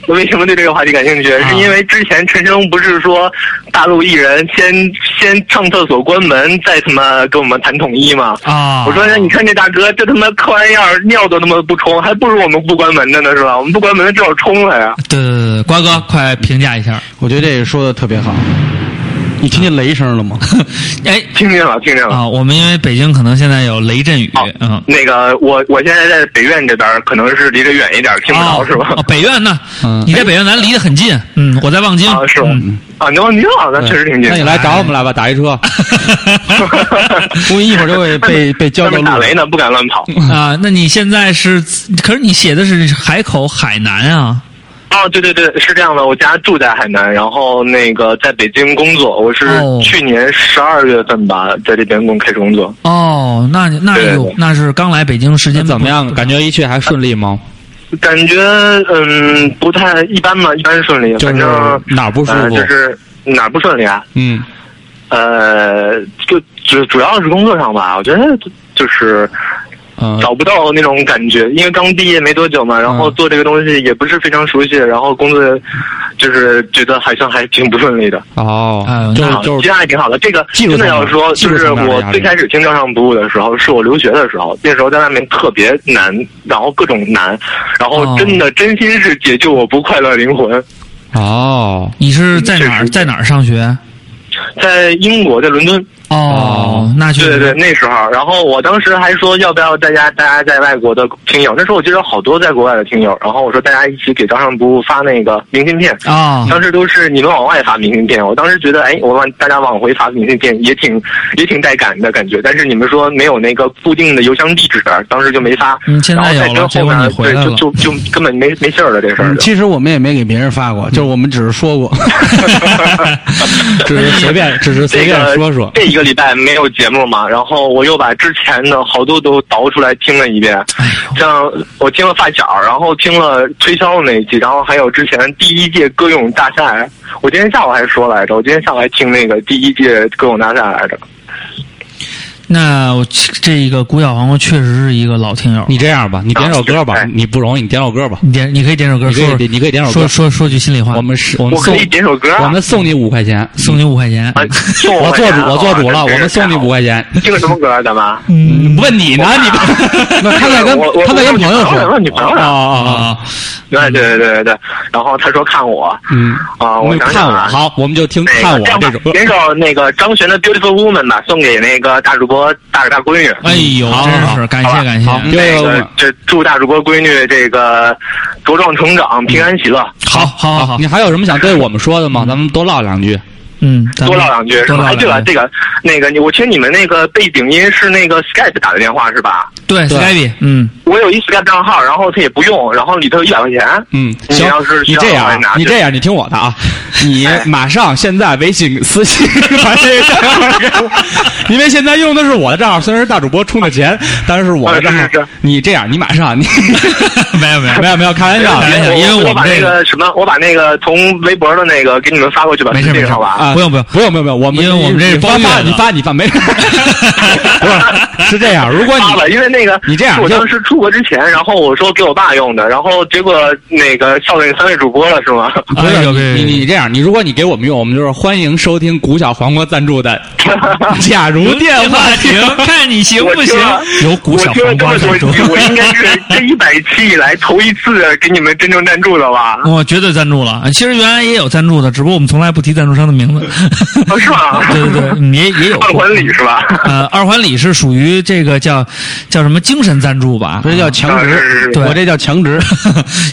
[SPEAKER 7] 为什么对这个话题感兴趣？是因为之前陈升不是说大陆艺人先先上厕所关门，再他妈跟我们谈统一吗？
[SPEAKER 3] 啊，
[SPEAKER 7] 我说，那你看这大哥，这他妈嗑完药尿都他妈不冲，还不如我们不关门的呢，是吧？我们不关门至少冲了
[SPEAKER 5] 啊
[SPEAKER 7] 呀。
[SPEAKER 3] 对对对对，瓜
[SPEAKER 4] 嗯
[SPEAKER 3] 哥快评价一下，
[SPEAKER 5] 我觉得这个说的特别好。你听见雷声了吗？
[SPEAKER 3] 哎。
[SPEAKER 7] 听见了，听见了。
[SPEAKER 3] 啊，我们因为北京可能现在有雷阵雨，
[SPEAKER 7] 好
[SPEAKER 5] 啊
[SPEAKER 3] 嗯，
[SPEAKER 7] 那个，我我现在在北苑这边，可能是离得远一点，听不
[SPEAKER 5] 啊
[SPEAKER 7] 着、
[SPEAKER 3] 哦
[SPEAKER 7] 是吧？
[SPEAKER 3] 哦，北苑呢？你在北苑，咱离得很近。嗯，我在望京。
[SPEAKER 7] 啊，是吧？
[SPEAKER 5] 嗯
[SPEAKER 7] 啊，能您好，那确实挺近。
[SPEAKER 4] 那你来找我们来吧，打 一车。
[SPEAKER 5] 估计一会儿就会 被被浇
[SPEAKER 7] 外
[SPEAKER 5] 到
[SPEAKER 7] 面
[SPEAKER 5] 路嗯
[SPEAKER 7] 打雷
[SPEAKER 5] 上。
[SPEAKER 7] 呢，不敢乱跑。
[SPEAKER 3] 啊，那你现在是？可是你写的是海口海南啊？
[SPEAKER 7] 哦，对对对，是这样的，我家住在海南，然后那个在北京工作，我是
[SPEAKER 3] 哦
[SPEAKER 7] 去年十二月份吧，在这边工开始工作。
[SPEAKER 3] 哦，那那
[SPEAKER 7] 对
[SPEAKER 3] 有那是刚来北京时间
[SPEAKER 4] 怎么
[SPEAKER 3] 不
[SPEAKER 4] 样？感觉一去还顺利吗？
[SPEAKER 7] 感觉嗯不太一般吧，一般顺利，
[SPEAKER 4] 就是
[SPEAKER 7] 反正
[SPEAKER 4] 哪儿不舒
[SPEAKER 7] 呃
[SPEAKER 4] 服
[SPEAKER 7] 就？是哪儿不顺利啊？
[SPEAKER 4] 嗯，
[SPEAKER 7] 呃，就主主要是工作上吧，我觉得就是
[SPEAKER 4] 嗯
[SPEAKER 7] 找不到那种感觉，因为刚毕业没多久嘛，然
[SPEAKER 4] 啊
[SPEAKER 7] 后做这个东西也不是非常熟悉，然后工作就是觉得好像还挺不顺利的。
[SPEAKER 4] 哦，
[SPEAKER 3] 哎呦，
[SPEAKER 4] 就是
[SPEAKER 3] 那
[SPEAKER 7] 啊，
[SPEAKER 4] 就是
[SPEAKER 7] 其实还挺好的。这个
[SPEAKER 4] 技术
[SPEAKER 7] 真的
[SPEAKER 4] 层
[SPEAKER 7] 要
[SPEAKER 4] 面
[SPEAKER 7] 说，
[SPEAKER 4] 技术
[SPEAKER 7] 就是
[SPEAKER 4] 层面
[SPEAKER 7] 我
[SPEAKER 4] 压力
[SPEAKER 7] 最开始听照相不误的时候，是我留学的时候，那时候在外面特别难，然后各种难，然
[SPEAKER 3] 哦
[SPEAKER 7] 后真的真心是解救我不快乐灵魂。
[SPEAKER 4] 哦，
[SPEAKER 3] 你是在哪
[SPEAKER 7] 确
[SPEAKER 3] 儿
[SPEAKER 7] 实
[SPEAKER 3] 在哪儿上学？
[SPEAKER 7] 在英国，在伦敦，
[SPEAKER 3] 哦，那确
[SPEAKER 7] 对对
[SPEAKER 3] 实
[SPEAKER 7] 对，那时候，然后我当时还说要不要大家大家在外国的听友，那时候我记得有好多在国外的听友，然后我说大家一起给照相不误发那个明信片，
[SPEAKER 3] 啊
[SPEAKER 7] 当时都是你们往外发明信片，我当时觉得，哎，我往大家往回发明信片也挺也挺带感的感觉。但是你们说没有那个固定的邮箱地址，当时就没发。
[SPEAKER 3] 嗯现在
[SPEAKER 7] 然后再
[SPEAKER 3] 有了
[SPEAKER 7] 跟后
[SPEAKER 3] 这
[SPEAKER 7] 面
[SPEAKER 3] 回你回来了
[SPEAKER 7] 对，就就就根本没没信儿了这事儿
[SPEAKER 5] 嗯
[SPEAKER 7] 就。
[SPEAKER 5] 其实我们也没给别人发过，就是我们只是说过。
[SPEAKER 4] 嗯只是随便，只是随
[SPEAKER 7] 这
[SPEAKER 4] 便
[SPEAKER 7] 个
[SPEAKER 4] 说说。
[SPEAKER 7] 这一个礼拜没有节目嘛，然后我又把之前的好多都倒出来听了一遍，
[SPEAKER 3] 哎
[SPEAKER 7] 像我听了发小，然后听了推销那一期，然后还有之前第一届歌咏大赛，我今天下午还说来着，我今天下午还听那个第一届歌咏大赛来着。
[SPEAKER 3] 那我这个古小黄瓜确实是一个老听友。
[SPEAKER 4] 你这样吧，你点首歌吧，
[SPEAKER 7] 哎
[SPEAKER 4] 你不容易，你点首歌吧。
[SPEAKER 3] 你点你可以点首歌
[SPEAKER 4] 你可
[SPEAKER 3] 说
[SPEAKER 4] 以，你可以点首
[SPEAKER 3] 说
[SPEAKER 4] 歌。
[SPEAKER 3] 说说句心里话，
[SPEAKER 4] 我们是，我们
[SPEAKER 7] 我
[SPEAKER 4] 送
[SPEAKER 7] 可以，点首歌啊，
[SPEAKER 4] 我们送你五块钱。
[SPEAKER 3] 送你五块钱。
[SPEAKER 7] 啊 送
[SPEAKER 4] 我
[SPEAKER 7] 回
[SPEAKER 4] 做
[SPEAKER 7] 家
[SPEAKER 4] 主，我做主了，
[SPEAKER 7] 啊
[SPEAKER 4] 我们送你五。块钱。
[SPEAKER 7] 这是听个什么歌啊，咱们？
[SPEAKER 3] 嗯
[SPEAKER 4] 问你呢，你
[SPEAKER 5] 那他在跟
[SPEAKER 7] 我我
[SPEAKER 5] 他在跟朋友
[SPEAKER 7] 我
[SPEAKER 5] 说，
[SPEAKER 7] 问女朋友
[SPEAKER 4] 啊
[SPEAKER 7] 呢？
[SPEAKER 4] 啊啊！
[SPEAKER 3] 啊，
[SPEAKER 7] 哎对对对对对，然后他说看我，
[SPEAKER 4] 嗯，
[SPEAKER 7] 啊，我想
[SPEAKER 4] 看
[SPEAKER 7] 想
[SPEAKER 4] 我
[SPEAKER 7] 啊，
[SPEAKER 4] 好，我们就听
[SPEAKER 7] 那个
[SPEAKER 4] 看我
[SPEAKER 7] 这样吧
[SPEAKER 4] 这首歌。
[SPEAKER 7] 点首那个张悬的《Beautiful Woman》吧，送给那个大主播大大闺女。
[SPEAKER 3] 哎呦，
[SPEAKER 4] 好
[SPEAKER 3] 真
[SPEAKER 4] 好
[SPEAKER 3] 是感谢
[SPEAKER 7] 好吧
[SPEAKER 3] 感谢。
[SPEAKER 4] 好
[SPEAKER 7] 那
[SPEAKER 4] Beautiful
[SPEAKER 7] 个
[SPEAKER 4] Woman
[SPEAKER 7] 这祝大主播闺女这个茁壮成长，
[SPEAKER 4] 嗯
[SPEAKER 7] 平安喜乐。
[SPEAKER 3] 好，好，好，好，
[SPEAKER 4] 你还有什么想对我们说的吗？咱们多唠两句。
[SPEAKER 3] 嗯，咱们
[SPEAKER 7] 多唠两句是
[SPEAKER 3] 多
[SPEAKER 7] 吧？
[SPEAKER 3] 唠
[SPEAKER 7] 哎，这个
[SPEAKER 3] 两句。
[SPEAKER 7] 这个，那个你，我听你们那个背景音是那个 Skype 打的电话是吧？
[SPEAKER 3] 对
[SPEAKER 4] 对
[SPEAKER 3] Skype，嗯，
[SPEAKER 7] 我有一 Skype 账号，然后他也不用，然后里头有一百块钱。
[SPEAKER 4] 嗯，
[SPEAKER 7] 你
[SPEAKER 4] 行
[SPEAKER 7] 要是，
[SPEAKER 4] 你这样
[SPEAKER 7] 需要的话拿
[SPEAKER 4] 啊，
[SPEAKER 7] 去
[SPEAKER 4] 你这样，你听我的啊，你马上现在微信私信把这个账号给我， 因为现在用的是我的账号，虽然是大主播充的钱，但是我的账号
[SPEAKER 7] 啊是是是。
[SPEAKER 4] 你这样，你马上，你
[SPEAKER 3] 没有没有
[SPEAKER 4] 没有没有，开玩笑啊
[SPEAKER 3] 哎
[SPEAKER 4] 的，
[SPEAKER 3] 呀
[SPEAKER 7] 我
[SPEAKER 3] 因为我
[SPEAKER 7] 我
[SPEAKER 3] 们
[SPEAKER 7] 把
[SPEAKER 3] 这
[SPEAKER 7] 那
[SPEAKER 3] 个
[SPEAKER 7] 个什么，我把那个从微博的那个给你们发过去吧，
[SPEAKER 3] 没事
[SPEAKER 7] 这
[SPEAKER 3] 没
[SPEAKER 7] 个
[SPEAKER 3] 事
[SPEAKER 7] 好吧？
[SPEAKER 4] 啊，
[SPEAKER 3] 不用不用
[SPEAKER 4] 不用不用不用，我们
[SPEAKER 3] 因为我们这
[SPEAKER 4] 你
[SPEAKER 3] 是包
[SPEAKER 4] 发
[SPEAKER 3] 月
[SPEAKER 4] 发
[SPEAKER 3] 的
[SPEAKER 4] 你发你发没事，不是是这样，如果你
[SPEAKER 7] 发了，哎因为那个
[SPEAKER 4] 你这样
[SPEAKER 7] 是我
[SPEAKER 4] 就
[SPEAKER 7] 当时出国之前，然后我说给我爸用的，然后结果那个笑给三位主播了是吗？
[SPEAKER 4] 不
[SPEAKER 3] 哎
[SPEAKER 4] 是
[SPEAKER 3] 呦别
[SPEAKER 4] 你
[SPEAKER 3] 别
[SPEAKER 4] 你
[SPEAKER 3] 别
[SPEAKER 4] 这样，你如果你给我们用，我们就是欢迎收听古小黄瓜赞助的。假如电 话
[SPEAKER 3] 话
[SPEAKER 4] 亭，
[SPEAKER 3] 亭，嗯看你行不行？有
[SPEAKER 7] 我
[SPEAKER 3] 古小
[SPEAKER 7] 听了
[SPEAKER 3] 黄
[SPEAKER 7] 这么多
[SPEAKER 3] 瓜赞助，
[SPEAKER 7] 期，我应该是这一百期以来头一次给你们真正赞助了 吧？
[SPEAKER 3] 我绝对赞助了。其实原来也有赞助的，只不过我们从来不提赞助商的名字。
[SPEAKER 7] 哦是吗
[SPEAKER 3] 对对对，嗯也也有过
[SPEAKER 7] 二环里是吧？
[SPEAKER 3] 呃，二环里是属于这个叫叫什么精神赞助吧？
[SPEAKER 5] 这叫强
[SPEAKER 7] 啊是是
[SPEAKER 5] 直
[SPEAKER 7] 是，
[SPEAKER 3] 对
[SPEAKER 5] 我这叫强直。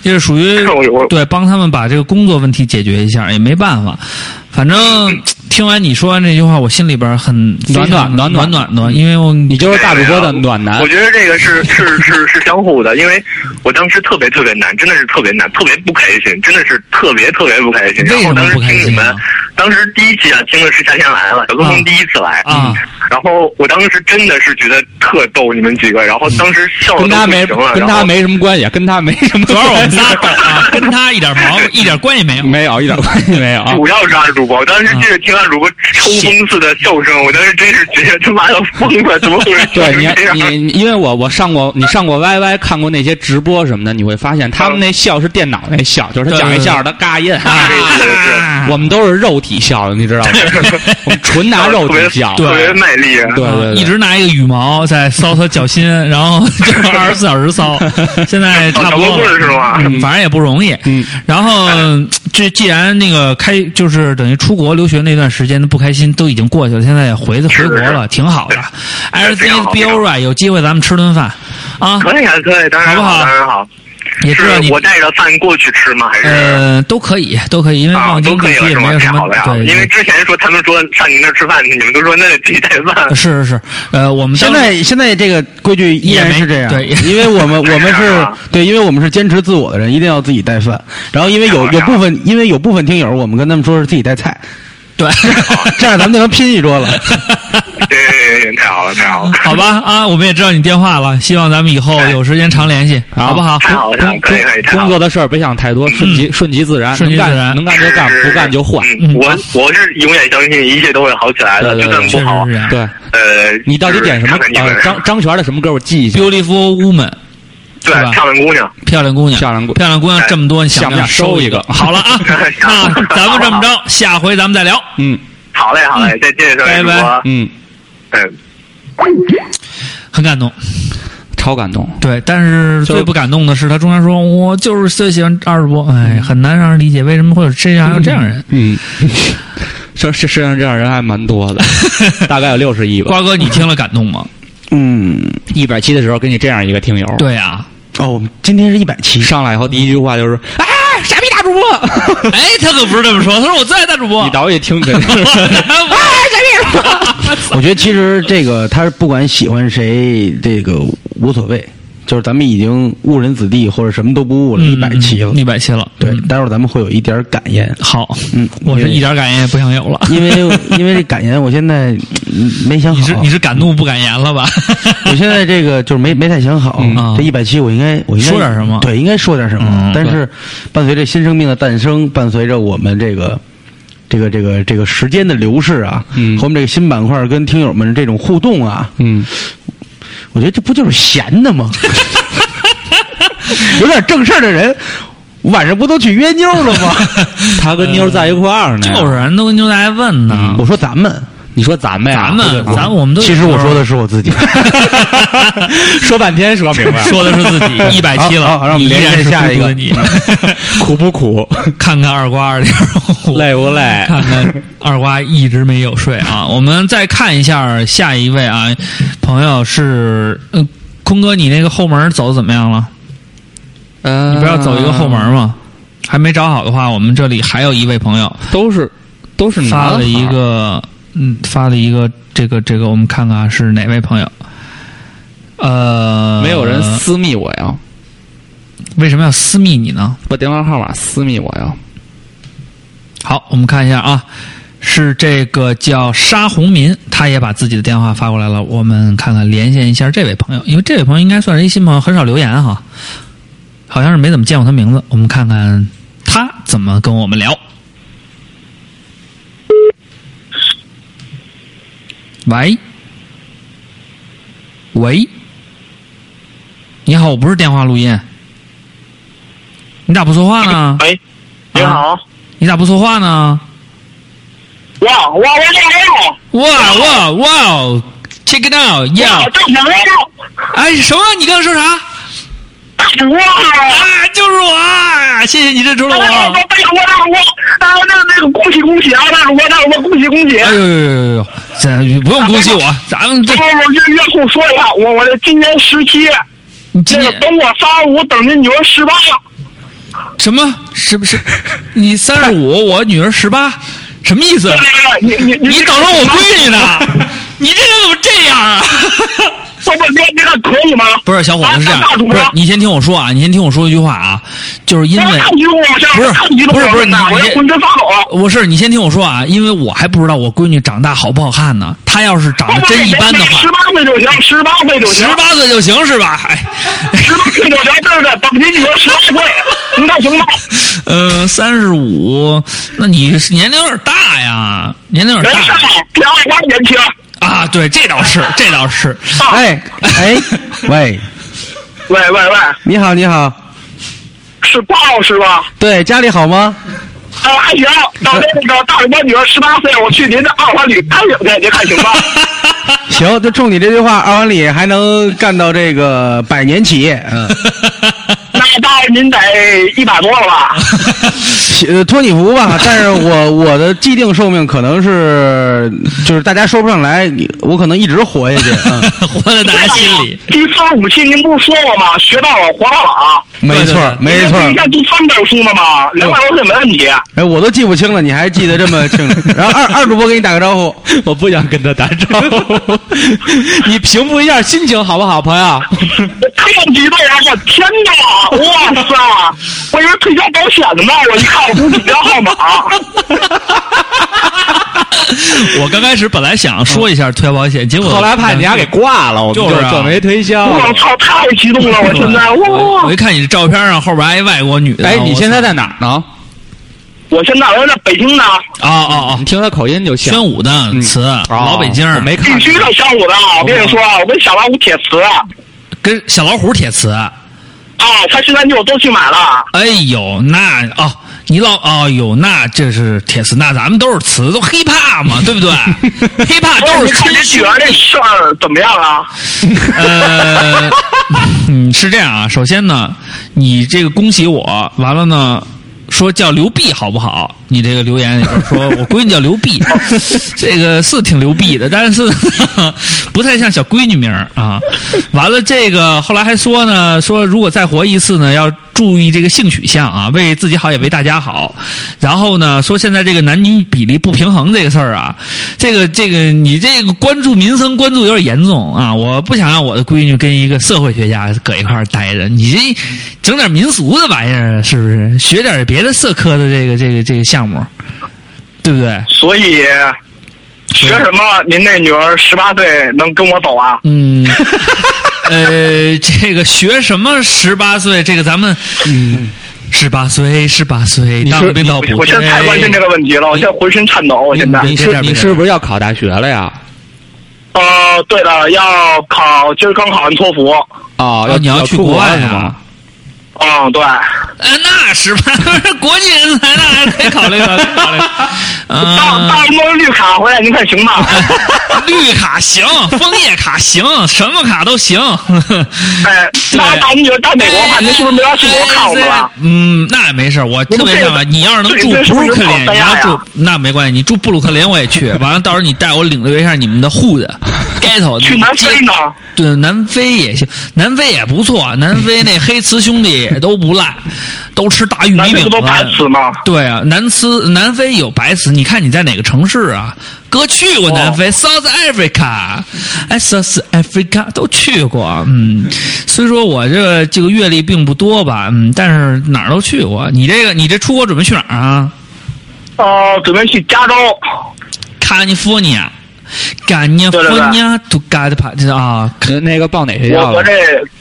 [SPEAKER 3] 就是属于
[SPEAKER 7] 我我
[SPEAKER 3] 对帮他们把这个工作问题解决一下，也没办法。反正听完你说完这句话，我心里边很
[SPEAKER 6] 暖暖
[SPEAKER 3] 暖暖暖暖，因为我
[SPEAKER 6] 你就是大主播的暖男
[SPEAKER 7] 我。觉得这个是是是是相互的，因为我当时特别特别难，真的是特别难，特别不开心，真的是特别特别不开心。然
[SPEAKER 3] 为什
[SPEAKER 7] 后
[SPEAKER 3] 么
[SPEAKER 7] 当时
[SPEAKER 3] 不开
[SPEAKER 7] 听你
[SPEAKER 3] 心
[SPEAKER 7] 们
[SPEAKER 3] 啊？，
[SPEAKER 7] 当时第一期啊听的是夏天来了，小哥
[SPEAKER 3] 啊
[SPEAKER 7] 从第一次来
[SPEAKER 3] 啊，
[SPEAKER 7] 然后我当时真的是觉得特逗你们几个，然后当时笑的
[SPEAKER 6] 嗯跟
[SPEAKER 7] 都
[SPEAKER 6] 他
[SPEAKER 7] 不
[SPEAKER 6] 没
[SPEAKER 7] 行了，
[SPEAKER 6] 跟
[SPEAKER 7] 然
[SPEAKER 6] 他
[SPEAKER 7] 后
[SPEAKER 6] 没什么关系，啊跟他没什么
[SPEAKER 3] 主要是我
[SPEAKER 6] 关
[SPEAKER 3] 们
[SPEAKER 6] 系，
[SPEAKER 3] 仨啊，跟他一点毛一点关系没有。
[SPEAKER 6] 没有一点关系没有啊。嗯
[SPEAKER 7] 主要是二主播，我当时记得听二主播抽风似的笑声，我当时真是觉得他妈要疯了，怎么会
[SPEAKER 6] 对
[SPEAKER 7] 笑成这样？
[SPEAKER 6] 你，你因为我我上过你上过 YY 看过那些直播什么的，你会发现他们那笑是电脑那笑，就是他讲一笑，他嘎音啊。
[SPEAKER 7] 嗯对对对
[SPEAKER 6] 我们都是肉体笑的，你知道吗？我们纯拿肉体笑，
[SPEAKER 7] 特别卖力。
[SPEAKER 6] 对
[SPEAKER 3] 啊
[SPEAKER 6] 对，
[SPEAKER 3] 一直拿一个羽毛在搔他脚心， 然后就二十四小时搔。现在差不多
[SPEAKER 7] 小小
[SPEAKER 3] 了
[SPEAKER 7] 棍儿是吗
[SPEAKER 3] 嗯反正也不容易。
[SPEAKER 6] 嗯，
[SPEAKER 3] 然后这既然那个开就是等于出国留学那段时间的不开心都已经过去了，现在也回回国了，挺好 的。L
[SPEAKER 7] 是
[SPEAKER 3] C
[SPEAKER 7] 挺好
[SPEAKER 3] B O R 有机会咱们吃顿饭啊，
[SPEAKER 7] 可以啊，可以，当然
[SPEAKER 3] 好不好
[SPEAKER 7] 当然好。
[SPEAKER 3] 也知道你
[SPEAKER 7] 是我带着饭过去吃吗？还是？
[SPEAKER 3] 呃都可以都可以，因为
[SPEAKER 7] 啊，
[SPEAKER 3] 望
[SPEAKER 7] 都
[SPEAKER 3] 京
[SPEAKER 7] 可
[SPEAKER 3] 地
[SPEAKER 7] 以了
[SPEAKER 3] 区也
[SPEAKER 7] 是
[SPEAKER 3] 没
[SPEAKER 7] 吗？
[SPEAKER 3] 有
[SPEAKER 7] 太
[SPEAKER 3] 什么
[SPEAKER 7] 好了呀！
[SPEAKER 3] 对，
[SPEAKER 7] 因为
[SPEAKER 3] 对
[SPEAKER 7] 之前说他们说上您那儿吃饭去，你们都说那得自己带饭。
[SPEAKER 3] 是是是，呃，我们当
[SPEAKER 5] 现在现在这个规矩依然是这样，
[SPEAKER 3] 也没对
[SPEAKER 5] 因为我们我们
[SPEAKER 7] 是
[SPEAKER 5] 是
[SPEAKER 7] 啊
[SPEAKER 5] 对，因为我们是坚持自我的人，一定要自己带饭。然后因为有
[SPEAKER 7] 是
[SPEAKER 5] 有
[SPEAKER 7] 啊
[SPEAKER 5] 部分因为有部分听友，我们跟他们说是自己带菜，
[SPEAKER 3] 对。
[SPEAKER 5] 这样咱们就能拼一桌了。
[SPEAKER 7] 对对对，太好了，太好了，
[SPEAKER 3] 好吧啊，我们也知道你电话了，希望咱们以后
[SPEAKER 6] 哎
[SPEAKER 3] 有时间常联系，好不好？
[SPEAKER 7] 太好了，太好了可以可以，太
[SPEAKER 6] 工
[SPEAKER 7] 好了。
[SPEAKER 6] 作的事儿别想太多，顺其顺其自然，
[SPEAKER 3] 嗯顺其自
[SPEAKER 6] 能干
[SPEAKER 3] 然
[SPEAKER 6] 能干就干，
[SPEAKER 7] 是
[SPEAKER 6] 不干就换。
[SPEAKER 7] 嗯我我是永远相信一切都会好起来的，
[SPEAKER 6] 对
[SPEAKER 7] 就
[SPEAKER 6] 对
[SPEAKER 7] 算不
[SPEAKER 3] 确实
[SPEAKER 7] 好
[SPEAKER 3] 是，这样。
[SPEAKER 6] 对
[SPEAKER 7] 呃，
[SPEAKER 6] 你到底点什么
[SPEAKER 7] 就是看看？你
[SPEAKER 6] 呃
[SPEAKER 7] 们，
[SPEAKER 6] 张张悬的什么歌我记一下。
[SPEAKER 3] Beautiful woman，
[SPEAKER 7] 对
[SPEAKER 3] 是吧
[SPEAKER 7] 漂亮姑娘，
[SPEAKER 3] 漂亮姑娘，
[SPEAKER 6] 漂亮姑
[SPEAKER 3] 漂亮姑娘
[SPEAKER 7] 哎，
[SPEAKER 3] 这么多，你想不
[SPEAKER 6] 想不想
[SPEAKER 3] 收
[SPEAKER 6] 收
[SPEAKER 3] 一
[SPEAKER 6] 一
[SPEAKER 3] 个
[SPEAKER 6] 个？
[SPEAKER 3] 好 了啊那咱们这么着，下回咱们再聊。
[SPEAKER 6] 嗯
[SPEAKER 7] 好嘞好嘞，再见，各位
[SPEAKER 3] 拜
[SPEAKER 7] 主
[SPEAKER 3] 拜
[SPEAKER 7] 播，
[SPEAKER 6] 嗯，
[SPEAKER 7] 嗯。
[SPEAKER 3] 很感动，
[SPEAKER 6] 超感动。
[SPEAKER 3] 对，但是
[SPEAKER 6] 就
[SPEAKER 3] 最不感动的是，他中间说：“我就是最喜欢二主播。”哎，很难让人理解为什么会有这样还有这样人。
[SPEAKER 6] 嗯， 这这世界上这样人还蛮多 的，大概有六十亿吧。
[SPEAKER 3] 瓜哥，你听了感动吗？
[SPEAKER 5] 嗯，
[SPEAKER 6] 一百期的时候给你这样一个听友，
[SPEAKER 3] 对啊呀，
[SPEAKER 5] 哦，今天是一百期，
[SPEAKER 6] 上来以后第一句话就是：“哎，傻逼大主播
[SPEAKER 3] 哎，他可不是这么说，他说我最爱大主！”播
[SPEAKER 6] 你。导演听 肯定
[SPEAKER 3] 哎，
[SPEAKER 5] 我觉得其实这个他不管喜欢谁，这个无所谓，就是咱们已经误人子弟或者什么都不误了，一百期了。
[SPEAKER 3] 嗯一百期了。
[SPEAKER 5] 对
[SPEAKER 3] 嗯，
[SPEAKER 5] 待会儿咱们会有一点感言。
[SPEAKER 3] 好，
[SPEAKER 5] 嗯
[SPEAKER 3] 我是
[SPEAKER 5] 因为
[SPEAKER 3] 一点感言也不想有了。
[SPEAKER 5] 因为因为这感言，我现在嗯没想好。 哎
[SPEAKER 3] 你是你是敢怒不敢言了吧？
[SPEAKER 5] 我现在这个就是没没太想好，啊
[SPEAKER 3] 嗯
[SPEAKER 5] 这一百期我应该我应该
[SPEAKER 3] 说点什么
[SPEAKER 5] 对，应该说点什么。
[SPEAKER 3] 嗯
[SPEAKER 5] 但是伴随着新生命的诞生，伴随着我们这个这个这个这个时间的流逝啊，
[SPEAKER 6] 嗯
[SPEAKER 5] 和我们这个新板块跟听友们这种互动啊，嗯，我觉得这不就是闲的吗？ 有点正事儿的人，晚上不都去约妞了 吗？
[SPEAKER 6] 他跟妞儿在一块儿呢。
[SPEAKER 3] 就是，人都跟牛大爷问呢，
[SPEAKER 5] 我说咱们，
[SPEAKER 6] 你说咱们呀，
[SPEAKER 3] 咱们咱啊们我们都
[SPEAKER 5] 其实嗯我说的是我自己。
[SPEAKER 6] 说半天说明白，
[SPEAKER 3] 说的是自 己一百期了，
[SPEAKER 5] 好好让我们
[SPEAKER 3] 你依然
[SPEAKER 5] 连
[SPEAKER 3] 是
[SPEAKER 5] 线下
[SPEAKER 3] 孤
[SPEAKER 5] 一
[SPEAKER 3] 独的
[SPEAKER 5] 个
[SPEAKER 3] 你，
[SPEAKER 6] 苦不苦，
[SPEAKER 3] 看看二瓜二点 五，
[SPEAKER 6] 累不累？
[SPEAKER 3] 看看二瓜一直没有睡啊。我们再看一下下一位啊，朋友是嗯，坤哥，你那个后门走怎么样了？
[SPEAKER 6] 嗯
[SPEAKER 3] 你不要走一个后门，吗？
[SPEAKER 5] 呃
[SPEAKER 3] 还没找好的话，我们这里还有一位朋友
[SPEAKER 6] 都是都是
[SPEAKER 3] 发
[SPEAKER 6] 男孩
[SPEAKER 3] 了
[SPEAKER 6] 儿
[SPEAKER 3] 一个，嗯，发了一个这个这个，我们看看啊是哪位朋友。呃，
[SPEAKER 6] 没有人私密我呀，
[SPEAKER 3] 为什么要私密你呢？
[SPEAKER 6] 把电话号码私密我呀。
[SPEAKER 3] 好，我们看一下啊，是这个叫沙红民，他也把自己的电话发过来了，我们看看连线一下这位朋友，因为这位朋友应该算是一新朋友，很少留言哈，好像是没怎么见过他名字，我们看看他怎么跟我们聊。喂，喂，你好，我不是电话录音，你咋不说话呢？
[SPEAKER 7] 喂，你好，
[SPEAKER 3] 你咋不说话呢？
[SPEAKER 9] 哇哇哇哇哇！
[SPEAKER 3] 哇哇哇！Check it out，
[SPEAKER 9] 我
[SPEAKER 3] yeah！
[SPEAKER 9] 正能量，
[SPEAKER 3] 哎，什么？你刚才说啥？
[SPEAKER 9] 大主播，
[SPEAKER 3] 啊，就是我啊！谢谢你认出了
[SPEAKER 9] 大主
[SPEAKER 3] 我
[SPEAKER 9] 播，。大主播，大主播，啊，那那个恭喜恭喜啊，大主播，大主播，恭喜恭喜！
[SPEAKER 3] 哎呦呦呦呦呦！这不用恭喜我，咱们这
[SPEAKER 9] 不是，我跟岳父说一下，我我这今年十七，
[SPEAKER 3] 你今
[SPEAKER 9] 这个
[SPEAKER 3] 年
[SPEAKER 9] 等我三十五，等着女儿十八。
[SPEAKER 3] 什么？是不是？你三十五，我女儿十八，什么意思？
[SPEAKER 7] 你你你
[SPEAKER 3] 你等着我闺女呢？你这人怎么这样啊？
[SPEAKER 7] 说不别别的可以吗？
[SPEAKER 3] 不是小伙子是这样
[SPEAKER 7] 大大，主
[SPEAKER 3] 不
[SPEAKER 7] 播
[SPEAKER 3] 是你先听我说啊，你先听我说一句话啊，就是因为
[SPEAKER 7] 看不起我吗？
[SPEAKER 3] 不是
[SPEAKER 7] 看不起
[SPEAKER 3] 不是不是
[SPEAKER 7] 呢，
[SPEAKER 3] 你
[SPEAKER 7] 我要浑身发抖。
[SPEAKER 3] 我是你先听我说啊，因为我还不知道我闺女长大好不好看呢。她要是长得真一般的话
[SPEAKER 7] 十，八岁就行，十八岁就
[SPEAKER 3] 十
[SPEAKER 7] 行，
[SPEAKER 3] 八岁就行是吧？哎，
[SPEAKER 7] 十八岁就行，对对，等级你说十八岁，你看行吗？
[SPEAKER 3] 呃，三十五，那你是年龄有点大呀，年龄有点
[SPEAKER 7] 人少
[SPEAKER 3] 大，
[SPEAKER 7] 别爱花年轻。
[SPEAKER 3] 啊。对，这倒是，这倒是。
[SPEAKER 5] 哎哎，喂，
[SPEAKER 7] 喂喂喂，
[SPEAKER 5] 你好，你好，
[SPEAKER 7] 是豹是吧？
[SPEAKER 5] 对，家里好吗？
[SPEAKER 7] 啊，还行。等那个大主播女儿十八岁，我去您的二环里看景去，您看行吗？
[SPEAKER 5] 行，就冲你这句话，二环里还能干到这个百年企业，嗯，
[SPEAKER 7] 那大概您得一百多了吧？
[SPEAKER 5] 呃托你福吧。但是我我的既定寿命可能是，就是大家说不上来，我可能一直活下去。 嗯，
[SPEAKER 3] 活在大家心里，
[SPEAKER 7] 第三武器您不是说过吗？学到老活到老。
[SPEAKER 5] 没错
[SPEAKER 3] 对对，
[SPEAKER 5] 没错。哦
[SPEAKER 7] 你看第三本书了吗？两百多岁没问啊题。
[SPEAKER 5] 哎，我都记不清了，你还记得这么清楚？ 然后二二主播给你打个招呼，
[SPEAKER 4] 我不想跟他打招呼， 你平复一下心情好不好，朋友？
[SPEAKER 7] 特级的呀！我天哪！哇塞！我以为推销保险的呢，我一看我公几号码。
[SPEAKER 3] 我刚开始本来想说一下推保险，结果
[SPEAKER 4] 后来怕你俩给挂了，我们
[SPEAKER 3] 就是啊
[SPEAKER 4] 转为推销 了。
[SPEAKER 7] 我操！太激动了，我 现在哇
[SPEAKER 3] 我！一看你这照片上后边还一外国女的，
[SPEAKER 6] 哎，你
[SPEAKER 3] 我
[SPEAKER 6] 现在
[SPEAKER 3] 操
[SPEAKER 6] 在哪儿呢？
[SPEAKER 7] 我现在我在北京呢，
[SPEAKER 3] 哦哦哦
[SPEAKER 6] 你，听他口音就像
[SPEAKER 3] 宣。武的词，老北京，
[SPEAKER 6] 哦我没
[SPEAKER 7] 必
[SPEAKER 6] 看
[SPEAKER 7] 须得上我的。啊
[SPEAKER 5] 哦
[SPEAKER 7] 我跟你说，我跟小老虎铁磁啊，
[SPEAKER 3] 跟小老虎铁磁。
[SPEAKER 7] 他现在就我都去买了。
[SPEAKER 3] 哎呦，那哦，你老哦呦，那这是铁丝，那咱们都是词，都 hiphop 嘛，对不对 ？hiphop 都
[SPEAKER 7] 哦你
[SPEAKER 3] 是
[SPEAKER 7] 看
[SPEAKER 3] 亲
[SPEAKER 7] 这
[SPEAKER 3] 属
[SPEAKER 7] 女儿这事儿怎么样啊？
[SPEAKER 3] 呃，嗯，是这样啊。首先呢，你这个恭喜我，完了呢，说叫刘碧好不好？你这个留言里边说我闺女叫刘碧，这个是挺牛逼的，但是不太像小闺女名儿啊。完了，这个后来还说呢，说如果再活一次呢，要注意这个性取向啊，为自己好也为大家好。然后呢，说现在这个男女比例不平衡这个事儿啊，这个这个你这个关注民生关注有点严重啊，我不想让我的闺女跟一个社会学家搁一块儿待着，你这整点民俗的玩意儿是不是？学点别的社科的这个这个这个项目，对 不对？
[SPEAKER 7] 所以学什么？您那女儿十八岁能跟我走啊？
[SPEAKER 3] 嗯，呃，这个学什么十八岁？这个咱们嗯，十八岁，十八岁，当兵到部队。
[SPEAKER 7] 我现在太关心这个问题了，我现在浑身颤抖。
[SPEAKER 5] 嗯
[SPEAKER 7] 我现在
[SPEAKER 3] 你
[SPEAKER 6] 你
[SPEAKER 3] 这
[SPEAKER 6] 是
[SPEAKER 3] 样
[SPEAKER 6] 你
[SPEAKER 3] 这样
[SPEAKER 6] 是不是要考大学了呀？
[SPEAKER 7] 呃，对了，要考，今儿刚考完托福。
[SPEAKER 6] 哦，
[SPEAKER 3] 哦，你
[SPEAKER 6] 要
[SPEAKER 3] 要去国外
[SPEAKER 6] 是
[SPEAKER 3] 啊
[SPEAKER 6] 吗？？
[SPEAKER 7] 嗯，对，
[SPEAKER 3] 呃，那十 八国际人才，那还得考虑考虑 考虑。嗯、
[SPEAKER 7] 到到摸绿卡回来，您看 行吗？
[SPEAKER 3] 绿卡行，枫叶卡行，什么卡都行。哎
[SPEAKER 7] 哎，那到你就到美国的话，您是不是没法去美国看我们了？
[SPEAKER 3] 嗯，那也没事，我特别想法。你要是能住布鲁克林，你要住那没关系，你住布鲁克林我也去。完了，到时候你带我领略一下你们的 hood ghetto，
[SPEAKER 7] 去南非呢？
[SPEAKER 3] 对，南非也行，南非也不错，南非那黑瓷兄弟也都不赖，都吃大玉
[SPEAKER 7] 南
[SPEAKER 3] 米
[SPEAKER 7] 非不
[SPEAKER 3] 饼
[SPEAKER 7] 都白
[SPEAKER 3] 干。
[SPEAKER 7] 吃吗？
[SPEAKER 3] 对啊，南斯南非有白瓷，你看你在哪个城市啊？哥去过南非、s o u t h Africa，哎，South Africa 都去过。嗯，虽说我这这个阅历并不多吧，嗯，但是哪儿都去过。你这个你这出国准备去哪儿啊？
[SPEAKER 5] 嗯
[SPEAKER 7] 呃，准备去加州。
[SPEAKER 3] 卡尼福尼亚，卡尼福尼亚 to God 啊，
[SPEAKER 6] 那那个报哪学
[SPEAKER 7] 我
[SPEAKER 6] 校
[SPEAKER 7] 我
[SPEAKER 6] 了？
[SPEAKER 7] 这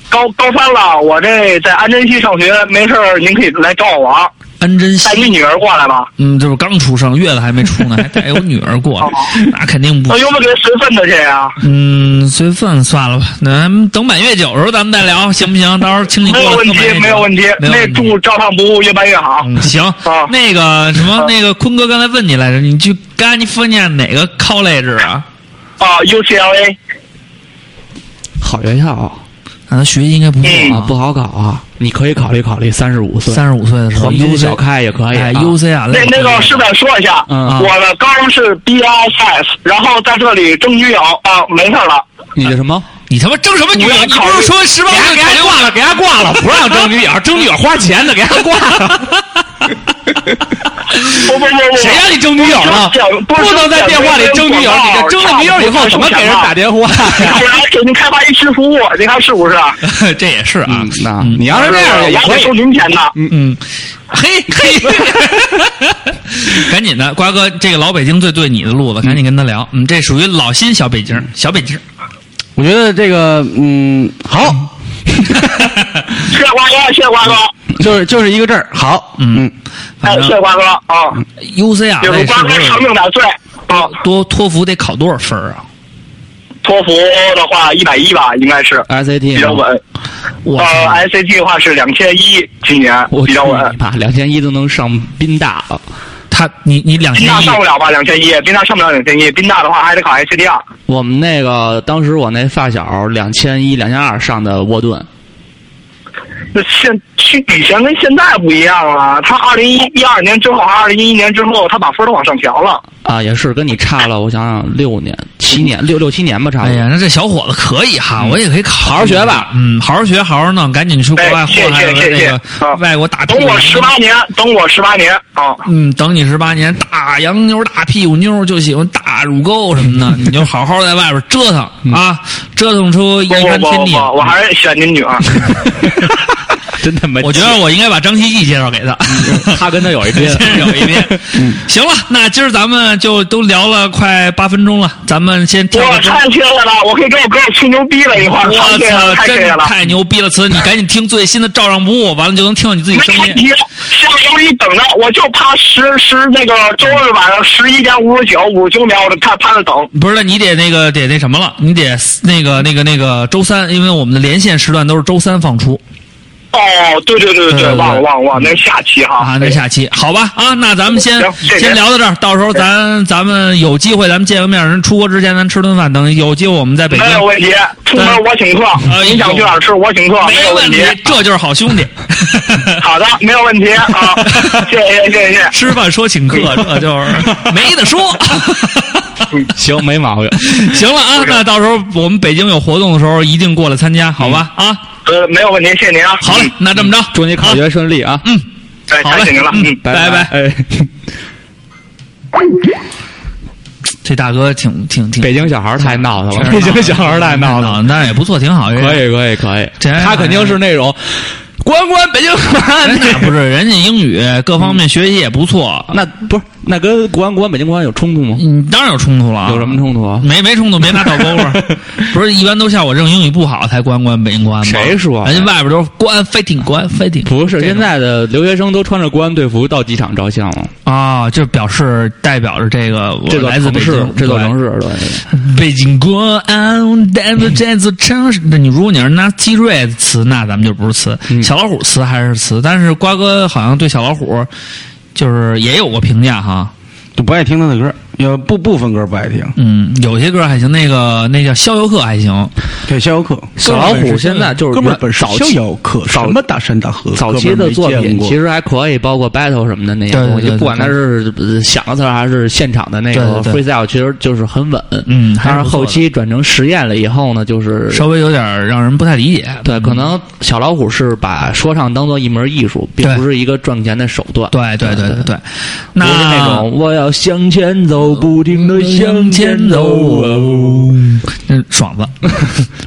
[SPEAKER 7] 高高三了，我这在安贞西上学，没事儿您可以来找我玩，
[SPEAKER 3] 安贞
[SPEAKER 7] 带你
[SPEAKER 3] 西。
[SPEAKER 7] 女儿过来吧。
[SPEAKER 3] 嗯，这不刚出生，月子还没出呢，还带我女儿过来，那肯定不
[SPEAKER 7] 那用不哎得随份子去呀？
[SPEAKER 3] 嗯，随份算了吧，那咱们等满月酒的时候咱们再聊，行 不行？到时候请你
[SPEAKER 7] 没
[SPEAKER 3] 过
[SPEAKER 7] 有
[SPEAKER 3] 来
[SPEAKER 7] 问
[SPEAKER 3] 喝满月
[SPEAKER 7] 题
[SPEAKER 3] 酒，
[SPEAKER 7] 没有问题。
[SPEAKER 3] 嗯没
[SPEAKER 7] 那
[SPEAKER 3] 有问题
[SPEAKER 7] 祝照常不误，越办越好。
[SPEAKER 3] 嗯，行，
[SPEAKER 7] 啊
[SPEAKER 3] 那个什么，那个坤哥刚才问你来着，你去干你分念哪个 college 啊？
[SPEAKER 7] 啊，UCLA，
[SPEAKER 6] 好学校啊
[SPEAKER 3] 啊，他学习应该不错
[SPEAKER 7] 嗯
[SPEAKER 6] 啊，不好搞啊！你可以考虑考虑，三十五岁，
[SPEAKER 3] 三十五岁的时候
[SPEAKER 6] 皇
[SPEAKER 3] ，U
[SPEAKER 6] 姑
[SPEAKER 3] C
[SPEAKER 6] 小开也可以
[SPEAKER 3] 哎
[SPEAKER 6] 啊。
[SPEAKER 3] ，U C 啊，
[SPEAKER 7] 那那个是得说一下，
[SPEAKER 6] 嗯啊
[SPEAKER 7] 我的高中是 BSS，然后在这里争女友啊，没事儿了。
[SPEAKER 6] 你的什么？
[SPEAKER 3] 你他妈争什么女
[SPEAKER 7] 我
[SPEAKER 3] 友？
[SPEAKER 7] 要
[SPEAKER 3] 你
[SPEAKER 7] 考
[SPEAKER 3] 不
[SPEAKER 7] 虑
[SPEAKER 3] 是说十八岁给他挂了，给他挂了，不让争女友，争女友花钱的，给他挂了。
[SPEAKER 7] 不不不不，
[SPEAKER 3] 谁让你争女友呢
[SPEAKER 7] 不是想？不是
[SPEAKER 3] 不能在电话里争女友，
[SPEAKER 7] 想
[SPEAKER 3] 你这争了女友以后怎么给人打电话呀？
[SPEAKER 7] 我来给您开发一新服务，您看是不是？
[SPEAKER 3] 这也是啊，
[SPEAKER 4] 嗯那你要是这样，
[SPEAKER 7] 我还得收您钱呢。
[SPEAKER 3] 嗯， 嘿嘿，赶紧的，瓜哥，这个老北京最对你的路子，赶紧跟他聊。嗯，这属于老新小北
[SPEAKER 7] 嗯
[SPEAKER 3] 京，小 北京。
[SPEAKER 5] 我觉得这个，嗯，好，
[SPEAKER 7] 谢谢瓜哥，谢谢瓜哥，
[SPEAKER 5] 就是就是一个字儿，好，
[SPEAKER 3] 嗯，
[SPEAKER 7] 哎
[SPEAKER 3] 反，
[SPEAKER 7] 谢谢
[SPEAKER 3] 正
[SPEAKER 7] 瓜哥啊！
[SPEAKER 3] U C R
[SPEAKER 7] 有
[SPEAKER 3] 类
[SPEAKER 7] 瓜
[SPEAKER 3] 是
[SPEAKER 7] 哥
[SPEAKER 3] 不是
[SPEAKER 7] 长命百岁啊！
[SPEAKER 3] 多托福得考多少分儿啊？
[SPEAKER 7] 托福的话一百一吧，应该是
[SPEAKER 4] SAT
[SPEAKER 7] 比较稳。
[SPEAKER 3] 哎我
[SPEAKER 7] 呃，SAT 的话是两千一，今年
[SPEAKER 4] 我
[SPEAKER 7] 比较
[SPEAKER 4] 去你
[SPEAKER 7] 稳。
[SPEAKER 4] 妈，两千一都能上宾大了。
[SPEAKER 3] 他你你两
[SPEAKER 7] 宾
[SPEAKER 3] 千
[SPEAKER 7] 大
[SPEAKER 3] 一
[SPEAKER 7] 上不了吧？两千一，宾大上不了两千一，宾大的话还得考 SAT 二。
[SPEAKER 4] 我们那个当时我那发小两千一、两千二上的沃顿，
[SPEAKER 7] 那现去以前跟现在不一样了，他二零一二年之后，二零一一年之后，他把分儿都往上调了。
[SPEAKER 4] 啊，也是跟你差了，我想想，六年、七年、六六七年吧，差
[SPEAKER 3] 哎
[SPEAKER 4] 不多。
[SPEAKER 3] 呀， 那这小伙子可以
[SPEAKER 7] 嗯
[SPEAKER 3] 哈，我也可以考，好好
[SPEAKER 4] 学吧。
[SPEAKER 3] 嗯，好好学，好好弄，赶紧去国外
[SPEAKER 7] 哎谢
[SPEAKER 3] 祸害
[SPEAKER 7] 谢
[SPEAKER 3] 了
[SPEAKER 7] 谢
[SPEAKER 3] 这
[SPEAKER 7] 谢
[SPEAKER 3] 个
[SPEAKER 7] 啊
[SPEAKER 3] 外国大屁
[SPEAKER 7] 等
[SPEAKER 3] 股
[SPEAKER 7] 我十八年，等我十八年啊！
[SPEAKER 3] 嗯，等你十八年，大洋妞、大屁股妞就喜欢大乳沟什 么的，你就好好在外边折腾啊，折腾出一
[SPEAKER 7] 不不
[SPEAKER 3] 番
[SPEAKER 7] 嗯不
[SPEAKER 3] 天地
[SPEAKER 7] 不，。我还是选您女 儿。
[SPEAKER 4] 真他妈
[SPEAKER 3] 我觉得我应该把张希毅介绍给他，
[SPEAKER 7] 嗯
[SPEAKER 4] 他跟他有一拼
[SPEAKER 3] 真是有一拼。行了，那今儿咱们就都聊了快八分钟了，咱们先跳
[SPEAKER 7] 我
[SPEAKER 3] 个钟。
[SPEAKER 7] 太缺了了，我可以跟我哥吹牛逼了一块儿，
[SPEAKER 3] 我
[SPEAKER 7] 太缺了，
[SPEAKER 3] 操，
[SPEAKER 7] 太
[SPEAKER 3] 真
[SPEAKER 7] 缺了。
[SPEAKER 3] 太牛逼了！词，你赶紧听最新的《照上不误》，完了就能听到你自己声
[SPEAKER 7] 没问
[SPEAKER 3] 音。
[SPEAKER 7] 题，下周一等着，我就怕十十那个周日晚上十一点五十九五十九秒，我就看趴着等。
[SPEAKER 3] 不是，你得那个得那什么了，你得那个那个那个周三，因为我们的连线时段都是周三放出
[SPEAKER 7] 哦，对对对
[SPEAKER 3] 对对
[SPEAKER 7] 对，忘了忘了忘了，那下期哈。
[SPEAKER 3] 啊。那下期好吧啊，那咱们先
[SPEAKER 7] 行谢谢
[SPEAKER 3] 先聊到这儿，到时候咱咱们有机会咱们见个面，人出国之前咱吃顿饭，等有机会我们在北京
[SPEAKER 7] 哎没有问题，出门我请客
[SPEAKER 3] 哎，
[SPEAKER 7] 啊你想去哪儿吃我请客，没有
[SPEAKER 3] 问
[SPEAKER 7] 题。
[SPEAKER 3] 这就是好 兄弟。
[SPEAKER 7] 好的，没有问题 啊，谢谢谢谢谢谢。
[SPEAKER 3] 吃饭说 请客，这就是没得说。
[SPEAKER 4] 行，没毛病。
[SPEAKER 3] 行了啊，那到时候我们北京有活动的时候一定过来参加，好吧？啊，
[SPEAKER 7] 呃，没有问题，谢谢您啊。
[SPEAKER 3] 好嘞，那这么着，
[SPEAKER 4] 嗯祝你 考学顺利啊！
[SPEAKER 7] 哎，
[SPEAKER 3] 好嘞
[SPEAKER 7] 感谢您了，嗯。
[SPEAKER 3] 拜拜
[SPEAKER 4] 拜。哎，
[SPEAKER 3] 这大哥挺挺挺
[SPEAKER 4] 北京小孩儿太闹腾
[SPEAKER 3] 确
[SPEAKER 4] 了，
[SPEAKER 3] 实
[SPEAKER 4] 北京小孩儿太闹腾了。
[SPEAKER 3] 了，那嗯也不错，挺好。
[SPEAKER 4] 可以，可以，可以。
[SPEAKER 3] 这
[SPEAKER 4] 他肯定是那种关关北京
[SPEAKER 3] 人
[SPEAKER 4] 关
[SPEAKER 3] 家不是人家英语各方面学习也不错，
[SPEAKER 4] 那不是那跟国安国安北京国安有冲突吗？
[SPEAKER 3] 啊嗯，当然有冲突了啊。
[SPEAKER 4] 有什么冲突啊？
[SPEAKER 3] 没没冲突，别拿倒钩 了。不是，一般都像我这种英语不好才关关北京关吗？
[SPEAKER 4] 谁说啊
[SPEAKER 3] 人家外边都是关 fighting 关 fighting
[SPEAKER 4] 不是，
[SPEAKER 3] 这种
[SPEAKER 4] 现在的留学生都穿着国安队服到机场照相了。
[SPEAKER 3] 啊，就表示代表着这个我
[SPEAKER 4] 这座
[SPEAKER 3] 来自
[SPEAKER 4] 城
[SPEAKER 3] 北
[SPEAKER 4] 市
[SPEAKER 3] 京，，
[SPEAKER 4] 这座
[SPEAKER 3] 对
[SPEAKER 4] 城市对。
[SPEAKER 3] 北京国安，代表这座城市。那你如果你要是拿基瑞的词，那咱们就不是词，
[SPEAKER 4] 嗯
[SPEAKER 3] 小老虎词还是词。但是瓜哥好像对小老虎就是也有过评价哈，
[SPEAKER 5] 就不爱听他的歌，有部部分歌不爱听，
[SPEAKER 3] 嗯，有些歌还行，那个那叫逍遥客还行，
[SPEAKER 5] 对，逍遥客，
[SPEAKER 4] 小老虎现在就是
[SPEAKER 5] 哥们儿本是
[SPEAKER 4] 早
[SPEAKER 5] 逍
[SPEAKER 4] 期
[SPEAKER 5] 遥客，什么大山大河，
[SPEAKER 4] 早
[SPEAKER 5] 哥
[SPEAKER 4] 期
[SPEAKER 5] 们儿
[SPEAKER 4] 的
[SPEAKER 5] 没
[SPEAKER 4] 作
[SPEAKER 5] 见
[SPEAKER 4] 品
[SPEAKER 5] 过
[SPEAKER 4] 其实还可以，包括 battle 什么的那些
[SPEAKER 3] 对对
[SPEAKER 4] 东
[SPEAKER 3] 对
[SPEAKER 4] 西，
[SPEAKER 3] 对
[SPEAKER 4] 不管他是呃想的词儿还是现场的那个
[SPEAKER 3] 对对
[SPEAKER 4] freestyle，其实就是很稳。
[SPEAKER 3] 嗯还
[SPEAKER 4] 但
[SPEAKER 3] 是
[SPEAKER 4] 是
[SPEAKER 3] 不错的
[SPEAKER 4] 后期转成实验了以后呢，就是
[SPEAKER 3] 稍微有点让人不太理解。
[SPEAKER 4] 对，可能小老虎是把说唱当做一门艺术，并
[SPEAKER 3] 对
[SPEAKER 4] 不是一个赚钱的手段。
[SPEAKER 3] 对对对对对，那
[SPEAKER 4] 不是那种呃我要向前走，不停的向前走。哦
[SPEAKER 3] 嗯爽 子。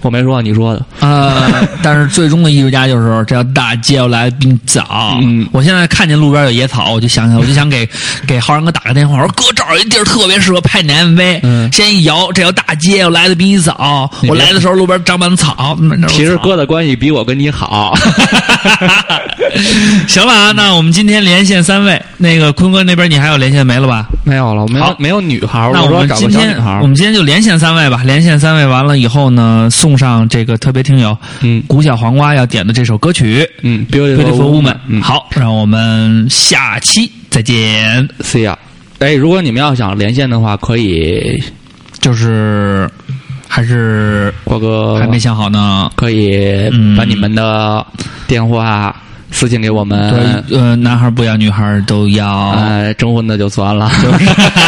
[SPEAKER 4] 我没说，你说的。
[SPEAKER 3] 呃，但是最终的艺术家就是这条大街要来并早。
[SPEAKER 4] 嗯
[SPEAKER 3] 我现在看见路边有野草，我就想想，我就想给给浩然哥打个电话，我说哥，这儿有一地儿特别适合拍你 MV。
[SPEAKER 4] 嗯
[SPEAKER 3] 先一摇，这条大街要来的比你早。
[SPEAKER 4] 你
[SPEAKER 3] 我
[SPEAKER 4] 别
[SPEAKER 3] 来的时候路边长满草。那那
[SPEAKER 4] 其实
[SPEAKER 3] 草
[SPEAKER 4] 哥的关系比我跟你好。
[SPEAKER 3] 行了啊，那我们今天连线三位，那个坤哥那边你还有连线没了吧？
[SPEAKER 4] 没有了，没
[SPEAKER 3] 好
[SPEAKER 4] 有没有女孩儿，
[SPEAKER 3] 那
[SPEAKER 4] 我
[SPEAKER 3] 我
[SPEAKER 4] 说
[SPEAKER 3] 们
[SPEAKER 4] 找
[SPEAKER 3] 今
[SPEAKER 4] 个小女
[SPEAKER 3] 天
[SPEAKER 4] 孩儿
[SPEAKER 3] 我。们今天就连线三位吧，连线三位完了以后呢，送上这个特别听友
[SPEAKER 4] 嗯
[SPEAKER 3] 古小黄瓜要点的这首歌曲，
[SPEAKER 4] 嗯
[SPEAKER 3] ，Beautiful
[SPEAKER 4] ，Beautiful
[SPEAKER 3] Woman
[SPEAKER 4] Woman，嗯
[SPEAKER 3] 好，让我们下期再见。
[SPEAKER 4] C 呀，哎，如果你们要想连线的话，可以
[SPEAKER 3] 就是还是
[SPEAKER 4] 瓜哥
[SPEAKER 3] 还没想好呢，
[SPEAKER 4] 可以
[SPEAKER 3] 嗯
[SPEAKER 4] 把你们的电话私信给我们。
[SPEAKER 3] 对呃，男孩不要，女孩都 要。
[SPEAKER 4] 呃，征婚的就算了。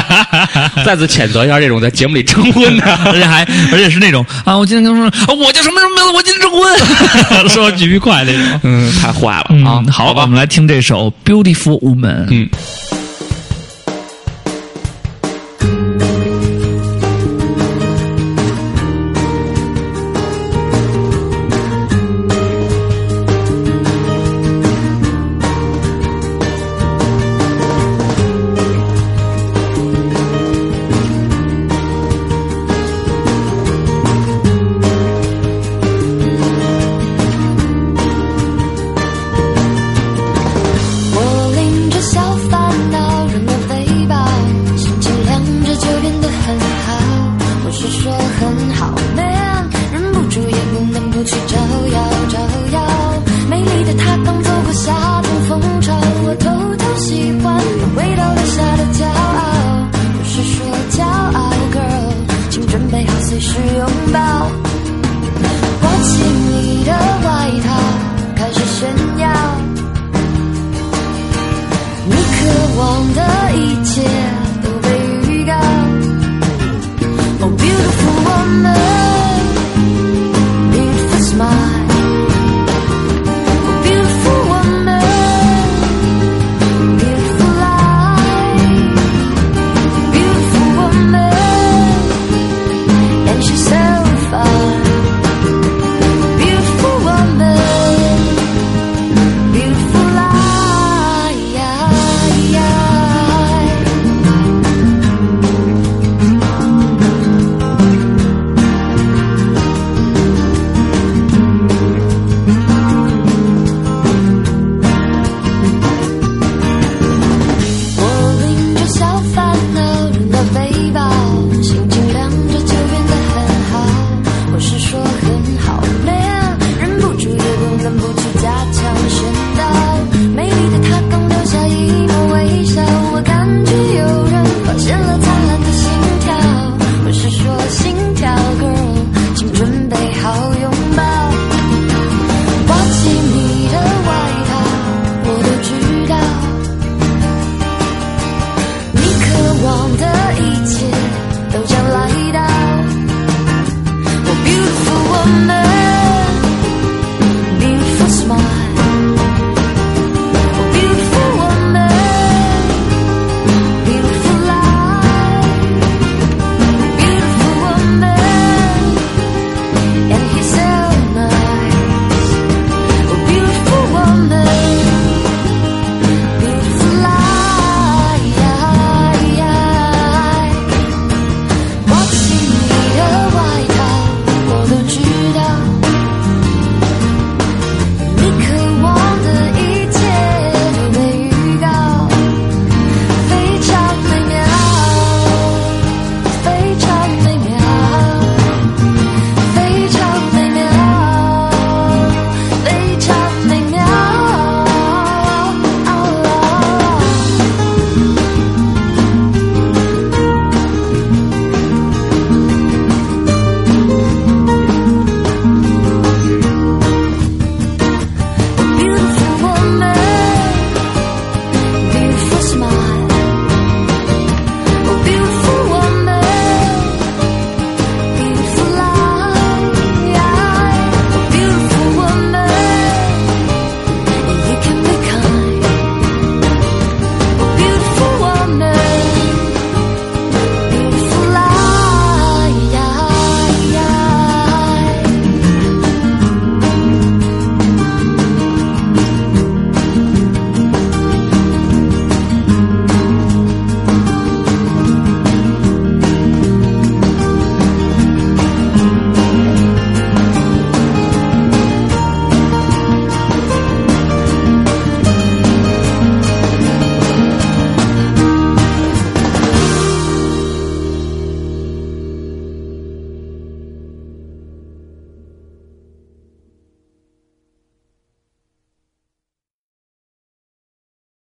[SPEAKER 4] 再次谴责一下这种在节目里征婚
[SPEAKER 3] 啊而
[SPEAKER 4] 的。
[SPEAKER 3] 且还，而且是那种啊，我今天跟他说，啊我叫什么什么名字，我今天征婚， 说举愉快那种。
[SPEAKER 4] 嗯，太坏了
[SPEAKER 3] 嗯
[SPEAKER 4] 啊！
[SPEAKER 3] 好，
[SPEAKER 4] 吧
[SPEAKER 3] 我们，来听这首《Beautiful Woman》。
[SPEAKER 4] 嗯。